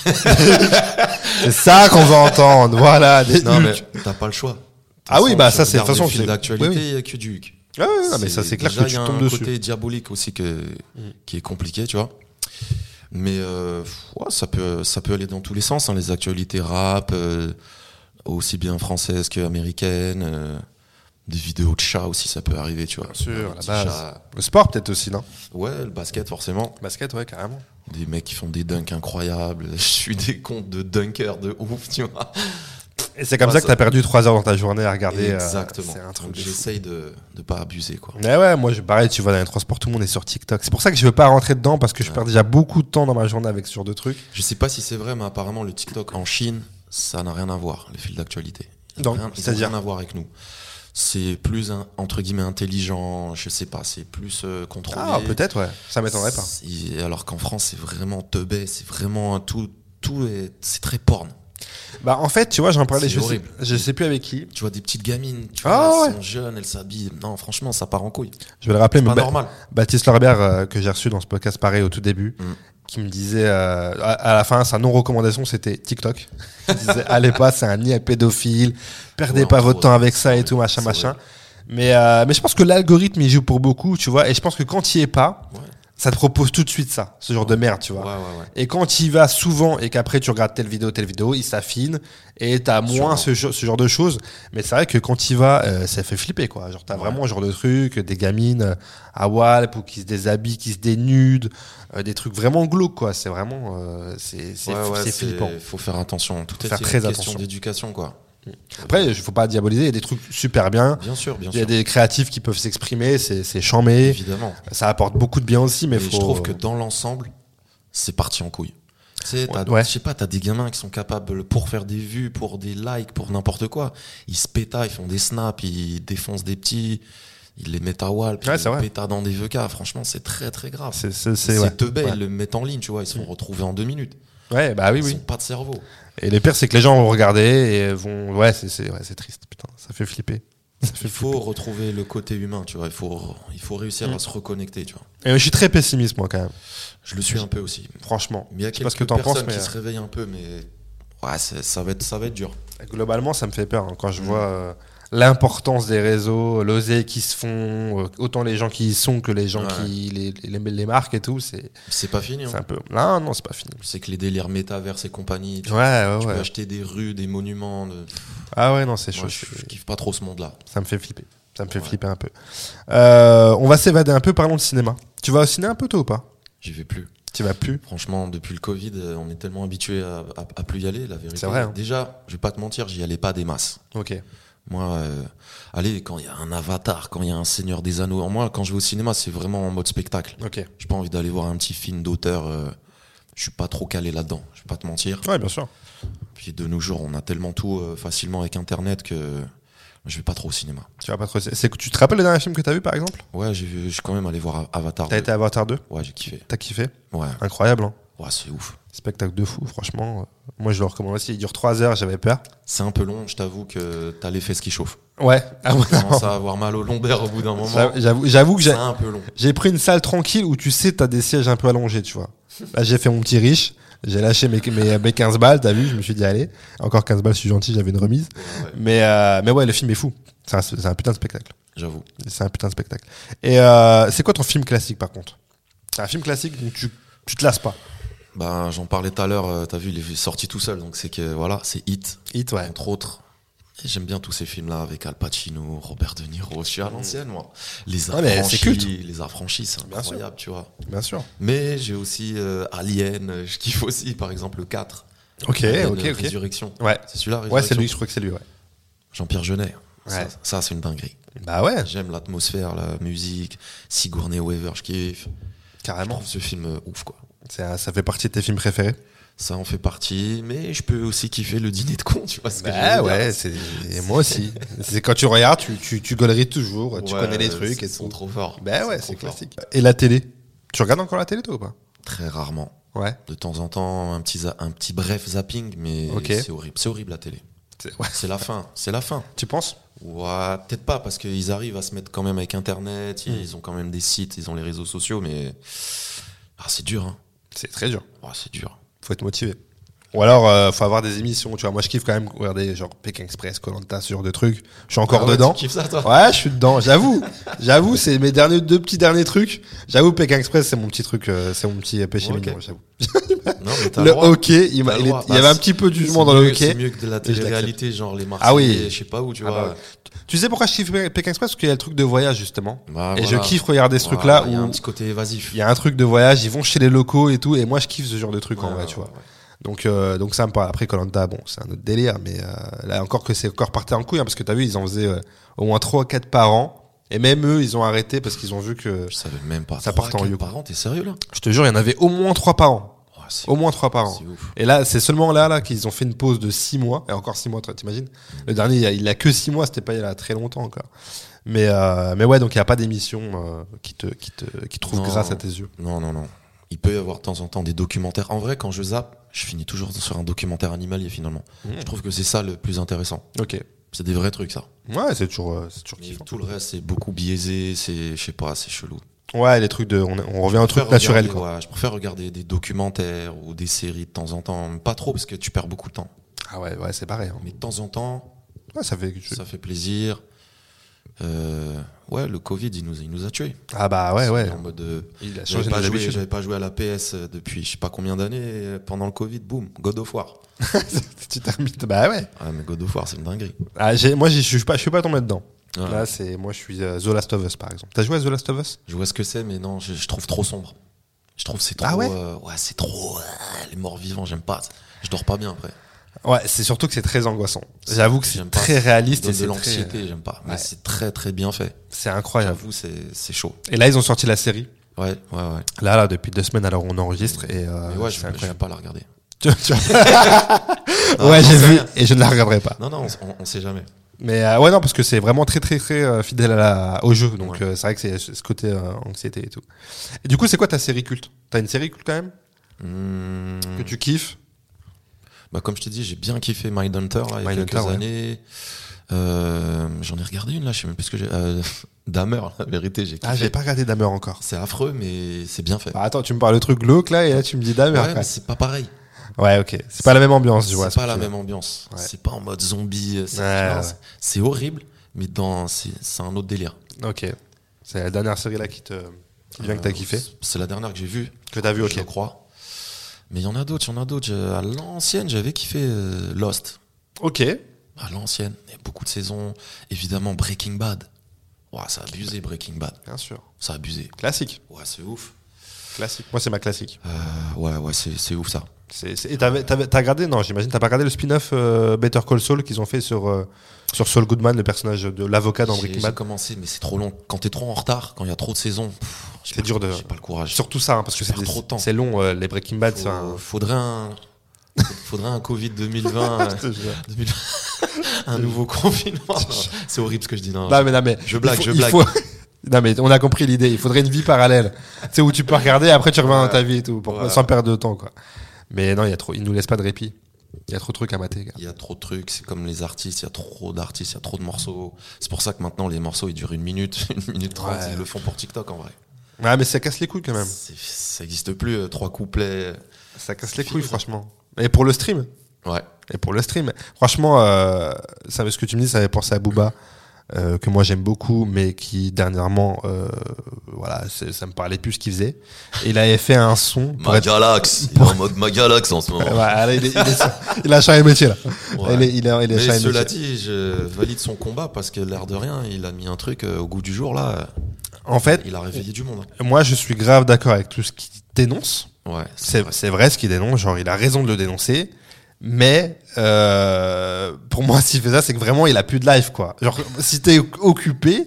C'est ça qu'on veut entendre. Voilà, des
non, mais
hucs.
t'as pas le choix. De toute
Ah
façon,
oui, bah
tu
ça, c'est- de
regardes
toute façon,
les fils
c'est-
d'actualité,
oui,
il
oui.
y a que du huc.
Ouais, ouais, non, mais ça, c'est clair
déjà,
que tu
il y a
tombes
un
dessus.
côté diabolique aussi que,
Mm.
qui est compliqué, tu vois. Mais euh, ouais, ça, peut, ça peut aller dans tous les sens, hein, les actualités rap, euh, aussi bien françaises qu'américaines, euh, des vidéos de chats aussi, ça peut arriver, tu vois. Bien
sûr, la base. Le sport, peut-être aussi, non
Ouais, le basket forcément.
Basket, ouais, carrément.
Des mecs qui font des dunks incroyables. *laughs* Je suis des comptes de dunkers de ouf, tu vois.
Et c'est comme
Ouais,
ça que
ça-
t'as perdu 3 heures dans ta journée à regarder. euh,
Bah, Exactement.
c'est un truc
Donc,
de fou.
J'essaye de ne pas abuser, quoi.
Mais ouais, moi, je, pareil, tu vois, dans les transports, tout le monde est sur TikTok. C'est pour ça que je veux pas rentrer dedans parce que je perds déjà beaucoup de temps dans ma journée avec ce genre de trucs.
Je sais pas si c'est vrai, mais apparemment le TikTok en Chine, ça n'a rien à voir, les fils d'actualité. Ils
Donc,
ont rien- ils ont
c'est-à-dire
rien à voir avec nous. C'est plus un- entre guillemets intelligent, je sais pas, c'est plus euh, contrôlé.
Ah, peut-être, ouais. Ça m'étonnerait pas.
C'est- Alors qu'en France, c'est vraiment teubé, c'est vraiment un tout, tout est, c'est très porn.
Bah, en fait, tu vois, j'en parlais,
C'est
je sais,
horrible.
je sais plus avec qui.
Tu vois des petites gamines, tu
Ah,
vois,
ouais.
elles sont jeunes, elles s'habillent. Non, franchement, ça part en couille.
Je vais le rappeler, mais bah,
Pas
Ba-
normal.
Baptiste Lorbert, euh, que j'ai reçu dans ce podcast pareil au tout début,
Mm.
qui me disait euh, à, à la fin, sa non-recommandation, c'était TikTok. Il disait *laughs* Allez pas, c'est un nid à pédophile, perdez
Ouais,
pas
entre
votre
autres.
temps avec ça et
C'est
tout,
vrai,
machin,
c'est
machin.
vrai.
Mais, euh, mais je pense que l'algorithme, il joue pour beaucoup, tu vois, et je pense que quand il y es pas,
Ouais.
ça te propose tout de suite ça, ce genre de merde, tu vois.
Ouais, ouais, ouais.
Et quand il y vas souvent et qu'après tu regardes telle vidéo, telle vidéo, il s'affine et t'as moins
Sûrement.
ce, jo- ce genre de choses. Mais c'est vrai que quand il va, euh, ça fait flipper quoi. Genre t'as vraiment ce genre de truc, des gamines euh, à Walp ou qui se déshabillent, qui se dénudent, euh, des trucs vraiment glauques quoi. C'est vraiment, euh, c'est c'est
Ouais,
fl-
ouais,
c'est
c'est-
flippant.
Faut faire attention. Tout est
Faire
une
très
question
attention.
d'éducation, quoi.
Après, il faut pas diaboliser, il y a des trucs super bien.
Bien sûr, bien
Il y
sûr.
a des créatifs qui peuvent s'exprimer, c'est c'est chambé.
Évidemment.
Ça apporte beaucoup de bien aussi, mais
Mais
faut. euh,
je trouve que dans l'ensemble, c'est parti en couille. Tu sais, t'as-
Ouais.
je sais pas, t'as des gamins qui sont capables pour faire des vues, pour des likes, pour n'importe quoi. Ils se pétaient, ils font des snaps, ils défoncent des petits, ils les mettent à wall, puis
Ouais,
ils
c'est vrai.
les pétardent dans des VK. Franchement, c'est très très grave.
c'est c'est c'est-
C'est
ouais.
teubé,
Ouais.
ils le mettent en ligne, tu vois. Ils se font retrouver en deux minutes.
Ouais, bah oui
ils
oui.
ont pas de cerveau.
Et le pire, c'est que les gens vont regarder et vont. Ouais, c'est c'est- ouais, c'est triste, putain, ça fait flipper. *laughs* Ça fait
Il
flipper. Mm.
faut retrouver le côté humain, tu vois. Il faut, il faut réussir à se reconnecter, tu vois.
Et je suis très pessimiste, moi, quand même,
Je le suis un peu aussi.
franchement.
Mais il y a
Je sais pas
quelques
ce que t'en
personnes
penses, mais
qui se réveillent un peu, mais ouais, c'est- ça va être, ça va être dur.
euh, globalement, ça me fait peur hein, quand je vois euh, l'importance des réseaux, l'osé qui se font, euh, autant les gens qui y sont que les gens
Ouais.
qui les, les, les marques et tout, c'est
C'est pas fini. hein.
c'est un peu. Non, non, c'est pas fini.
C'est que les délires métaverses et compagnie. Tu,
Ouais, ouais,
tu peux
ouais.
acheter des rues, des monuments. de-
Ah ouais, non, c'est
Moi,
chaud.
je, je
c'est-
kiffe pas trop ce monde-là.
Ça me fait flipper. Ça me fait
Ouais.
flipper un peu. Euh, on va s'évader un peu, parlons de cinéma. Tu vas au ciné un peu tôt ou pas
J'y vais plus.
Tu vas plus
Franchement, depuis le Covid, euh, on est tellement habitué à, à- à plus y aller, la vérité.
C'est vrai, hein.
Déjà, je vais pas te mentir, j'y allais pas des masses.
Ok.
Moi, euh, allez, quand il y a un avatar, quand il y a un Seigneur des Anneaux, moi, quand je vais au cinéma, c'est vraiment en mode spectacle.
Ok.
J'ai pas envie d'aller voir un petit film d'auteur. euh, je suis pas trop calé là-dedans, je vais pas te mentir.
Ouais, bien sûr.
Puis de nos jours, on a tellement tout euh, facilement avec Internet que je vais pas trop au cinéma.
Tu vas pas trop. C'est que tu te rappelles le dernier film que t'as vu par exemple
Ouais, j'ai vu- je suis quand même allé voir Avatar.
T'as
2.
été à Avatar 2
Ouais, j'ai kiffé.
T'as kiffé
Ouais,
Incroyable, hein
ouais c'est ouf.
Spectacle de fou, franchement. euh, Moi, je le recommande aussi. Il dure 3 heures, j'avais peur.
C'est un peu long, je t'avoue que t'as les fesses qui chauffent.
Ouais. Ah ouais,
Tu commences
non.
à avoir mal au lombaire au bout d'un moment.
J'avoue- J'avoue j'avoue que
C'est
j'ai.
un peu long.
J'ai pris une salle tranquille où tu sais, t'as des sièges un peu allongés, tu vois. Là, j'ai fait mon petit riche. J'ai lâché mes, mes, mes 15 balles, t'as vu, je me suis dit, allez, encore 15 balles, je suis gentil, j'avais une remise.
Ouais,
Mais, euh, mais ouais, le film est fou. C'est un, c'est un putain de spectacle.
J'avoue.
C'est un putain de spectacle. Et euh, c'est quoi ton film classique, par contre C'est un film classique où tu, tu te lasses pas.
Bah, j'en parlais tout à l'heure, euh, t'as vu, il est sorti tout seul, donc c'est que voilà, c'est Hit,
Hit, ouais.
entre autres. Et J'aime bien tous ces films-là avec Al Pacino, Robert De Niro. Je suis à l'ancienne, moi. Les
Ouais, Ah, mais c'est
affranchis,
culte.
les affranchis, c'est
Bien sûr.
incroyable, tu vois.
Bien sûr.
Mais j'ai aussi euh, Alien, euh, je kiffe aussi, par exemple, le 4.
Ok,
Alien,
ok,
euh,
ok.
Résurrection.
Ouais.
C'est celui-là,
Ouais, c'est
Résurrection
lui, je crois que c'est lui, ouais.
Jean-Pierre Jeunet. Ça,
Ouais.
ça, c'est une dinguerie.
Bah ouais,
J'aime l'atmosphère, la musique, Sigourney Weaver, je kiffe. Je
carrément. Bah
trouve ce film euh, ouf, quoi.
C'est un- ça fait partie de tes films préférés
Ça en fait partie, mais je peux aussi kiffer le dîner de con, tu vois ce que je
Bah
veux dire.
ouais, c'est et moi aussi. c'est quand tu regardes, tu, tu, tu gauleries toujours, tu
Ouais,
connais les trucs
Ils
et
sont
tout.
trop forts.
Bah
Ils
ouais,
sont
c'est
trop forts.
classique. Et la télé Tu regardes encore la télé toi ou pas
Très rarement.
Ouais.
De temps en temps, un petit, za- un petit bref zapping, mais
Ok.
c'est horrible. C'est horrible la télé.
C'est- ouais.
C'est la fin. C'est la fin.
Tu penses
Ouais, peut-être pas, parce qu'ils arrivent à se mettre quand même avec Internet,
Hmm.
ils ont quand même des sites, ils ont les réseaux sociaux, mais. Ah, c'est dur, hein.
C'est très dur.
Ah, c'est dur.
Faut être motivé. Ou alors, euh, faut avoir des émissions. Tu vois, moi je kiffe quand même regarder genre Pékin Express, Colanta, ce genre de trucs. Je suis encore
Ah ouais,
dedans.
Tu kiffes ça, toi
Ouais, je suis dedans, j'avoue. J'avoue, c'est mes derniers deux petits derniers trucs. J'avoue, Pékin Express, c'est mon petit truc, euh, c'est mon petit euh, péché
Ok.
mignon, j'avoue.
Non, mais t'as
Le
droit.
hockey, il, m'a-
T'as
il
le
est-
droit.
il y
Bah,
avait un petit peu du jugement dans
C'est
le
mieux-
hockey.
C'est mieux que de la
je
télé-réalité, genre les Marseillais,
Ah oui.
je sais pas où, tu
Ah
vois.
bah Tu sais pourquoi je kiffe Pékin Express Parce qu'il y a le truc de voyage justement.
Bah,
et
voilà.
je kiffe regarder ce
Voilà,
truc-là
Il y a un
où
petit côté évasif.
il y a un truc de voyage, ils vont chez les locaux et tout. Et moi, je kiffe ce genre de truc en
Ouais,
vrai,
ouais,
tu vois.
ouais.
Donc, euh, donc ça me parle. Après, Colanta, bon, c'est un autre délire, mais euh, là encore que c'est encore parti en couille, hein, parce que t'as vu, ils en faisaient euh, au moins 3 4 par an. Et même eux, ils ont arrêté parce qu'ils ont vu que.
Je savais même pas.
Ça
Trois,
part en
quatre
yo.
parents, t'es sérieux là
Je te jure, il y en avait au moins 3 par an.
Oh, c'est
Au moins 3 par an.
c'est ouf.
Et là, c'est seulement là, là qu'ils ont fait une pause de 6 mois. Et encore 6 mois, toi, t'imagines Le dernier, il a, il a que 6 mois, c'était pas il y a très longtemps encore. Mais, euh, mais ouais, donc il n'y a pas d'émission euh, qui, te, qui, te, qui te trouve
Non.
grâce à tes yeux.
Non, non, non. Il peut y avoir de temps en temps des documentaires. En vrai, quand je zappe, je finis toujours sur un documentaire animalier finalement.
Mmh.
Je trouve que c'est ça le plus intéressant.
Ok.
C'est des vrais trucs, ça.
Ouais, c'est toujours, euh, c'est toujours
Mais
kiffant.
tout le reste, c'est beaucoup biaisé, c'est, je sais pas, c'est chelou.
Ouais, les trucs de. On, on revient au
Je préfère
truc naturel,
regarder-
quoi.
ouais, je préfère regarder des documentaires ou des séries de temps en temps. Mais Pas trop, parce que tu perds beaucoup de temps.
Ah ouais, ouais, c'est pareil. hein.
Mais de temps en temps,
Ouais, ça fait.
ça fait plaisir. Euh, ouais, le Covid, il nous, il nous a tués.
Ah bah ouais, ouais.
En mode. euh,
Il a
J'avais
changé
pas,
nos
joué-
habitudes.
j'avais pas joué à la PS depuis je sais pas combien d'années. euh, Pendant le Covid, boum, God of War.
*laughs* tu t'es remis- Bah ouais.
Ah, mais God of War, c'est une dinguerie.
Ah, j'ai- moi, j'y suis- je suis pas, je suis pas tombé dedans.
Ouais.
Là, c'est. Moi, je suis euh, The Last of Us, par exemple. T'as joué à The Last of Us
Je vois ce que c'est, mais non, je, je trouve trop sombre. Je trouve c'est trop.
Ah ouais
euh, ouais, c'est trop. euh, les morts vivants, j'aime pas. Je dors pas bien après.
Ouais, c'est surtout que c'est très angoissant. J'avoue que c'est
J'aime pas.
très réaliste
Donne
et
de
c'est très.
l'anxiété, j'aime pas. Mais
Ouais.
c'est très très bien fait.
C'est incroyable.
J'avoue, c'est c'est chaud.
Et là, ils ont sorti la série.
Ouais, ouais, ouais.
Là, là, depuis deux semaines, alors on enregistre et euh,
mais ouais, je
c'est
je vais
incroyable.
pas la regarder.
Tu- tu-
*laughs*
*laughs*
Non,
ouais,
non,
j'ai
c'est
vu
Ah, rien.
et je ne la regarderai pas.
Non, non, on, on- on sait jamais.
Mais euh, ouais, non, parce que c'est vraiment très, très, très euh, fidèle à la- au jeu. Donc euh, c'est vrai que c'est ce côté euh, anxiété et tout. Et du coup, c'est quoi ta série culte T'as une série culte quand même
Hmm.
que tu kiffes
Bah, comme je t'ai dit, j'ai bien kiffé Mindhunter là, il y a
Mindhunter,
quelques
ouais.
années. Euh, J'en ai regardé une là, je sais même plus ce que j'ai. Euh, *laughs* Dahmer, la vérité, j'ai
Ah,
kiffé.
j'ai pas regardé Damer encore.
C'est affreux, mais c'est bien fait.
Bah, attends, tu me parles de truc glauque là et là tu me dis Damer.
ouais,
Ouais,
mais c'est pas pareil.
ouais ok. C'est pas la même ambiance, tu vois.
C'est
ce que
pas la
tu veux.
même ambiance.
Ouais.
C'est pas en mode zombie. euh, c'est-
Ouais,
non,
ouais.
c'est- C'est horrible, mais dans c'est c'est un autre délire.
Ok. C'est la dernière série là qui te qui vient que t'as
Euh,
kiffé.
c'est- C'est la dernière que j'ai vue.
Que t'as vue, ok.
Je crois. Mais il y en a d'autres, il y en a d'autres. Je- À l'ancienne, j'avais kiffé euh, Lost.
Ok.
À l'ancienne, il y a beaucoup de saisons. Évidemment, Breaking Bad. Ouah, ça a abusé, Breaking Bad.
Bien sûr.
Ça a abusé.
Classique.
Ouais, c'est ouf.
Classique. Moi c'est ma classique.
Euh, ouais, ouais, c'est c'est ouf ça.
C'est- c'est- Et t'avais- t'avais- t'as regardé Non, j'imagine t'as pas regardé le spin-off euh, Better Call Saul qu'ils ont fait sur euh, sur Saul Goodman, le personnage de l'avocat dans
J'ai-
Breaking
J'ai
Bad.
commencé, mais c'est trop long. Quand t'es trop en retard, quand il y a trop de saisons, pff, j'ai
C'est
pas-
dur de-
J'ai pas le courage.
Surtout ça, hein, parce que
Tu
c'est
perds
des-
trop de temps.
c'est long euh, les Breaking Bad. c'est un-
Faut- Faudrait un. Faudrait un Covid 2020, euh, 2020, *laughs* un
*laughs*
nouveau confinement. C'est horrible ce que je dis. Non,
Non mais non mais
Je blague,
il faut-
je
il
blague.
faut- *laughs* non mais on a compris l'idée. Il faudrait une vie parallèle, tu sais où tu peux regarder, après tu reviens dans ta vie et tout, pour-
Ouais.
sans perdre de temps quoi. Mais non, il y a trop, il nous laisse pas de répit. Il y a trop de trucs à mater. gars.
Il y a trop de trucs, c'est comme les artistes, il y a trop d'artistes, il y a trop de morceaux. C'est pour ça que maintenant les morceaux ils durent une minute, *laughs* une minute trente,
Ouais.
ils le font pour TikTok en vrai.
Ouais, mais ça casse les couilles quand même.
C'est- Ça existe plus, euh, trois couplets.
Ça casse les couilles franchement. Et pour le stream,
Ouais.
et pour le stream. Franchement, euh, ça, ce que tu me dis, ça avait pensé à Booba, euh, que moi j'aime beaucoup, mais qui dernièrement, euh, voilà, c'est- ça me parlait plus ce qu'il faisait. Et il avait fait un son. Pour être...
Magalax,
*laughs*
il est en mode Magalax en ce moment.
Ouais, là, il, est- il est- *laughs* il a changé de métier là.
Ouais.
Il est, il a, il a
Mais
changé de
cela
métier.
dit, je valide son combat parce que l'air de rien, il a mis un truc euh, au goût du jour là.
En fait,
Il a réveillé du monde.
moi je suis grave d'accord avec tout ce qu'il dénonce.
hein. Ouais.
C'est c'est vrai ce qu'il dénonce, genre il a raison de le dénoncer. Mais euh, pour moi, *laughs* s'il fait ça, c'est que vraiment il a plus de life quoi. Genre si t'es occupé,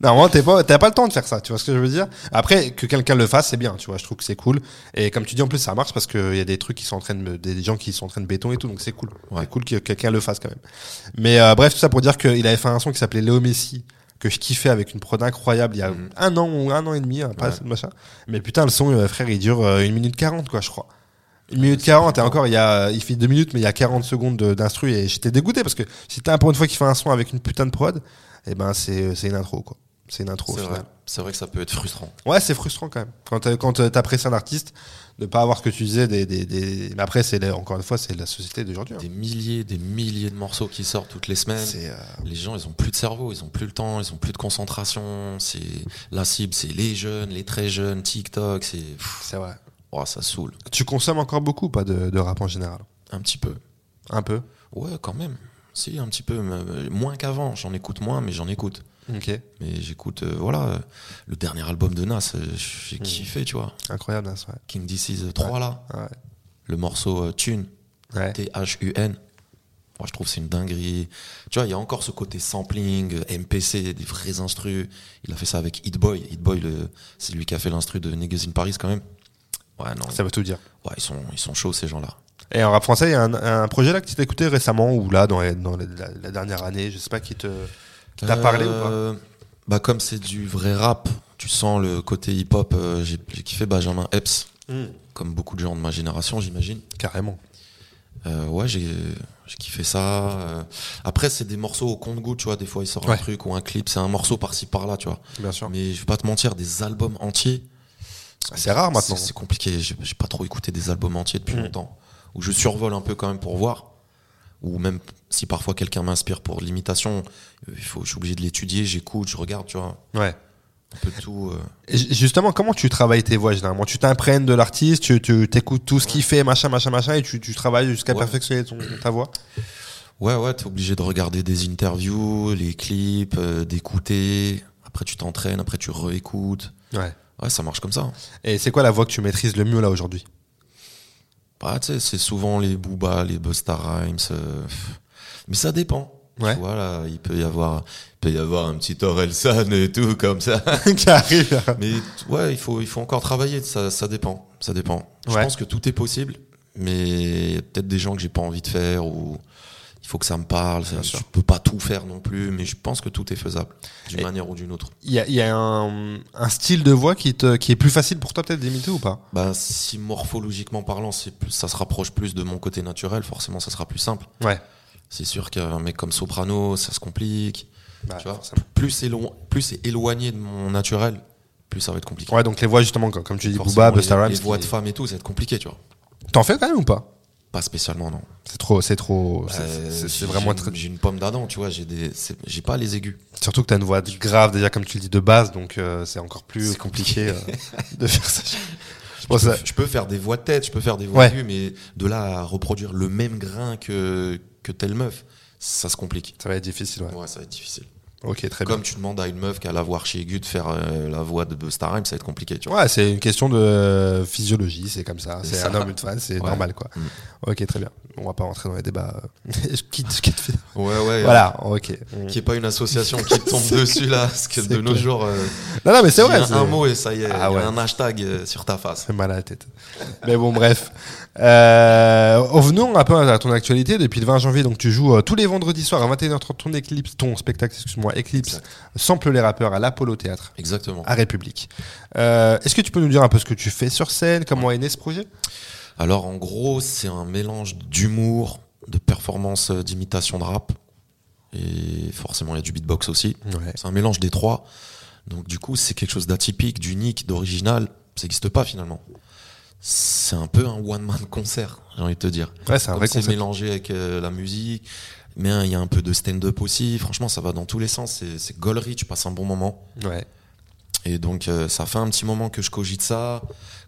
normalement t'es pas t'as pas le temps de faire ça. Tu vois ce que je veux dire Après que quelqu'un le fasse, c'est bien. Tu vois, je trouve que c'est cool. Et comme tu dis, en plus ça marche parce qu'il y a des trucs qui sont en train de des gens qui sont en train de béton et tout, donc c'est cool.
Ouais.
C'est cool que quelqu'un le fasse quand même. Mais euh, bref, tout ça pour dire qu'il avait fait un son qui s'appelait Léo Messi que je kiffais avec une prod incroyable il y a
Mhm.
un an ou un an et demi, hein, pas
Ouais.
assez de machin. Mais putain, le son, euh, frère, il dure euh, 1 minute 40, quoi, je crois. 1 minute 40, et encore, il, y a, il fait 2 minutes, mais il y a 40 secondes de- d'instru, et j'étais dégoûté parce que si t'as un pour une fois qui fait un son avec une putain de prod, et ben c'est c'est une intro, quoi. C'est une intro, au
C'est
final.
vrai. C'est vrai que ça peut être frustrant.
Ouais, c'est frustrant quand même. Quand t'as- quand euh, t'apprécies un artiste, de pas avoir ce que tu disais, des, des, des- mais après, c'est la- encore une fois, c'est la société d'aujourd'hui. hein.
Des milliers, des milliers de morceaux qui sortent toutes les semaines.
C'est. euh,
Les gens, ils ont plus de cerveau, ils ont plus le temps, ils ont plus de concentration. C'est la cible, c'est les jeunes, les très jeunes, TikTok, c'est pff,
C'est vrai.
oh, ça saoule
Tu consommes encore beaucoup ou pas de, de rap en général
un petit peu.
Un peu.
Ouais, quand même. Si un petit peu mais, euh, moins qu'avant, j'en écoute moins mais j'en écoute.
Ok.
Mais j'écoute euh, voilà euh, le dernier album de Nas, euh, j'ai kiffé, tu vois.
Incroyable, hein, c'est vrai.
King Disease 3 là,
Ouais.
le morceau euh, Tune,
Ouais.
T H U N. Moi, je trouve que c'est une dinguerie. Tu vois, il y a encore ce côté sampling, euh, MPC, des vrais instrus. Il a fait ça avec Hit Boy. Hit Boy, le- c'est lui qui a fait l'instru de Niggas in Paris quand même. Ouais, non.
Ça veut tout dire.
Ouais, ils sont, ils sont chauds ces gens-là.
Et en rap français, il y a un, un projet là que tu t'es écouté récemment ou là dans, les- dans les- la, la dernière année, je sais pas qui te qui t'a parlé ou pas.
Euh, Bah comme c'est du vrai rap, tu sens le côté hip-hop. euh, j'ai j'ai kiffé Benjamin Epps,
Hmm.
comme beaucoup de gens de ma génération, j'imagine.
Carrément.
Euh, ouais, j'ai j'ai kiffé ça. euh. Après, c'est des morceaux au compte-goût, tu vois. Des fois, il sort un
Ouais.
truc ou un clip, c'est un morceau par-ci par-là, tu vois.
Bien sûr.
Mais je vais pas te mentir, des albums entiers.
Ah, C'est rare maintenant.
C'est c'est compliqué. J'ai j'ai pas trop écouté des albums entiers depuis
Mm.
longtemps. Où je survole un peu quand même pour voir. Ou même si parfois quelqu'un m'inspire pour de l'imitation, euh, il faut, je suis obligé de l'étudier, j'écoute, je regarde, tu vois.
Ouais.
Un peu tout. euh.
Et ju- justement, comment tu travailles tes voix généralement Tu t'imprègnes de l'artiste, tu tu- t'écoutes tout ce qu'il fait, machin, machin, machin, et tu, tu travailles jusqu'à
Ouais.
perfectionner ton, ta voix.
Ouais, ouais, t'es obligé de regarder des interviews, les clips, euh, d'écouter. Après, tu t'entraînes, après, tu réécoutes.
Ouais.
Ouais, ça marche comme ça.
Et c'est quoi la voix que tu maîtrises le mieux là aujourd'hui
Bah, tu sais, c'est souvent les Booba, les Busta Rhymes. euh, pff. Mais ça dépend.
Ouais.
Tu vois, là, il peut y avoir, il peut y avoir un petit Orelsan et tout,
*laughs*
comme ça.
*laughs* Qui arrive.
Mais t- ouais, il faut, il faut encore travailler. Ça, ça dépend. Ça dépend. Je
Ouais.
pense que tout est possible, mais il y a peut-être des gens que j'ai pas envie de faire ou il faut que ça me parle. Ça, je
sûr.
peux pas tout faire non plus, mais je pense que tout est faisable d'une
Et-
manière ou d'une autre.
Il y a, il y a un, un style de voix qui, te, qui est plus facile pour toi peut-être d'imiter ou pas
Bah, si morphologiquement parlant, c'est plus, ça se rapproche plus de mon côté naturel, forcément, ça sera plus simple.
Ouais.
C'est sûr qu'un mec comme Soprano, ça se complique.
Bah,
tu vois,
forcément.
plus c'est long, plus c'est éloigné de mon naturel, plus ça va être compliqué.
Ouais, donc les voix justement, comme comme tu dis,
Forcément,
Booba, Busta
les,
Rhymes.
les voix
qui-
de femmes et tout, ça va être compliqué, tu vois.
T'en fais quand même ou pas
Pas spécialement, non.
C'est trop, c'est trop. c'est-
Euh,
c'est-
j'ai-
c'est vraiment
j'ai-
très.
J'ai une pomme d'Adam, tu vois, j'ai des- c'est- j'ai pas les aigus.
Surtout que t'as une voix grave déjà comme tu le dis de base, donc euh, c'est encore plus
C'est
compliqué,
compliqué.
euh, de faire
*laughs*
ça. Je pense à-
Je peux faire des voix de tête, je peux faire des voix
Ouais.
aigus, mais de là à reproduire le même grain que, que telle meuf, ça se complique.
ça va être difficile. Ouais.
Ouais, ça va être difficile.
Ok, très
Comme tu demandes à une meuf qui a la voix archi aiguë de faire euh, la voix de Busta Rhymes, ça va être compliqué, tu
bien.
vois.
Ouais, c'est une question de euh, physiologie, c'est comme ça.
C'est
C'est
ça.
un homme, une femme, c'est
Ouais.
normal quoi.
Mm.
Ok, très bien. On va pas rentrer dans les débats. euh, *laughs* je quitte, je quitte.
Ouais, Mm. ouais.
Voilà, ok.
Qui est pas une association
*laughs*
qui te tombe
Mm. C'est
dessus là, parce que de
c'est
nos
clair.
jours, euh,
Non, non, mais c'est
il y
vrai.
a
c'est-
un mot et ça y est,
Ah
il y
ouais. Ah.
a un hashtag euh, sur ta face.
Ça fait mal à la tête. Mais bon, bref. Euh, revenons un peu à ton actualité. Depuis le 20 janvier, donc tu joues euh, tous les vendredis soirs à 21h30 ton Eclipse, ton spectacle, excuse-moi, Eclipse,
Exact.
sample les rappeurs à l'Apollo Théâtre
Exactement.
à République. Euh, Est-ce que tu peux nous dire un peu ce que tu fais sur scène, comment est né ce projet
Alors en gros, c'est un mélange d'humour, de performance, euh, d'imitation de rap. Et forcément, il y a du beatbox aussi.
Ouais.
C'est un mélange des trois. Donc du coup, c'est quelque chose d'atypique, d'unique, d'original. Ça n'existe pas finalement. C'est un peu un one-man concert, j'ai envie de te dire.
Ouais, c'est un
Comme
vrai
c'est
concept.
mélangé avec euh, la musique, mais hein, il y a un peu de stand-up aussi. Franchement, ça va dans tous les sens. C'est- C'est gaulerie, tu passes un bon moment.
Ouais.
Et donc, euh, ça fait un petit moment que je cogite ça.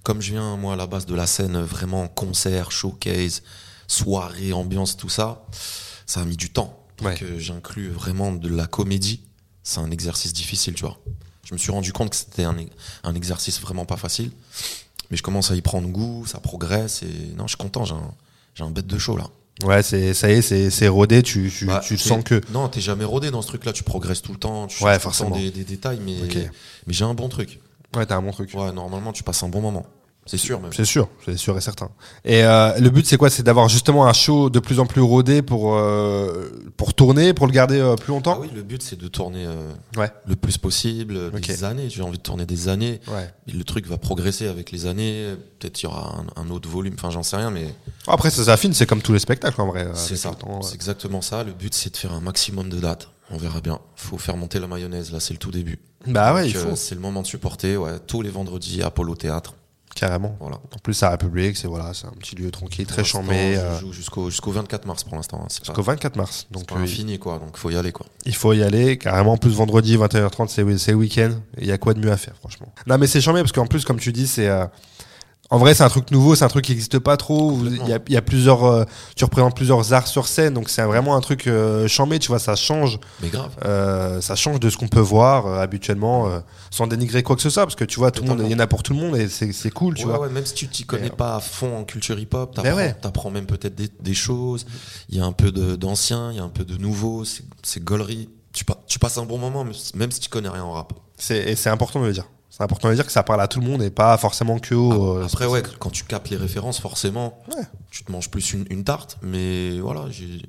Comme je viens, moi, à la base de la scène, euh, vraiment concert, showcase, soirée, ambiance, tout ça, ça a mis du temps.
Ouais.
Donc, euh, j'inclus vraiment de la comédie. C'est un exercice difficile, tu vois. Je me suis rendu compte que c'était un, e- un exercice vraiment pas facile. Mais je commence à y prendre goût, ça progresse. Et non, je suis content, j'ai un, j'ai un bête de show là.
Ouais, c'est ça y est, c'est c'est rodé. Tu, tu,
Bah,
tu
t'es-
sens que.
Non, t'es jamais rodé dans ce truc là, tu progresses tout le temps, tu
Ouais,
changes tout le temps
forcément.
des, des détails, mais,
Ok.
mais j'ai un bon truc.
Ouais, t'as un bon truc.
Ouais, normalement, tu passes un bon moment. C'est sûr, même.
C'est sûr, c'est sûr et certain. Et euh, le but, c'est quoi C'est d'avoir justement un show de plus en plus rodé pour euh, pour tourner, pour le garder euh, plus
Ah
longtemps.
oui, le but, c'est de tourner euh,
Ouais.
le plus possible, euh,
Ok.
des années. J'ai envie de tourner des années.
Ouais.
Et le truc va progresser avec les années. Peut-être il y aura un, un autre volume. Enfin, j'en sais rien, mais
Après, ça s'affine, c'est comme tous les spectacles en vrai. euh,
c'est
avec
ça.
le temps, ouais.
C'est exactement ça. Le but, c'est de faire un maximum de dates. On verra bien. Faut faire monter la mayonnaise. Là, c'est le tout début.
Bah ouais,
Donc,
il
euh,
faut
c'est le moment de supporter. Ouais, tous les vendredis, Apollo Théâtre.
carrément.
Voilà.
En plus, à République, c'est voilà, c'est un petit lieu tranquille, très
Pour l'instant,
chambé.
Je
euh,
joue jusqu'au jusqu'au 24 mars pour l'instant. hein. C'est pas,
Jusqu'au 24 mars.
c'est
Donc
pas
euh,
infini, quoi. Donc, faut y aller, quoi.
il faut y aller. Carrément, en plus vendredi 21h30, c'est c'est le week-end. Il y a quoi de mieux à faire, franchement. Non, mais c'est chambé parce qu'en plus, comme tu dis, c'est euh, en vrai, c'est un truc nouveau, c'est un truc qui n'existe pas trop. Vous- Il y a, il y a plusieurs, euh, tu représentes plusieurs arts sur scène, donc c'est vraiment un truc euh, chambé. Tu vois, ça change,
Mais grave.
euh, ça change de ce qu'on peut voir euh, habituellement, euh, sans dénigrer quoi que ce soit, parce que tu vois, tout le monde, il y en a pour tout le monde et c'est c'est cool, tu
Ouais,
vois.
ouais, même si tu t'y connais
Mais, euh,
pas à fond en culture hip-hop,
Mais
t'apprends
ouais.
t'apprends même peut-être des, des choses. Il y a un peu de- d'ancien, il y a un peu de nouveau, c'est- c'est gaulerie. Tu, pa- tu passes un bon moment, même si- même si tu connais rien en rap.
C'est et c'est important de le dire. C'est important de le dire que ça parle à tout le monde et pas forcément que aux. euh,
Ah, Après, ouais, quand tu captes les références, forcément,
Ouais.
tu te manges plus une, une tarte, mais voilà, j'ai-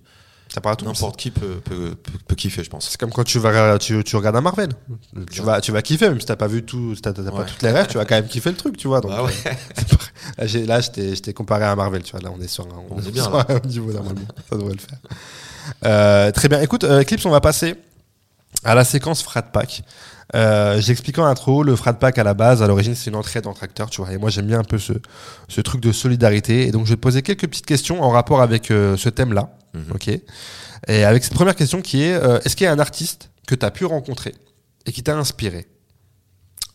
ça parle à tout le monde.
n'importe qui peut, peut, peut- peut kiffer, je pense.
C'est comme quand tu vas tu, tu regardes un Marvel. Tu vas tu vas kiffer même si t'as pas vu tout si t'as, t'as pas
Ouais.
toutes les rêves, tu vas quand même kiffer le truc, tu vois. Donc,
Bah ouais. *laughs*
*laughs* là, j'ai, là, je t'ai, je t'ai comparé à un Marvel, tu vois. Là, on est sur un,
On est
sur
bien,
un niveau normalement. Ça devrait le faire. Euh, très bien. Écoute, euh, Eclipse, on va passer à la séquence Frat Pack. Euh, J'explique en intro, le Frat Pack à la base, à l'origine, c'est une entraide entre acteurs, tu vois. Et moi, j'aime bien un peu ce, ce truc de solidarité. Et donc, je vais te poser quelques petites questions en rapport avec euh, ce thème-là.
Mhm.
Ok. Et avec cette première question qui est euh, est-ce qu'il y a un artiste que tu as pu rencontrer et qui t'a inspiré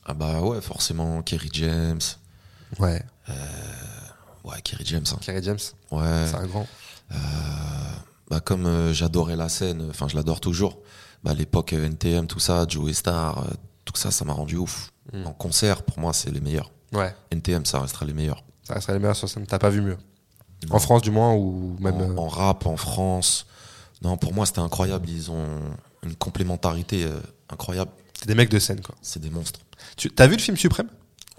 Ah bah ouais, forcément, Kerry James.
Ouais.
Ouais, Kerry James. hein.
Kerry James,
Ouais.
c'est un grand.
Euh, bah, comme euh, j'adorais la scène, enfin je l'adore toujours, bah, l'époque euh, NTM, tout ça, Joey Star, euh, tout ça, ça m'a rendu ouf. En concert, pour moi, c'est les meilleurs.
Ouais.
NTM, ça restera les meilleurs.
Ça resterait les meilleurs sur scène. T'as pas vu mieux.
Non.
En France, du moins, ou même.
en,
euh,
en rap, en France, non, pour moi, c'était incroyable. Ils ont une complémentarité euh, incroyable.
C'est des mecs de scène, quoi.
C'est des monstres.
Tu, t'as vu le film Suprême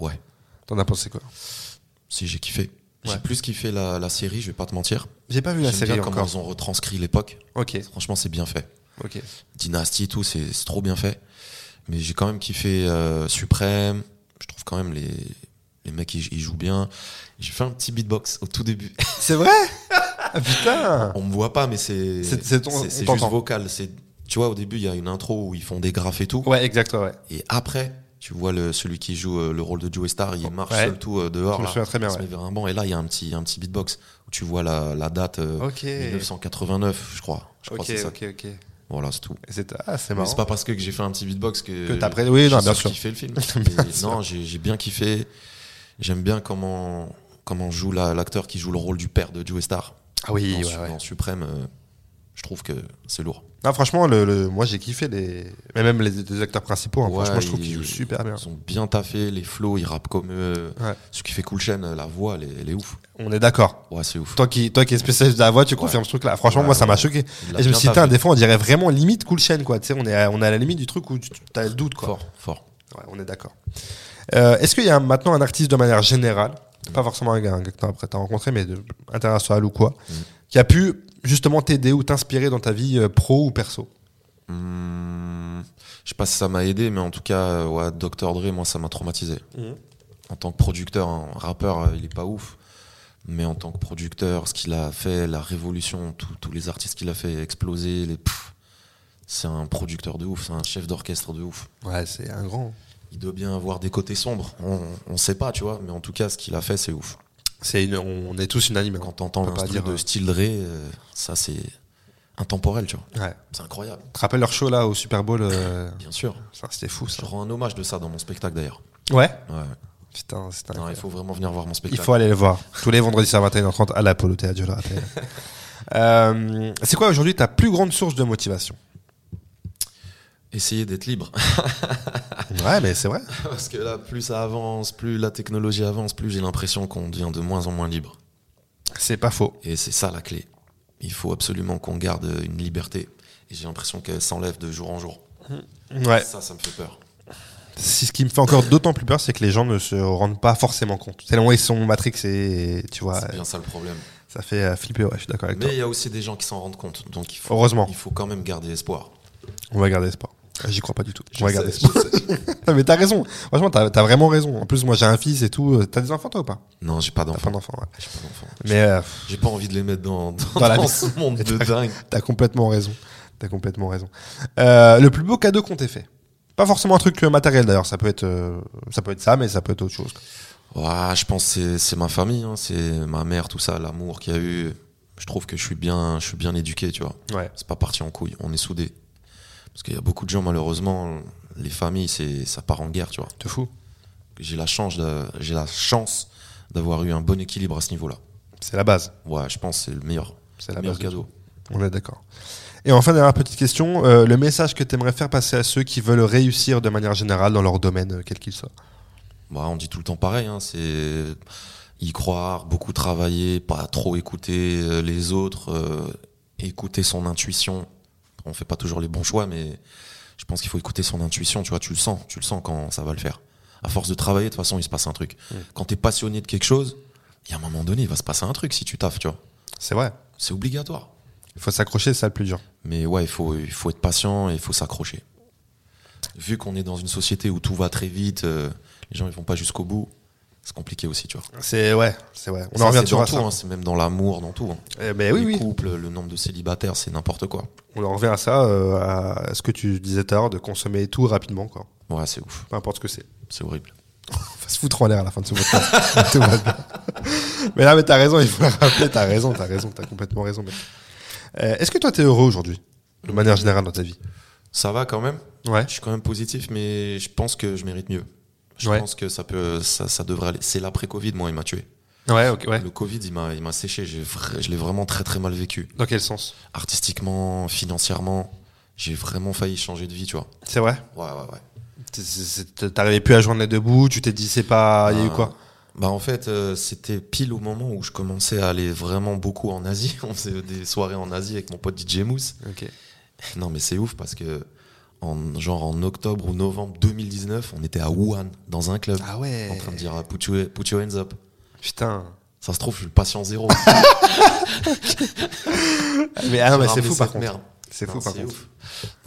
Ouais,
T'en as pensé quoi
si j'ai kiffé.
Ouais.
J'ai plus kiffé la, la série, je vais pas te mentir.
J'ai pas vu la
J'aime
série
bien comment
encore.
ils ont retranscrit l'époque.
Ok,
Franchement, c'est bien fait.
ok.
Dynasty et tout, c'est c'est trop bien fait. Mais j'ai quand même kiffé euh, Suprême. Je trouve quand même les, les mecs, ils, ils jouent bien. J'ai fait un petit beatbox au tout début. *laughs*
C'est vrai *laughs* Ah putain
on me voit pas, mais c'est
C'est-
c'est
c'est ton- on
c'est juste
t'entend.
vocal. C'est- Tu vois, au début, il y a une intro où ils font des graphes et tout.
Ouais, exact, ouais, ouais.
Et après, Tu vois le, celui qui joue euh, le rôle de Joey Star, il marche
Ouais.
seul tout euh, dehors.
Je me
là.
souviens très bien,
Il se
ouais.
met vers un banc et là il y a un petit, un petit beatbox où tu vois la, la date euh,
Ok.
1989, je crois. Je crois
Ok,
que c'est ça.
ok, ok.
Voilà, c'est tout.
Et C'est ah, c'est
Mais
marrant.
c'est pas parce que j'ai fait un petit beatbox que,
Que t'as pris- oui, non, bien sûr.
J'ai kiffé le film.
*laughs*
Et non, j'ai j'ai bien kiffé. J'aime bien comment comment joue la- l'acteur qui joue le rôle du père de Joey Star.
Ah oui,
en,
ouais,
su-
ouais.
en suprême, euh, je trouve que c'est lourd.
Non, franchement, le, le- moi j'ai kiffé les. Mais même les, les acteurs principaux, hein,
Ouais,
franchement, je trouve
ils-
qu'ils jouent super bien.
Ils ont bien taffé, les flows, ils rappent comme eux.
Ouais.
Ce qui fait Cool Chain, la voix, elle est, elle est ouf.
On est d'accord.
Ouais, c'est ouf.
Toi qui, toi qui es spécialiste de la voix, tu confirmes ce truc-là. Franchement,
Ouais,
moi, ça
ouais.
m'a choqué.
Il l'a
Et je me
bien
suis dit,
tapé.
Tain, des fois, on dirait vraiment limite cool chaîne, quoi. Tu sais, on est, à, on est à la limite du truc où tu as le doute, quoi.
Fort, fort.
Ouais, on est d'accord. Euh, Est-ce qu'il y a maintenant un artiste de manière générale, pas forcément un gars un gars que tu as rencontré, mais de, international ou quoi, qui a pu justement t'aider ou t'inspirer dans ta vie euh, pro ou perso
Hmm, je sais pas si ça m'a aidé, mais en tout cas, euh, ouais, Dr. Dre, moi, ça m'a traumatisé.
Mhm.
En tant que producteur, hein, rappeur, euh, il est pas ouf. Mais en tant que producteur, ce qu'il a fait, la révolution, tout- tous les artistes qu'il a fait exploser, les... pff, c'est un producteur de ouf, c'est un chef d'orchestre de ouf.
Ouais, c'est un grand.
Il doit bien avoir des côtés sombres, on, on sait pas, tu vois, mais en tout cas, ce qu'il a fait, c'est ouf.
C'est une, on est tous unanimes.
Quand t'entends
On peut pas
l'instru
dire,
de
euh,
Style Dre, euh, ça, c'est intemporel, tu vois.
Ouais.
C'est incroyable,
Tu te rappelles leur show là au Super Bowl euh,
bien sûr.
ça, C'était fou
Je
ça.
rends un hommage de ça dans mon spectacle, d'ailleurs.
Ouais
Ouais.
Putain, c'était
Non, il
incroyable.
faut vraiment venir voir mon
Il
spectacle.
faut aller le voir. Tous les vendredis à 21h30 à l'Apollo Théâtre, je le rappelle. Euh, c'est quoi aujourd'hui ta plus grande source de motivation
Essayer d'être libre. *laughs*
Ouais, mais c'est vrai.
Parce que là, plus ça avance, plus la technologie avance, plus j'ai l'impression qu'on devient de moins en moins libre.
C'est pas faux.
Et c'est ça la clé. Il faut absolument qu'on garde une liberté. Et j'ai l'impression qu'elle s'enlève de jour en jour.
Ouais.
Ça, ça me fait peur.
Si ce qui me fait encore d'autant plus peur, c'est que les gens ne se rendent pas forcément compte. C'est là où ils sont matrixés, et, tu vois,
C'est bien ça le problème.
ça fait euh, flipper, ouais, je suis d'accord avec
Mais
toi. Oh.
il y a aussi des gens qui s'en rendent compte. Donc il faut,
Heureusement,
il faut quand même garder espoir.
on va garder espoir. J'y crois pas du tout.
Je
On va
sais,
garder
je
espoir. *laughs*
sais.
Non, mais t'as raison. Franchement, t'as t'as vraiment raison. En plus, moi, j'ai un fils et tout. Euh, T'as des enfants, toi, ou pas
Non, j'ai pas
T'as pas
d'enfant.
d'enfants, ouais.
J'ai pas d'enfant.
Mais euh,
J'ai pas envie de les mettre dans, dans,
Dans la
dans
vie.
ce monde de dingue.
T'as complètement raison. T'as complètement raison. Euh, le plus beau cadeau qu'on t'ait fait. Pas forcément un truc euh, matériel d'ailleurs. Ça peut être, euh, ça peut être ça, mais ça peut être autre chose. quoi.
Ouah, Ah, je pense que c'est- c'est ma famille, hein. c'est ma mère, tout ça, l'amour qu'il y a eu. Je trouve que je suis bien, je suis bien éduqué, tu vois.
Ouais.
C'est pas parti en couille, on est soudés. Parce qu'il y a beaucoup de gens, malheureusement, les familles, c'est ça part en guerre, tu vois.
Te fous.
J'ai la chance, d'a- j'ai la chance d'avoir eu un bon équilibre à ce niveau-là.
C'est la base.
Ouais, je pense que c'est le meilleur,
C'est
le
la
meilleur
base.
cadeau.
On est d'accord. Et enfin, dernière petite question. euh, le message que t'aimerais faire passer à ceux qui veulent réussir de manière générale dans leur domaine, euh, quel qu'il soit.
Bah, on dit tout le temps pareil, hein, c'est y croire, beaucoup travailler, pas trop écouter euh, les autres, euh, écouter son intuition. On fait pas toujours les bons choix, mais je pense qu'il faut écouter son intuition, tu vois, tu le sens, tu le sens quand ça va le faire. À force de travailler, de toute façon, il se passe un truc. Quand tu es passionné de quelque chose, il y a un moment donné, il va se passer un truc si tu taffes, tu vois.
C'est vrai.
C'est obligatoire.
Il faut s'accrocher, c'est ça le plus dur.
Mais ouais, il faut, il faut être patient et il faut s'accrocher. Vu qu'on est dans une société où tout va très vite, euh, les gens ils vont pas jusqu'au bout, c'est compliqué aussi, tu vois.
C'est ouais, c'est vrai. On
Ça,
en
c'est
revient toujours
dans
à
tout,
ça.
hein, c'est même dans l'amour, dans tout. hein.
Eh ben oui,
les
oui.
couples, le nombre de célibataires, c'est n'importe quoi.
On en revient à ça, euh, à ce que tu disais tout à l'heure, de consommer tout rapidement, quoi.
Ouais, c'est ouf,
Peu importe ce que c'est.
c'est horrible.
On va se foutre en l'air à la fin de ce podcast. *laughs* Tout va bien. Mais là, mais t'as raison, il faut le rappeler, t'as raison, t'as raison, t'as complètement raison, mec. Euh, Est-ce que toi, t'es heureux aujourd'hui, de manière générale dans ta vie
Ça va quand même
Ouais.
Je suis quand même positif, mais je pense que je mérite mieux. Je
Ouais.
pense que ça peut, ça, ça devrait aller. C'est l'après-Covid, moi, il m'a tué.
Ouais, ok, ouais.
Le Covid, il m'a, il m'a séché. J'ai vra- je l'ai vraiment très très mal vécu,
Dans quel sens
artistiquement, financièrement. J'ai vraiment failli changer de vie, tu vois.
C'est vrai
Ouais, ouais, ouais.
C'est- c'est- c'est- T'arrivais plus à joindre les deux bouts, tu t'es dit, c'est pas. Il y a eu
Euh,
quoi
Bah en fait, euh, c'était pile au moment où je commençais à aller vraiment beaucoup en Asie. *laughs* On faisait des soirées en Asie avec mon pote DJ Mousse.
Ok.
Non, mais c'est ouf parce que en, genre en octobre ou novembre 2019, on était à Wuhan dans un club
Ah ouais
en train de dire euh, put your, put your hands up.
Putain.
Ça se trouve, je suis le patient zéro.
Mais, *laughs* ah non, mais c'est fou
Ramener
par
cette
contre.
merde.
C'est
Non,
fou par
c'est
contre.
ouf.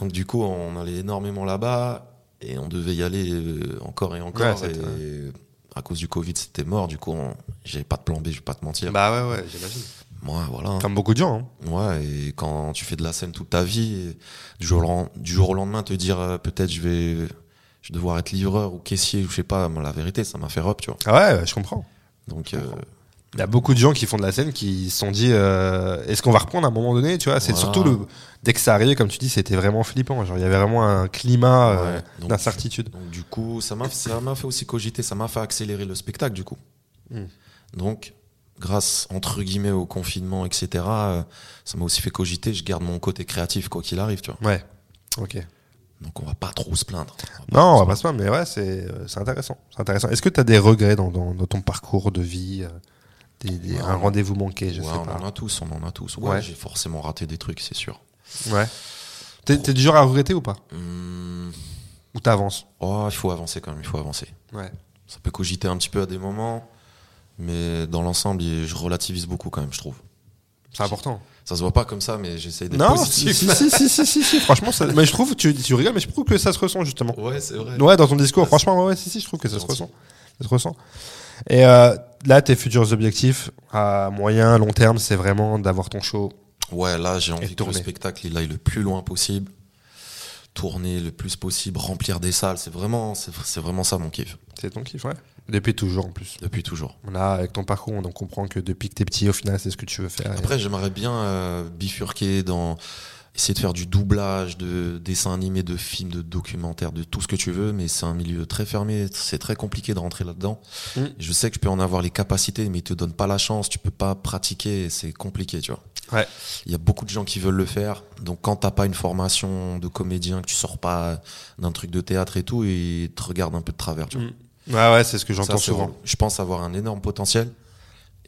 Donc du coup, on allait énormément là-bas et on devait y aller euh, encore et encore.
Ouais,
et
c'était-
à cause du Covid, c'était mort. Du coup, on- j'avais pas de plan B, je vais pas te mentir.
Bah ouais, ouais, j'imagine.
Moi, voilà. hein.
Comme beaucoup de gens, hein.
Ouais, et quand tu fais de la scène toute ta vie, et du jour au, len- du jour au lendemain, te dire euh, peut-être je vais, je vais devoir être livreur ou caissier, ou je sais pas, mais la vérité, ça m'a fait rep, tu vois.
Ah ouais, je comprends.
Donc, euh,
Il y a beaucoup de gens qui font de la scène qui se sont dit euh, est-ce qu'on va reprendre à un moment donné tu vois c'est
Voilà.
surtout le dès que ça arrivait comme tu dis c'était vraiment flippant genre il y avait vraiment un climat euh,
Ouais, donc-
d'incertitude
donc du coup, ça m'a, ça m'a fait aussi cogiter, ça m'a fait accélérer le spectacle, du coup.
Hmm.
Donc, grâce, entre guillemets, au confinement, etc., euh, ça m'a aussi fait cogiter, je garde mon côté créatif, quoi qu'il arrive, tu vois.
ouais ok
Donc, on va pas trop se plaindre.
non on va pas se plaindre mais ouais c'est euh, c'est intéressant c'est intéressant est-ce que tu as des regrets dans, dans- dans ton parcours de vie euh, des- des-
Ouais,
un
on-
rendez-vous manqué je
Ouais,
sais
on
pas
en a tous, on en a tous. Ouais,
Ouais.
j'ai forcément raté des trucs, c'est sûr.
ouais t'es t'es du genre à regretter ou pas
Hmm,
ou t'avances
Oh, il faut avancer quand même, il faut avancer.
ouais
Ça peut cogiter un petit peu à des moments, mais dans l'ensemble, il- je relativise beaucoup quand même, je trouve.
c'est important
Ça se voit pas comme ça, mais j'essaye d'être
non si
positif.
si, si si si si si, franchement ça- mais je trouve tu, tu rigoles mais je trouve que ça se ressent justement
Ouais, c'est vrai.
Ouais, dans ton discours,
Merci.
franchement, ouais, ouais, si, si, je trouve que ça se
Gentil.
ressent. Ça se ressent. Et euh, là, tes futurs objectifs à moyen, long terme, c'est vraiment d'avoir ton show.
Ouais, là, j'ai envie que le
tourner.
spectacle il aille le plus loin possible, tourner le plus possible, remplir des salles. C'est vraiment, c'est c'est vraiment ça mon kiff
C'est ton kiff, ouais. Depuis toujours, en plus.
depuis toujours.
Là, avec ton parcours, on en comprend que depuis que t'es petit, au final, c'est ce que tu veux faire.
Après, j'aimerais bien euh, bifurquer dans essayer de faire du doublage de dessins animés, de films, de documentaires, de tout ce que tu veux, mais c'est un milieu très fermé, c'est très compliqué de rentrer là-dedans.
Mm.
Je sais que je peux en avoir les capacités, mais ils te donnent pas la chance, tu peux pas pratiquer, c'est compliqué, tu vois.
Ouais.
Il y a beaucoup de gens qui veulent le faire, donc quand t'as pas une formation de comédien, que tu sors pas d'un truc de théâtre et tout, ils te regardent un peu de travers, tu vois.
Ouais, ouais, c'est ce que j'entends
Ça, c'est
souvent.
relou. Je pense avoir un énorme potentiel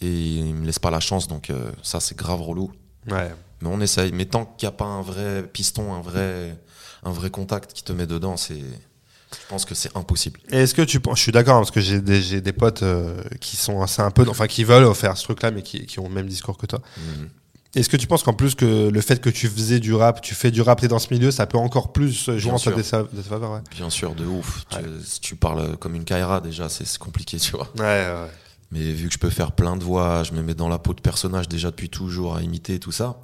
et ils me laissent pas la chance, donc euh, ça c'est grave relou.
Ouais.
Mais on essaye. Mais tant qu'il n'y a pas un vrai piston, un vrai, un vrai contact qui te met dedans, c'est, je pense que c'est impossible.
Et est-ce que tu penses, je suis d'accord, hein, parce que j'ai des, j'ai des potes euh, qui sont assez un peu, enfin, qui veulent faire ce truc-là, mais qui, qui ont le même discours que toi.
Mhm.
Est-ce que tu penses qu'en plus que le fait que tu faisais du rap, tu fais du rap, t'es dans ce milieu, ça peut encore plus jouer
Bien
en ta
sûr.
désa- défaveur, ouais.
Bien sûr, de ouf. Tu- si tu parles comme une Kaira, déjà, c'est c'est compliqué, tu vois.
Ouais, ouais.
Mais vu que je peux faire plein de voix, je me mets dans la peau de personnage déjà depuis toujours à imiter tout ça.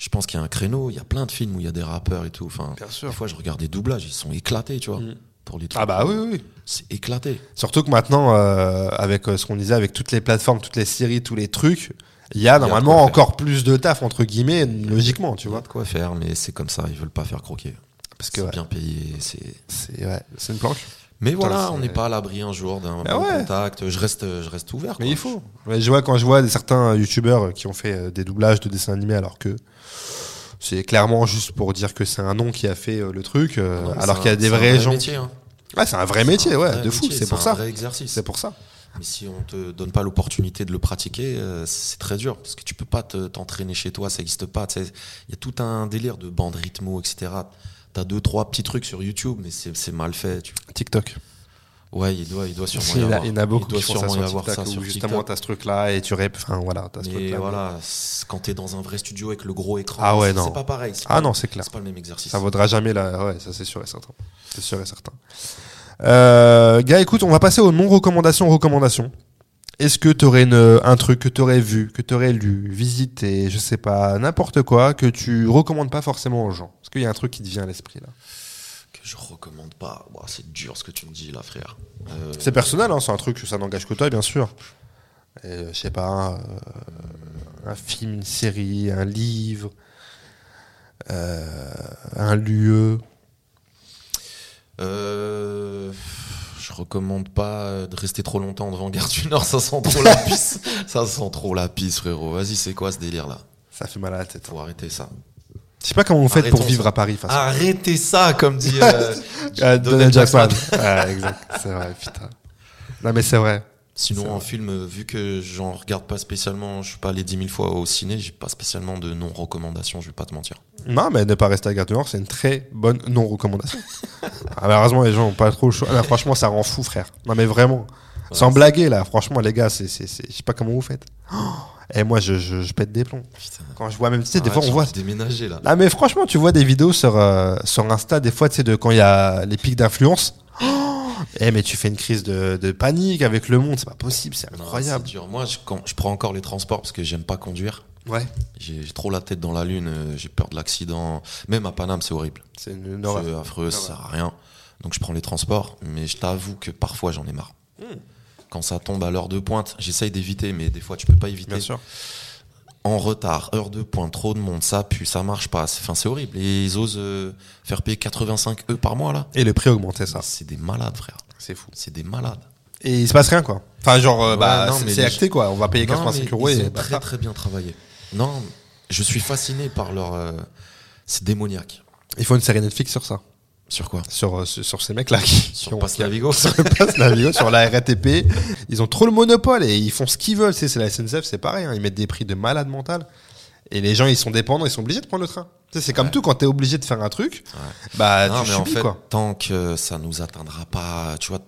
Je pense qu'il y a un créneau, il y a plein de films où il y a des rappeurs et tout. Enfin,
Bien sûr.
des fois, je regarde des doublages, ils sont éclatés, tu vois. Pour les trucs.
Ah bah oui, oui. oui.
C'est éclaté.
Surtout que maintenant, euh, avec euh, ce qu'on disait, avec toutes les plateformes, toutes les séries, tous les trucs, il y a
de
normalement
quoi faire.
encore plus de taf, entre guillemets, logiquement, tu
Tu vois
vois.
de quoi faire, mais c'est comme ça, ils veulent pas faire croquer.
Parce que
C'est
ouais,
bien payé, c'est.
c'est ouais, c'est une planque.
Mais
Putain,
voilà, on
c'est-
n'est pas à l'abri un jour d'un
Bah
bon
ouais.
contact. Je reste, je reste ouvert.
Mais
quoi.
il faut. Ouais, je vois quand je vois des- certains youtubeurs qui ont fait euh, des doublages de dessins animés alors que c'est clairement juste pour dire que c'est un nom qui a fait euh, le truc, euh,
Non, mais
alors
c'est
qu'il y a
un-
des
c'est un
vrais
vrai
gens.
métier, hein.
Ouais, c'est un vrai
C'est
métier,
un
ouais,
vrai
de fou,
métier,
c'est pour ça.
un vrai exercice.
C'est pour ça.
Mais si on te donne pas l'opportunité de le pratiquer, euh, c'est très dur parce que tu peux pas te- t'entraîner chez toi, ça existe pas. tu sais. Il y a tout un délire de bandes rythmo, etc. T'as deux trois petits trucs sur YouTube, mais c'est c'est mal fait. tu-
TikTok.
Ouais, il doit, il doit sûrement
*laughs* Il
y
y en a-
avoir.
il y en a beaucoup
doit
qui font ça
sûrement y
sur
avoir
TikTok,
ça
où
sur
justement
TikTok.
t'as ce truc-là et tu rép... Enfin voilà, t'as ce
Mais
truc-là.
voilà, c'est- quand t'es dans un vrai studio avec le gros écran,
Ah ouais,
c'est-
non.
c'est pas pareil. c'est
Ah
pas-
non, c'est clair.
C'est pas le même exercice.
Ça vaudra jamais la. Ouais, ça c'est sûr et certain. C'est sûr et certain. Euh, gars, écoute, on va passer aux non-recommandations, recommandations. Est-ce que tu aurais un truc que tu aurais vu, que tu aurais lu, visité, je sais pas, n'importe quoi, que tu recommandes pas forcément aux gens Est-ce qu'il y a un truc qui te vient à l'esprit là
que je recommande pas. Ouah, c'est dur ce que tu me dis là, frère. Euh,
C'est personnel, hein, c'est un truc, ça n'engage que toi, bien sûr. Et, euh, je sais pas, un, euh, un film, une série, un livre, euh, un lieu.
euh, je recommande pas de rester trop longtemps devant Gare du Nord, ça sent
*laughs*
trop la pisse. Ça sent trop la pisse, frérot. Vas-y, c'est quoi ce délire là
Ça fait mal à la tête.
Faut arrêter ça.
Je sais pas comment vous faites pour
Arrêtons
vivre
ça. Ah,
à Paris. face
Arrêtez ça, comme dit
*laughs*
euh,
Euh, Donald
Donald
Jackson.
Jackson.
*laughs* Ouais, exact. C'est vrai, putain. Non, mais c'est vrai. C'est
Sinon, en
vrai.
film, euh, vu que j'en regarde pas spécialement, je suis pas allé 10 000 fois au ciné, j'ai pas spécialement de non-recommandations, je vais pas te mentir.
Non, mais ne pas rester à Gare du Nord, c'est une très bonne non-recommandation. Ah, malheureusement, les gens ont pas trop le choix. Là, franchement, ça rend fou, frère. Non, mais vraiment. Sans blaguer, là, franchement, les gars, c'est, c'est, c'est- je sais pas comment vous faites. Oh, Et moi, je, je, je pète des plombs.
Putain.
Quand je vois même, Ah, tu sais, des
Arrête,
fois, on
Ah, j'ai
voit.
envie de Déménager là.
Ah, mais franchement, tu vois des vidéos sur, euh, sur Insta, des fois, tu sais, de quand il y a les pics d'influence. Oh, Eh, mais tu fais une crise de, de panique avec le monde, c'est pas possible, c'est
Non,
incroyable.
c'est dur. Moi, je, quand, je prends encore les transports parce que j'aime pas conduire.
Ouais,
J'ai j'ai trop la tête dans la lune, euh, j'ai peur de l'accident. Même à Paname, c'est horrible.
c'est une horreur.
C'est affreux, ça sert à rien. Donc je prends les transports, mais je t'avoue que parfois j'en ai marre.
Hmm.
Quand ça tombe à l'heure de pointe, j'essaye d'éviter, mais des fois tu peux pas éviter.
Bien sûr.
En retard, heure de pointe, trop de monde, ça pue, ça marche pas. C'est- Enfin, c'est horrible. Et ils osent euh, faire payer 85 E par mois là.
Et le prix augmentait, ça.
C'est des malades, frère.
C'est fou.
C'est des malades.
Et il se passe rien, quoi. Enfin, genre, euh,
Ouais,
bah,
non,
c'est-
mais
c'est
les-
acté, quoi. On va payer
Non,
85
mais
euros
ils
et
ont très
basta.
très bien travaillé. Non, je suis fasciné par leur. euh, c'est démoniaque.
Il faut une série Netflix sur ça.
Sur quoi
Sur, euh, sur, sur ces mecs-là qui, qui
Sur
ont-
Passe Navigo
*laughs* sur le passe Navigo, sur la RATP. Ils ont trop le monopole et ils font ce qu'ils veulent. Tu sais, C'est la SNCF, c'est pareil. hein. Ils mettent des prix de malade mental. Et les gens, ils sont dépendants, ils sont obligés de prendre le train. Tu sais, c'est comme tout, quand t'es obligé de faire un truc, bah,
Non,
tu
mais en
subis,
fait,
quoi.
tant que ça nous atteindra pas, tu vois,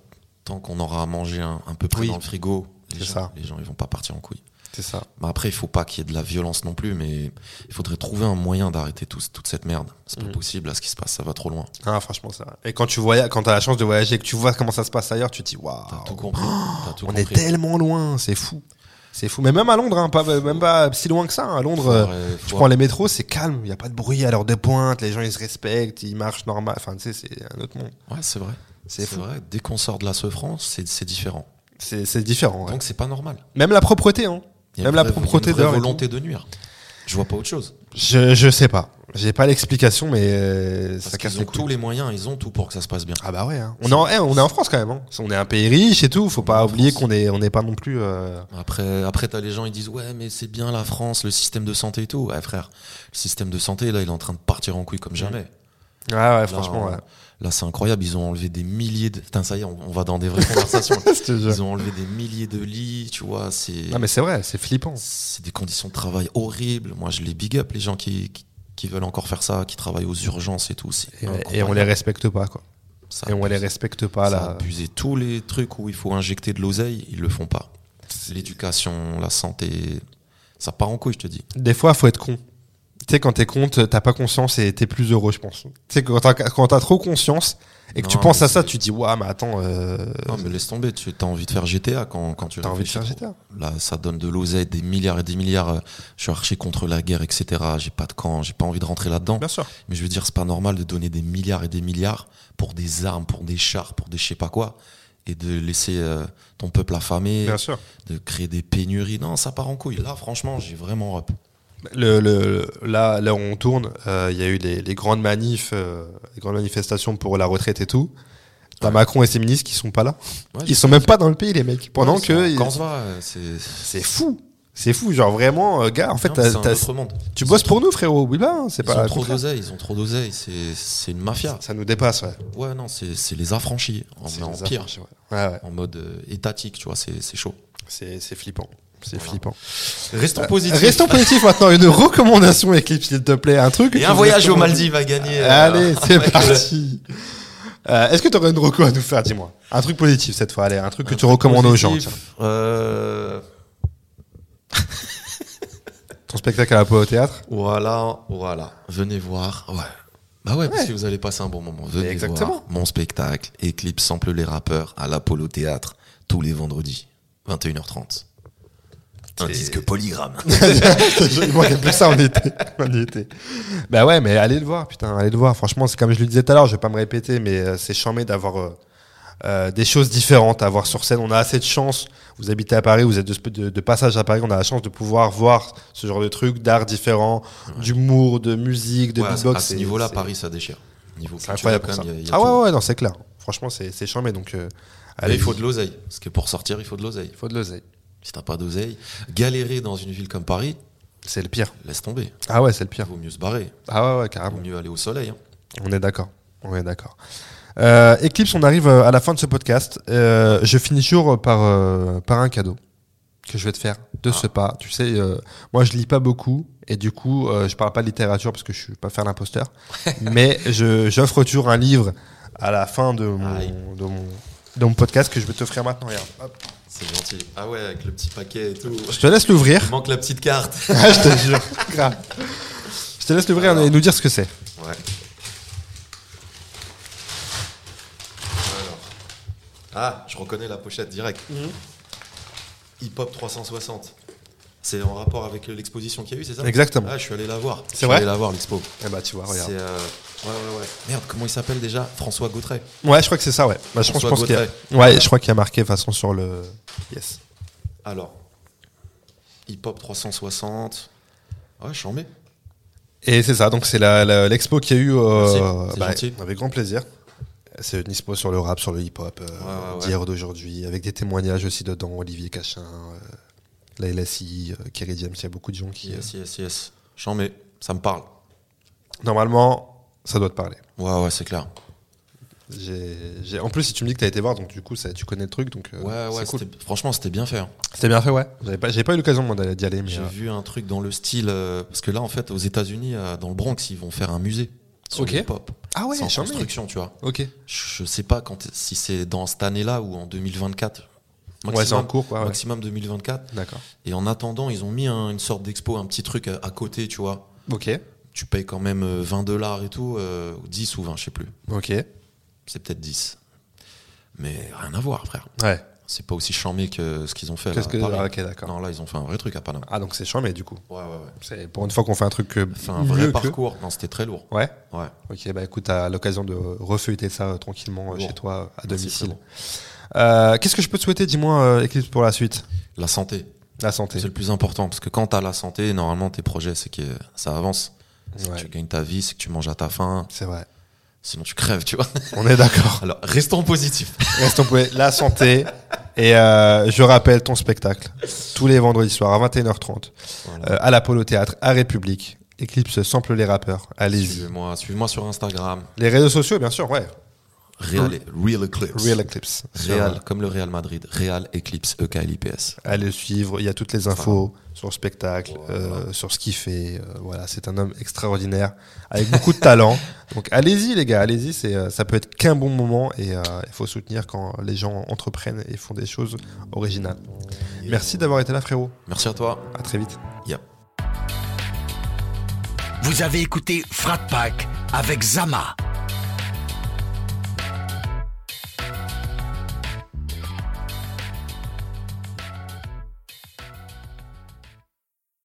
tant qu'on aura à manger un, un peu près
Oui.
dans le frigo, les
C'est
gens,
ça.
les gens ils vont pas partir en couille.
C'est ça.
Bah après, il faut pas qu'il y ait de la violence non plus, mais il faudrait trouver un moyen d'arrêter tout- toute cette merde. C'est
Mm.
pas possible, là, ce qui se passe, ça va trop loin.
Ah, franchement, ça. Et quand tu voyages, quand t'as la chance de voyager et que tu vois comment ça se passe ailleurs, tu te dis, waouh.
T'as tout compris. T'as tout
Ah Oh, On
compris.
est tellement loin, c'est fou. C'est fou. Mais même à Londres, hein, pas, même pas si loin que ça. hein. À Londres,
Faudrait-
euh, tu
faut-
prends les métros, c'est calme. Il n'y a pas de bruit à l'heure de pointe. Les gens, ils se respectent, ils marchent normal. Enfin, tu sais, c'est un autre monde.
Ouais, c'est vrai.
C'est
C'est
fou.
vrai. Dès qu'on sort de la souffrance, c'est c'est différent.
C'est c'est différent. ouais.
Donc c'est pas normal.
Même la propreté, hein.
Il y
Même
a une
la
vraie-
propreté
une vraie
d'heure. et
volonté
tout.
de nuire. Je vois pas autre chose.
Je, je sais pas. J'ai pas l'explication, mais euh, ça
Parce
casse
qu'ils ont
les couilles.
tous les moyens, ils ont tout pour que ça se passe bien.
Ah bah ouais. hein. On, est en, eh, on est en France quand même. hein. On est un pays riche et tout. Faut
On est
pas
en
oublier
France.
qu'on est, on n'est pas non plus. euh,
Après, après t'as les gens, ils disent ouais, mais c'est bien la France, le système de santé et tout. Ouais, frère, le système de santé là, il est en train de partir en couille comme jamais.
Ah Mmh. ouais,
Là,
franchement.
on-
ouais.
Là, c'est incroyable. Ils ont enlevé des milliers de. Putain, ça y est, on, on va dans des
*laughs*
vraies conversations.
Je te jure.
Ils ont enlevé des milliers de lits, tu vois. C'est
Non mais c'est vrai, c'est flippant.
c'est des conditions de travail horribles. Moi, je les big up les gens qui, qui, qui veulent encore faire ça, qui travaillent aux urgences et tout. C'est
Et, et
incroyable.
on les respecte pas quoi.
Ça
Et on les
abuse.
respecte pas
Ça a
là.
abusé. tous les trucs où il faut injecter de l'oseille, ils le font pas. L'éducation, la santé, ça part en couille, je te dis.
Des fois, faut être con. Tu sais, quand t'es con, t- t'as pas conscience et t'es plus heureux, je pense. Tu sais, quand t'as, quand t'as trop conscience et que tu
Non,
penses à
mais
ça,
c'est-
tu dis, ouais, mais attends, euh,
Non, mais laisse tomber, tu as envie de faire GTA quand, quand tu
t'as envie de
réfléchis
faire
trop.
GTA.
Là, ça donne de l'oseille, des milliards et des milliards. euh, Je suis archi contre la guerre, etc. J'ai pas de camp, j'ai pas envie de rentrer là-dedans.
Bien sûr.
Mais je veux dire, c'est pas normal de donner des milliards et des milliards pour des armes, pour des chars, pour des je sais pas quoi, et de laisser euh, ton peuple affamé,
Bien sûr.
de créer des pénuries. Non, ça part en couille. Là, franchement, j'ai vraiment rep.
Le, le- le- là, là où on tourne, euh, il y a eu les, les grandes manifs, euh, les grandes manifestations pour la retraite et tout. T'as
Ouais.
Macron et ses ministres qui sont pas là.
Ouais,
Ils sont même pas dans le pays, les mecs. Pendant
Ouais,
que.
c'est-
ils-
Quand on se va, euh, c'est.
C'est fou. C'est fou. Genre vraiment, euh, gars, en fait,
Non,
t'as-
c'est un
t'as-
autre monde.
tu
Ils
bosses
ont-
pour nous, frérot. Oui, ben, c'est
Ils ont
pas.
trop
contraire.
d'oseille, ils ont trop d'oseille. C'est c'est une mafia.
Ça nous dépasse, ouais.
Ouais, non, c'est c'est les affranchis. On est en
les
pire.
affranchis, ouais. Ouais, ouais.
En mode euh, étatique, tu vois, c'est c'est chaud.
C'est c'est flippant. C'est
Voilà.
flippant.
Restons positifs.
Restons positifs maintenant. Une recommandation, Eclipse, s'il te plaît. Un truc. que
Et
tu
un
nous
voyage
as
aux
commandé.
Maldives à gagner. euh,
Allez, c'est
avec le-
parti. Euh, Est-ce que tu aurais une reco à nous faire, dis-moi Un truc positif cette fois, allez, un truc que
Un
tu
truc
recommandes aux gens.
positif,
tiens.
euh,
Ton spectacle à la peau au théâtre
Voilà, voilà. Venez voir. Ouais. Bah ouais, parce
Ouais.
que vous allez passer un bon moment. Venez
Exactement.
voir mon spectacle Eclipse sample les rappeurs à l'Apollo Théâtre tous les vendredis 21h30. Un
C'est-
disque polygramme.
Il manquait plus ça, on y *laughs* était. On y était. Bah ouais, mais allez le voir, putain, allez le voir. Franchement, c'est comme je le disais tout à l'heure, je vais pas me répéter, mais euh, c'est charmé d'avoir euh, euh, des choses différentes à voir sur scène. On a assez de chance. Vous habitez à Paris, vous êtes de, de- de passage à Paris, on a la chance de pouvoir voir ce genre de trucs, d'art différent, d'humour, de musique, de
Ouais,
beatbox.
à ce
c'est-
niveau-là,
c'est-
Paris, ça déchire. Niveau
C'est
culturel,
incroyable pour ça.
quand même, il y a- il y a
Ah
tout.
ouais, ouais, non, c'est clair. Franchement, c'est c'est charmé, donc euh,
Mais
allez,
il faut de l'oseille. Parce que pour sortir, il faut de l'oseille.
faut de l'oseille.
Si t'as pas d'oseille, galérer dans une ville comme Paris,
C'est le pire.
laisse tomber.
Ah ouais, c'est le pire.
Vaut mieux se barrer.
Ah ouais, ouais,
Vaut
carrément.
mieux aller au soleil. hein.
On est d'accord. On est d'accord. Euh, Eclipse, on arrive euh, à la fin de ce podcast. Euh, je finis toujours par, euh, par un cadeau que je vais te faire de ce pas. Tu sais, euh, moi je lis pas beaucoup et du coup euh, je parle pas de littérature parce que je suis pas faire *laughs* l'imposteur. mais je- j'offre toujours un livre à la fin de
Aïe.
mon, de mon, de mon podcast que je vais t'offrir maintenant. Regarde. Hop.
C'est gentil. Ah ouais, avec le petit paquet et tout. *laughs*
Je te laisse l'ouvrir.
Il manque la petite carte.
*laughs* Ah, je te jure, grave. Je te laisse l'ouvrir et nous dire ce que c'est.
Ouais. Alors. Ah, je reconnais la pochette direct. Hip Hop 360. C'est en rapport avec l'exposition qu'il y a eu, c'est ça
Exactement.
Ah, je suis allé la voir. Je
C'est
suis
vrai
allé la voir, l'expo.
Eh bah, tu vois, regarde.
C'est, euh, ouais, ouais, ouais. Merde, comment il s'appelle déjà François Gautret.
Ouais, je crois que c'est ça, ouais. Bah, je, pense- je
François
pense qu'il y a...
Gautret.
Ouais, je crois qu'il y a marqué de toute façon sur le. Yes.
Alors, Hip Hop 360. Ouais, je suis en mai.
Et c'est ça, donc c'est la- la- l'expo qu'il y a eu. euh,
Merci, c'est
bah,
gentil.
avec grand plaisir. C'est une expo sur le rap, sur le hip-hop, euh,
Ouais, ouais, ouais.
d'hier, d'aujourd'hui, avec des témoignages aussi dedans. Olivier Cachin, euh, la LSI, euh, Kerry James, il y a beaucoup de gens qui. euh,
Yes, yes, yes. Je suis en mai. Ça me parle.
Normalement, ça doit te parler.
Ouais, ouais, c'est clair.
J'ai, j'ai- En plus, si tu me dis que t'as été voir, donc du coup, ça, tu connais le truc, donc euh,
Ouais, ouais,
c'est cool.
c'était- franchement, c'était bien fait. hein.
C'était bien fait, ouais. J'avais pas, j'ai pas eu l'occasion moi, d'aller- d'y aller, mais
J'ai
euh,
vu un truc dans le style. euh, parce que là, en fait, aux États-Unis, euh, dans le Bronx, ils vont faire un musée sur
Ok.
le hip-hop.
Ah ouais,
C'est en
charmé.
construction, tu vois.
ok.
Je sais pas quand, si c'est dans cette année-là ou en 2024.
ouais, c'est en cours, quoi. ouais.
Maximum 2024.
D'accord.
Et en attendant, ils ont mis un- une sorte d'expo, un petit truc à, à côté, tu vois.
Ok.
Tu payes quand même euh, 20 dollars et tout, euh, ou 10 ou 20, je sais plus.
Ok.
C'est peut-être 10. Mais rien à voir, frère.
Ouais.
C'est pas aussi charmé que ce qu'ils ont fait.
Qu'est-ce
là,
que.
à Paris.
ah, ok, d'accord.
Non, là, ils ont fait un vrai truc à Panama.
Ah, donc c'est charmé, du coup.
Ouais, ouais, ouais.
C'est pour une fois qu'on fait un truc. euh,
Fait un
mieux
vrai
que-
parcours. Non, c'était très lourd.
Ouais.
Ouais.
Ok, bah écoute, t'as l'occasion de refeuilleter ça euh, tranquillement euh,
Bon.
chez toi, à
Merci,
domicile.
frérot.
Euh, Qu'est-ce que je peux te souhaiter, dis-moi, euh, Eclipse, pour la suite
La santé,
La santé.
c'est le plus important. Parce que quand t'as la santé, normalement, tes projets, c'est que ça avance. C'est
Ouais.
que tu gagnes ta vie, c'est que tu manges à ta faim.
C'est vrai.
Sinon, tu crèves, tu vois. *laughs*
On est d'accord. *laughs*
Alors, restons positifs.
Restons pouvez la santé. Et euh, je rappelle ton spectacle tous les vendredis soirs à 21h30
Voilà.
euh, à l'Apollo Théâtre à République. Eclipse sample les rappeurs. Allez-y.
Suivez-moi suivez sur Instagram.
Les réseaux sociaux, bien sûr, ouais.
Real, Real Eclipse.
Real Eclipse.
Real, comme le Real Madrid. Real Eclipse, E EKLIPS.
Allez le suivre. Il y a toutes les infos sur le spectacle, euh, sur ce qu'il fait. euh, voilà, c'est un homme extraordinaire avec beaucoup de *laughs* talent. Donc allez-y, les gars, allez-y. C'est euh, ça peut être qu'un bon moment et euh, il faut soutenir quand les gens entreprennent et font des choses originales. Merci d'avoir été là, frérot.
Merci à toi.
À très vite.
Yep.
Vous avez écouté Frat Pack avec Zama,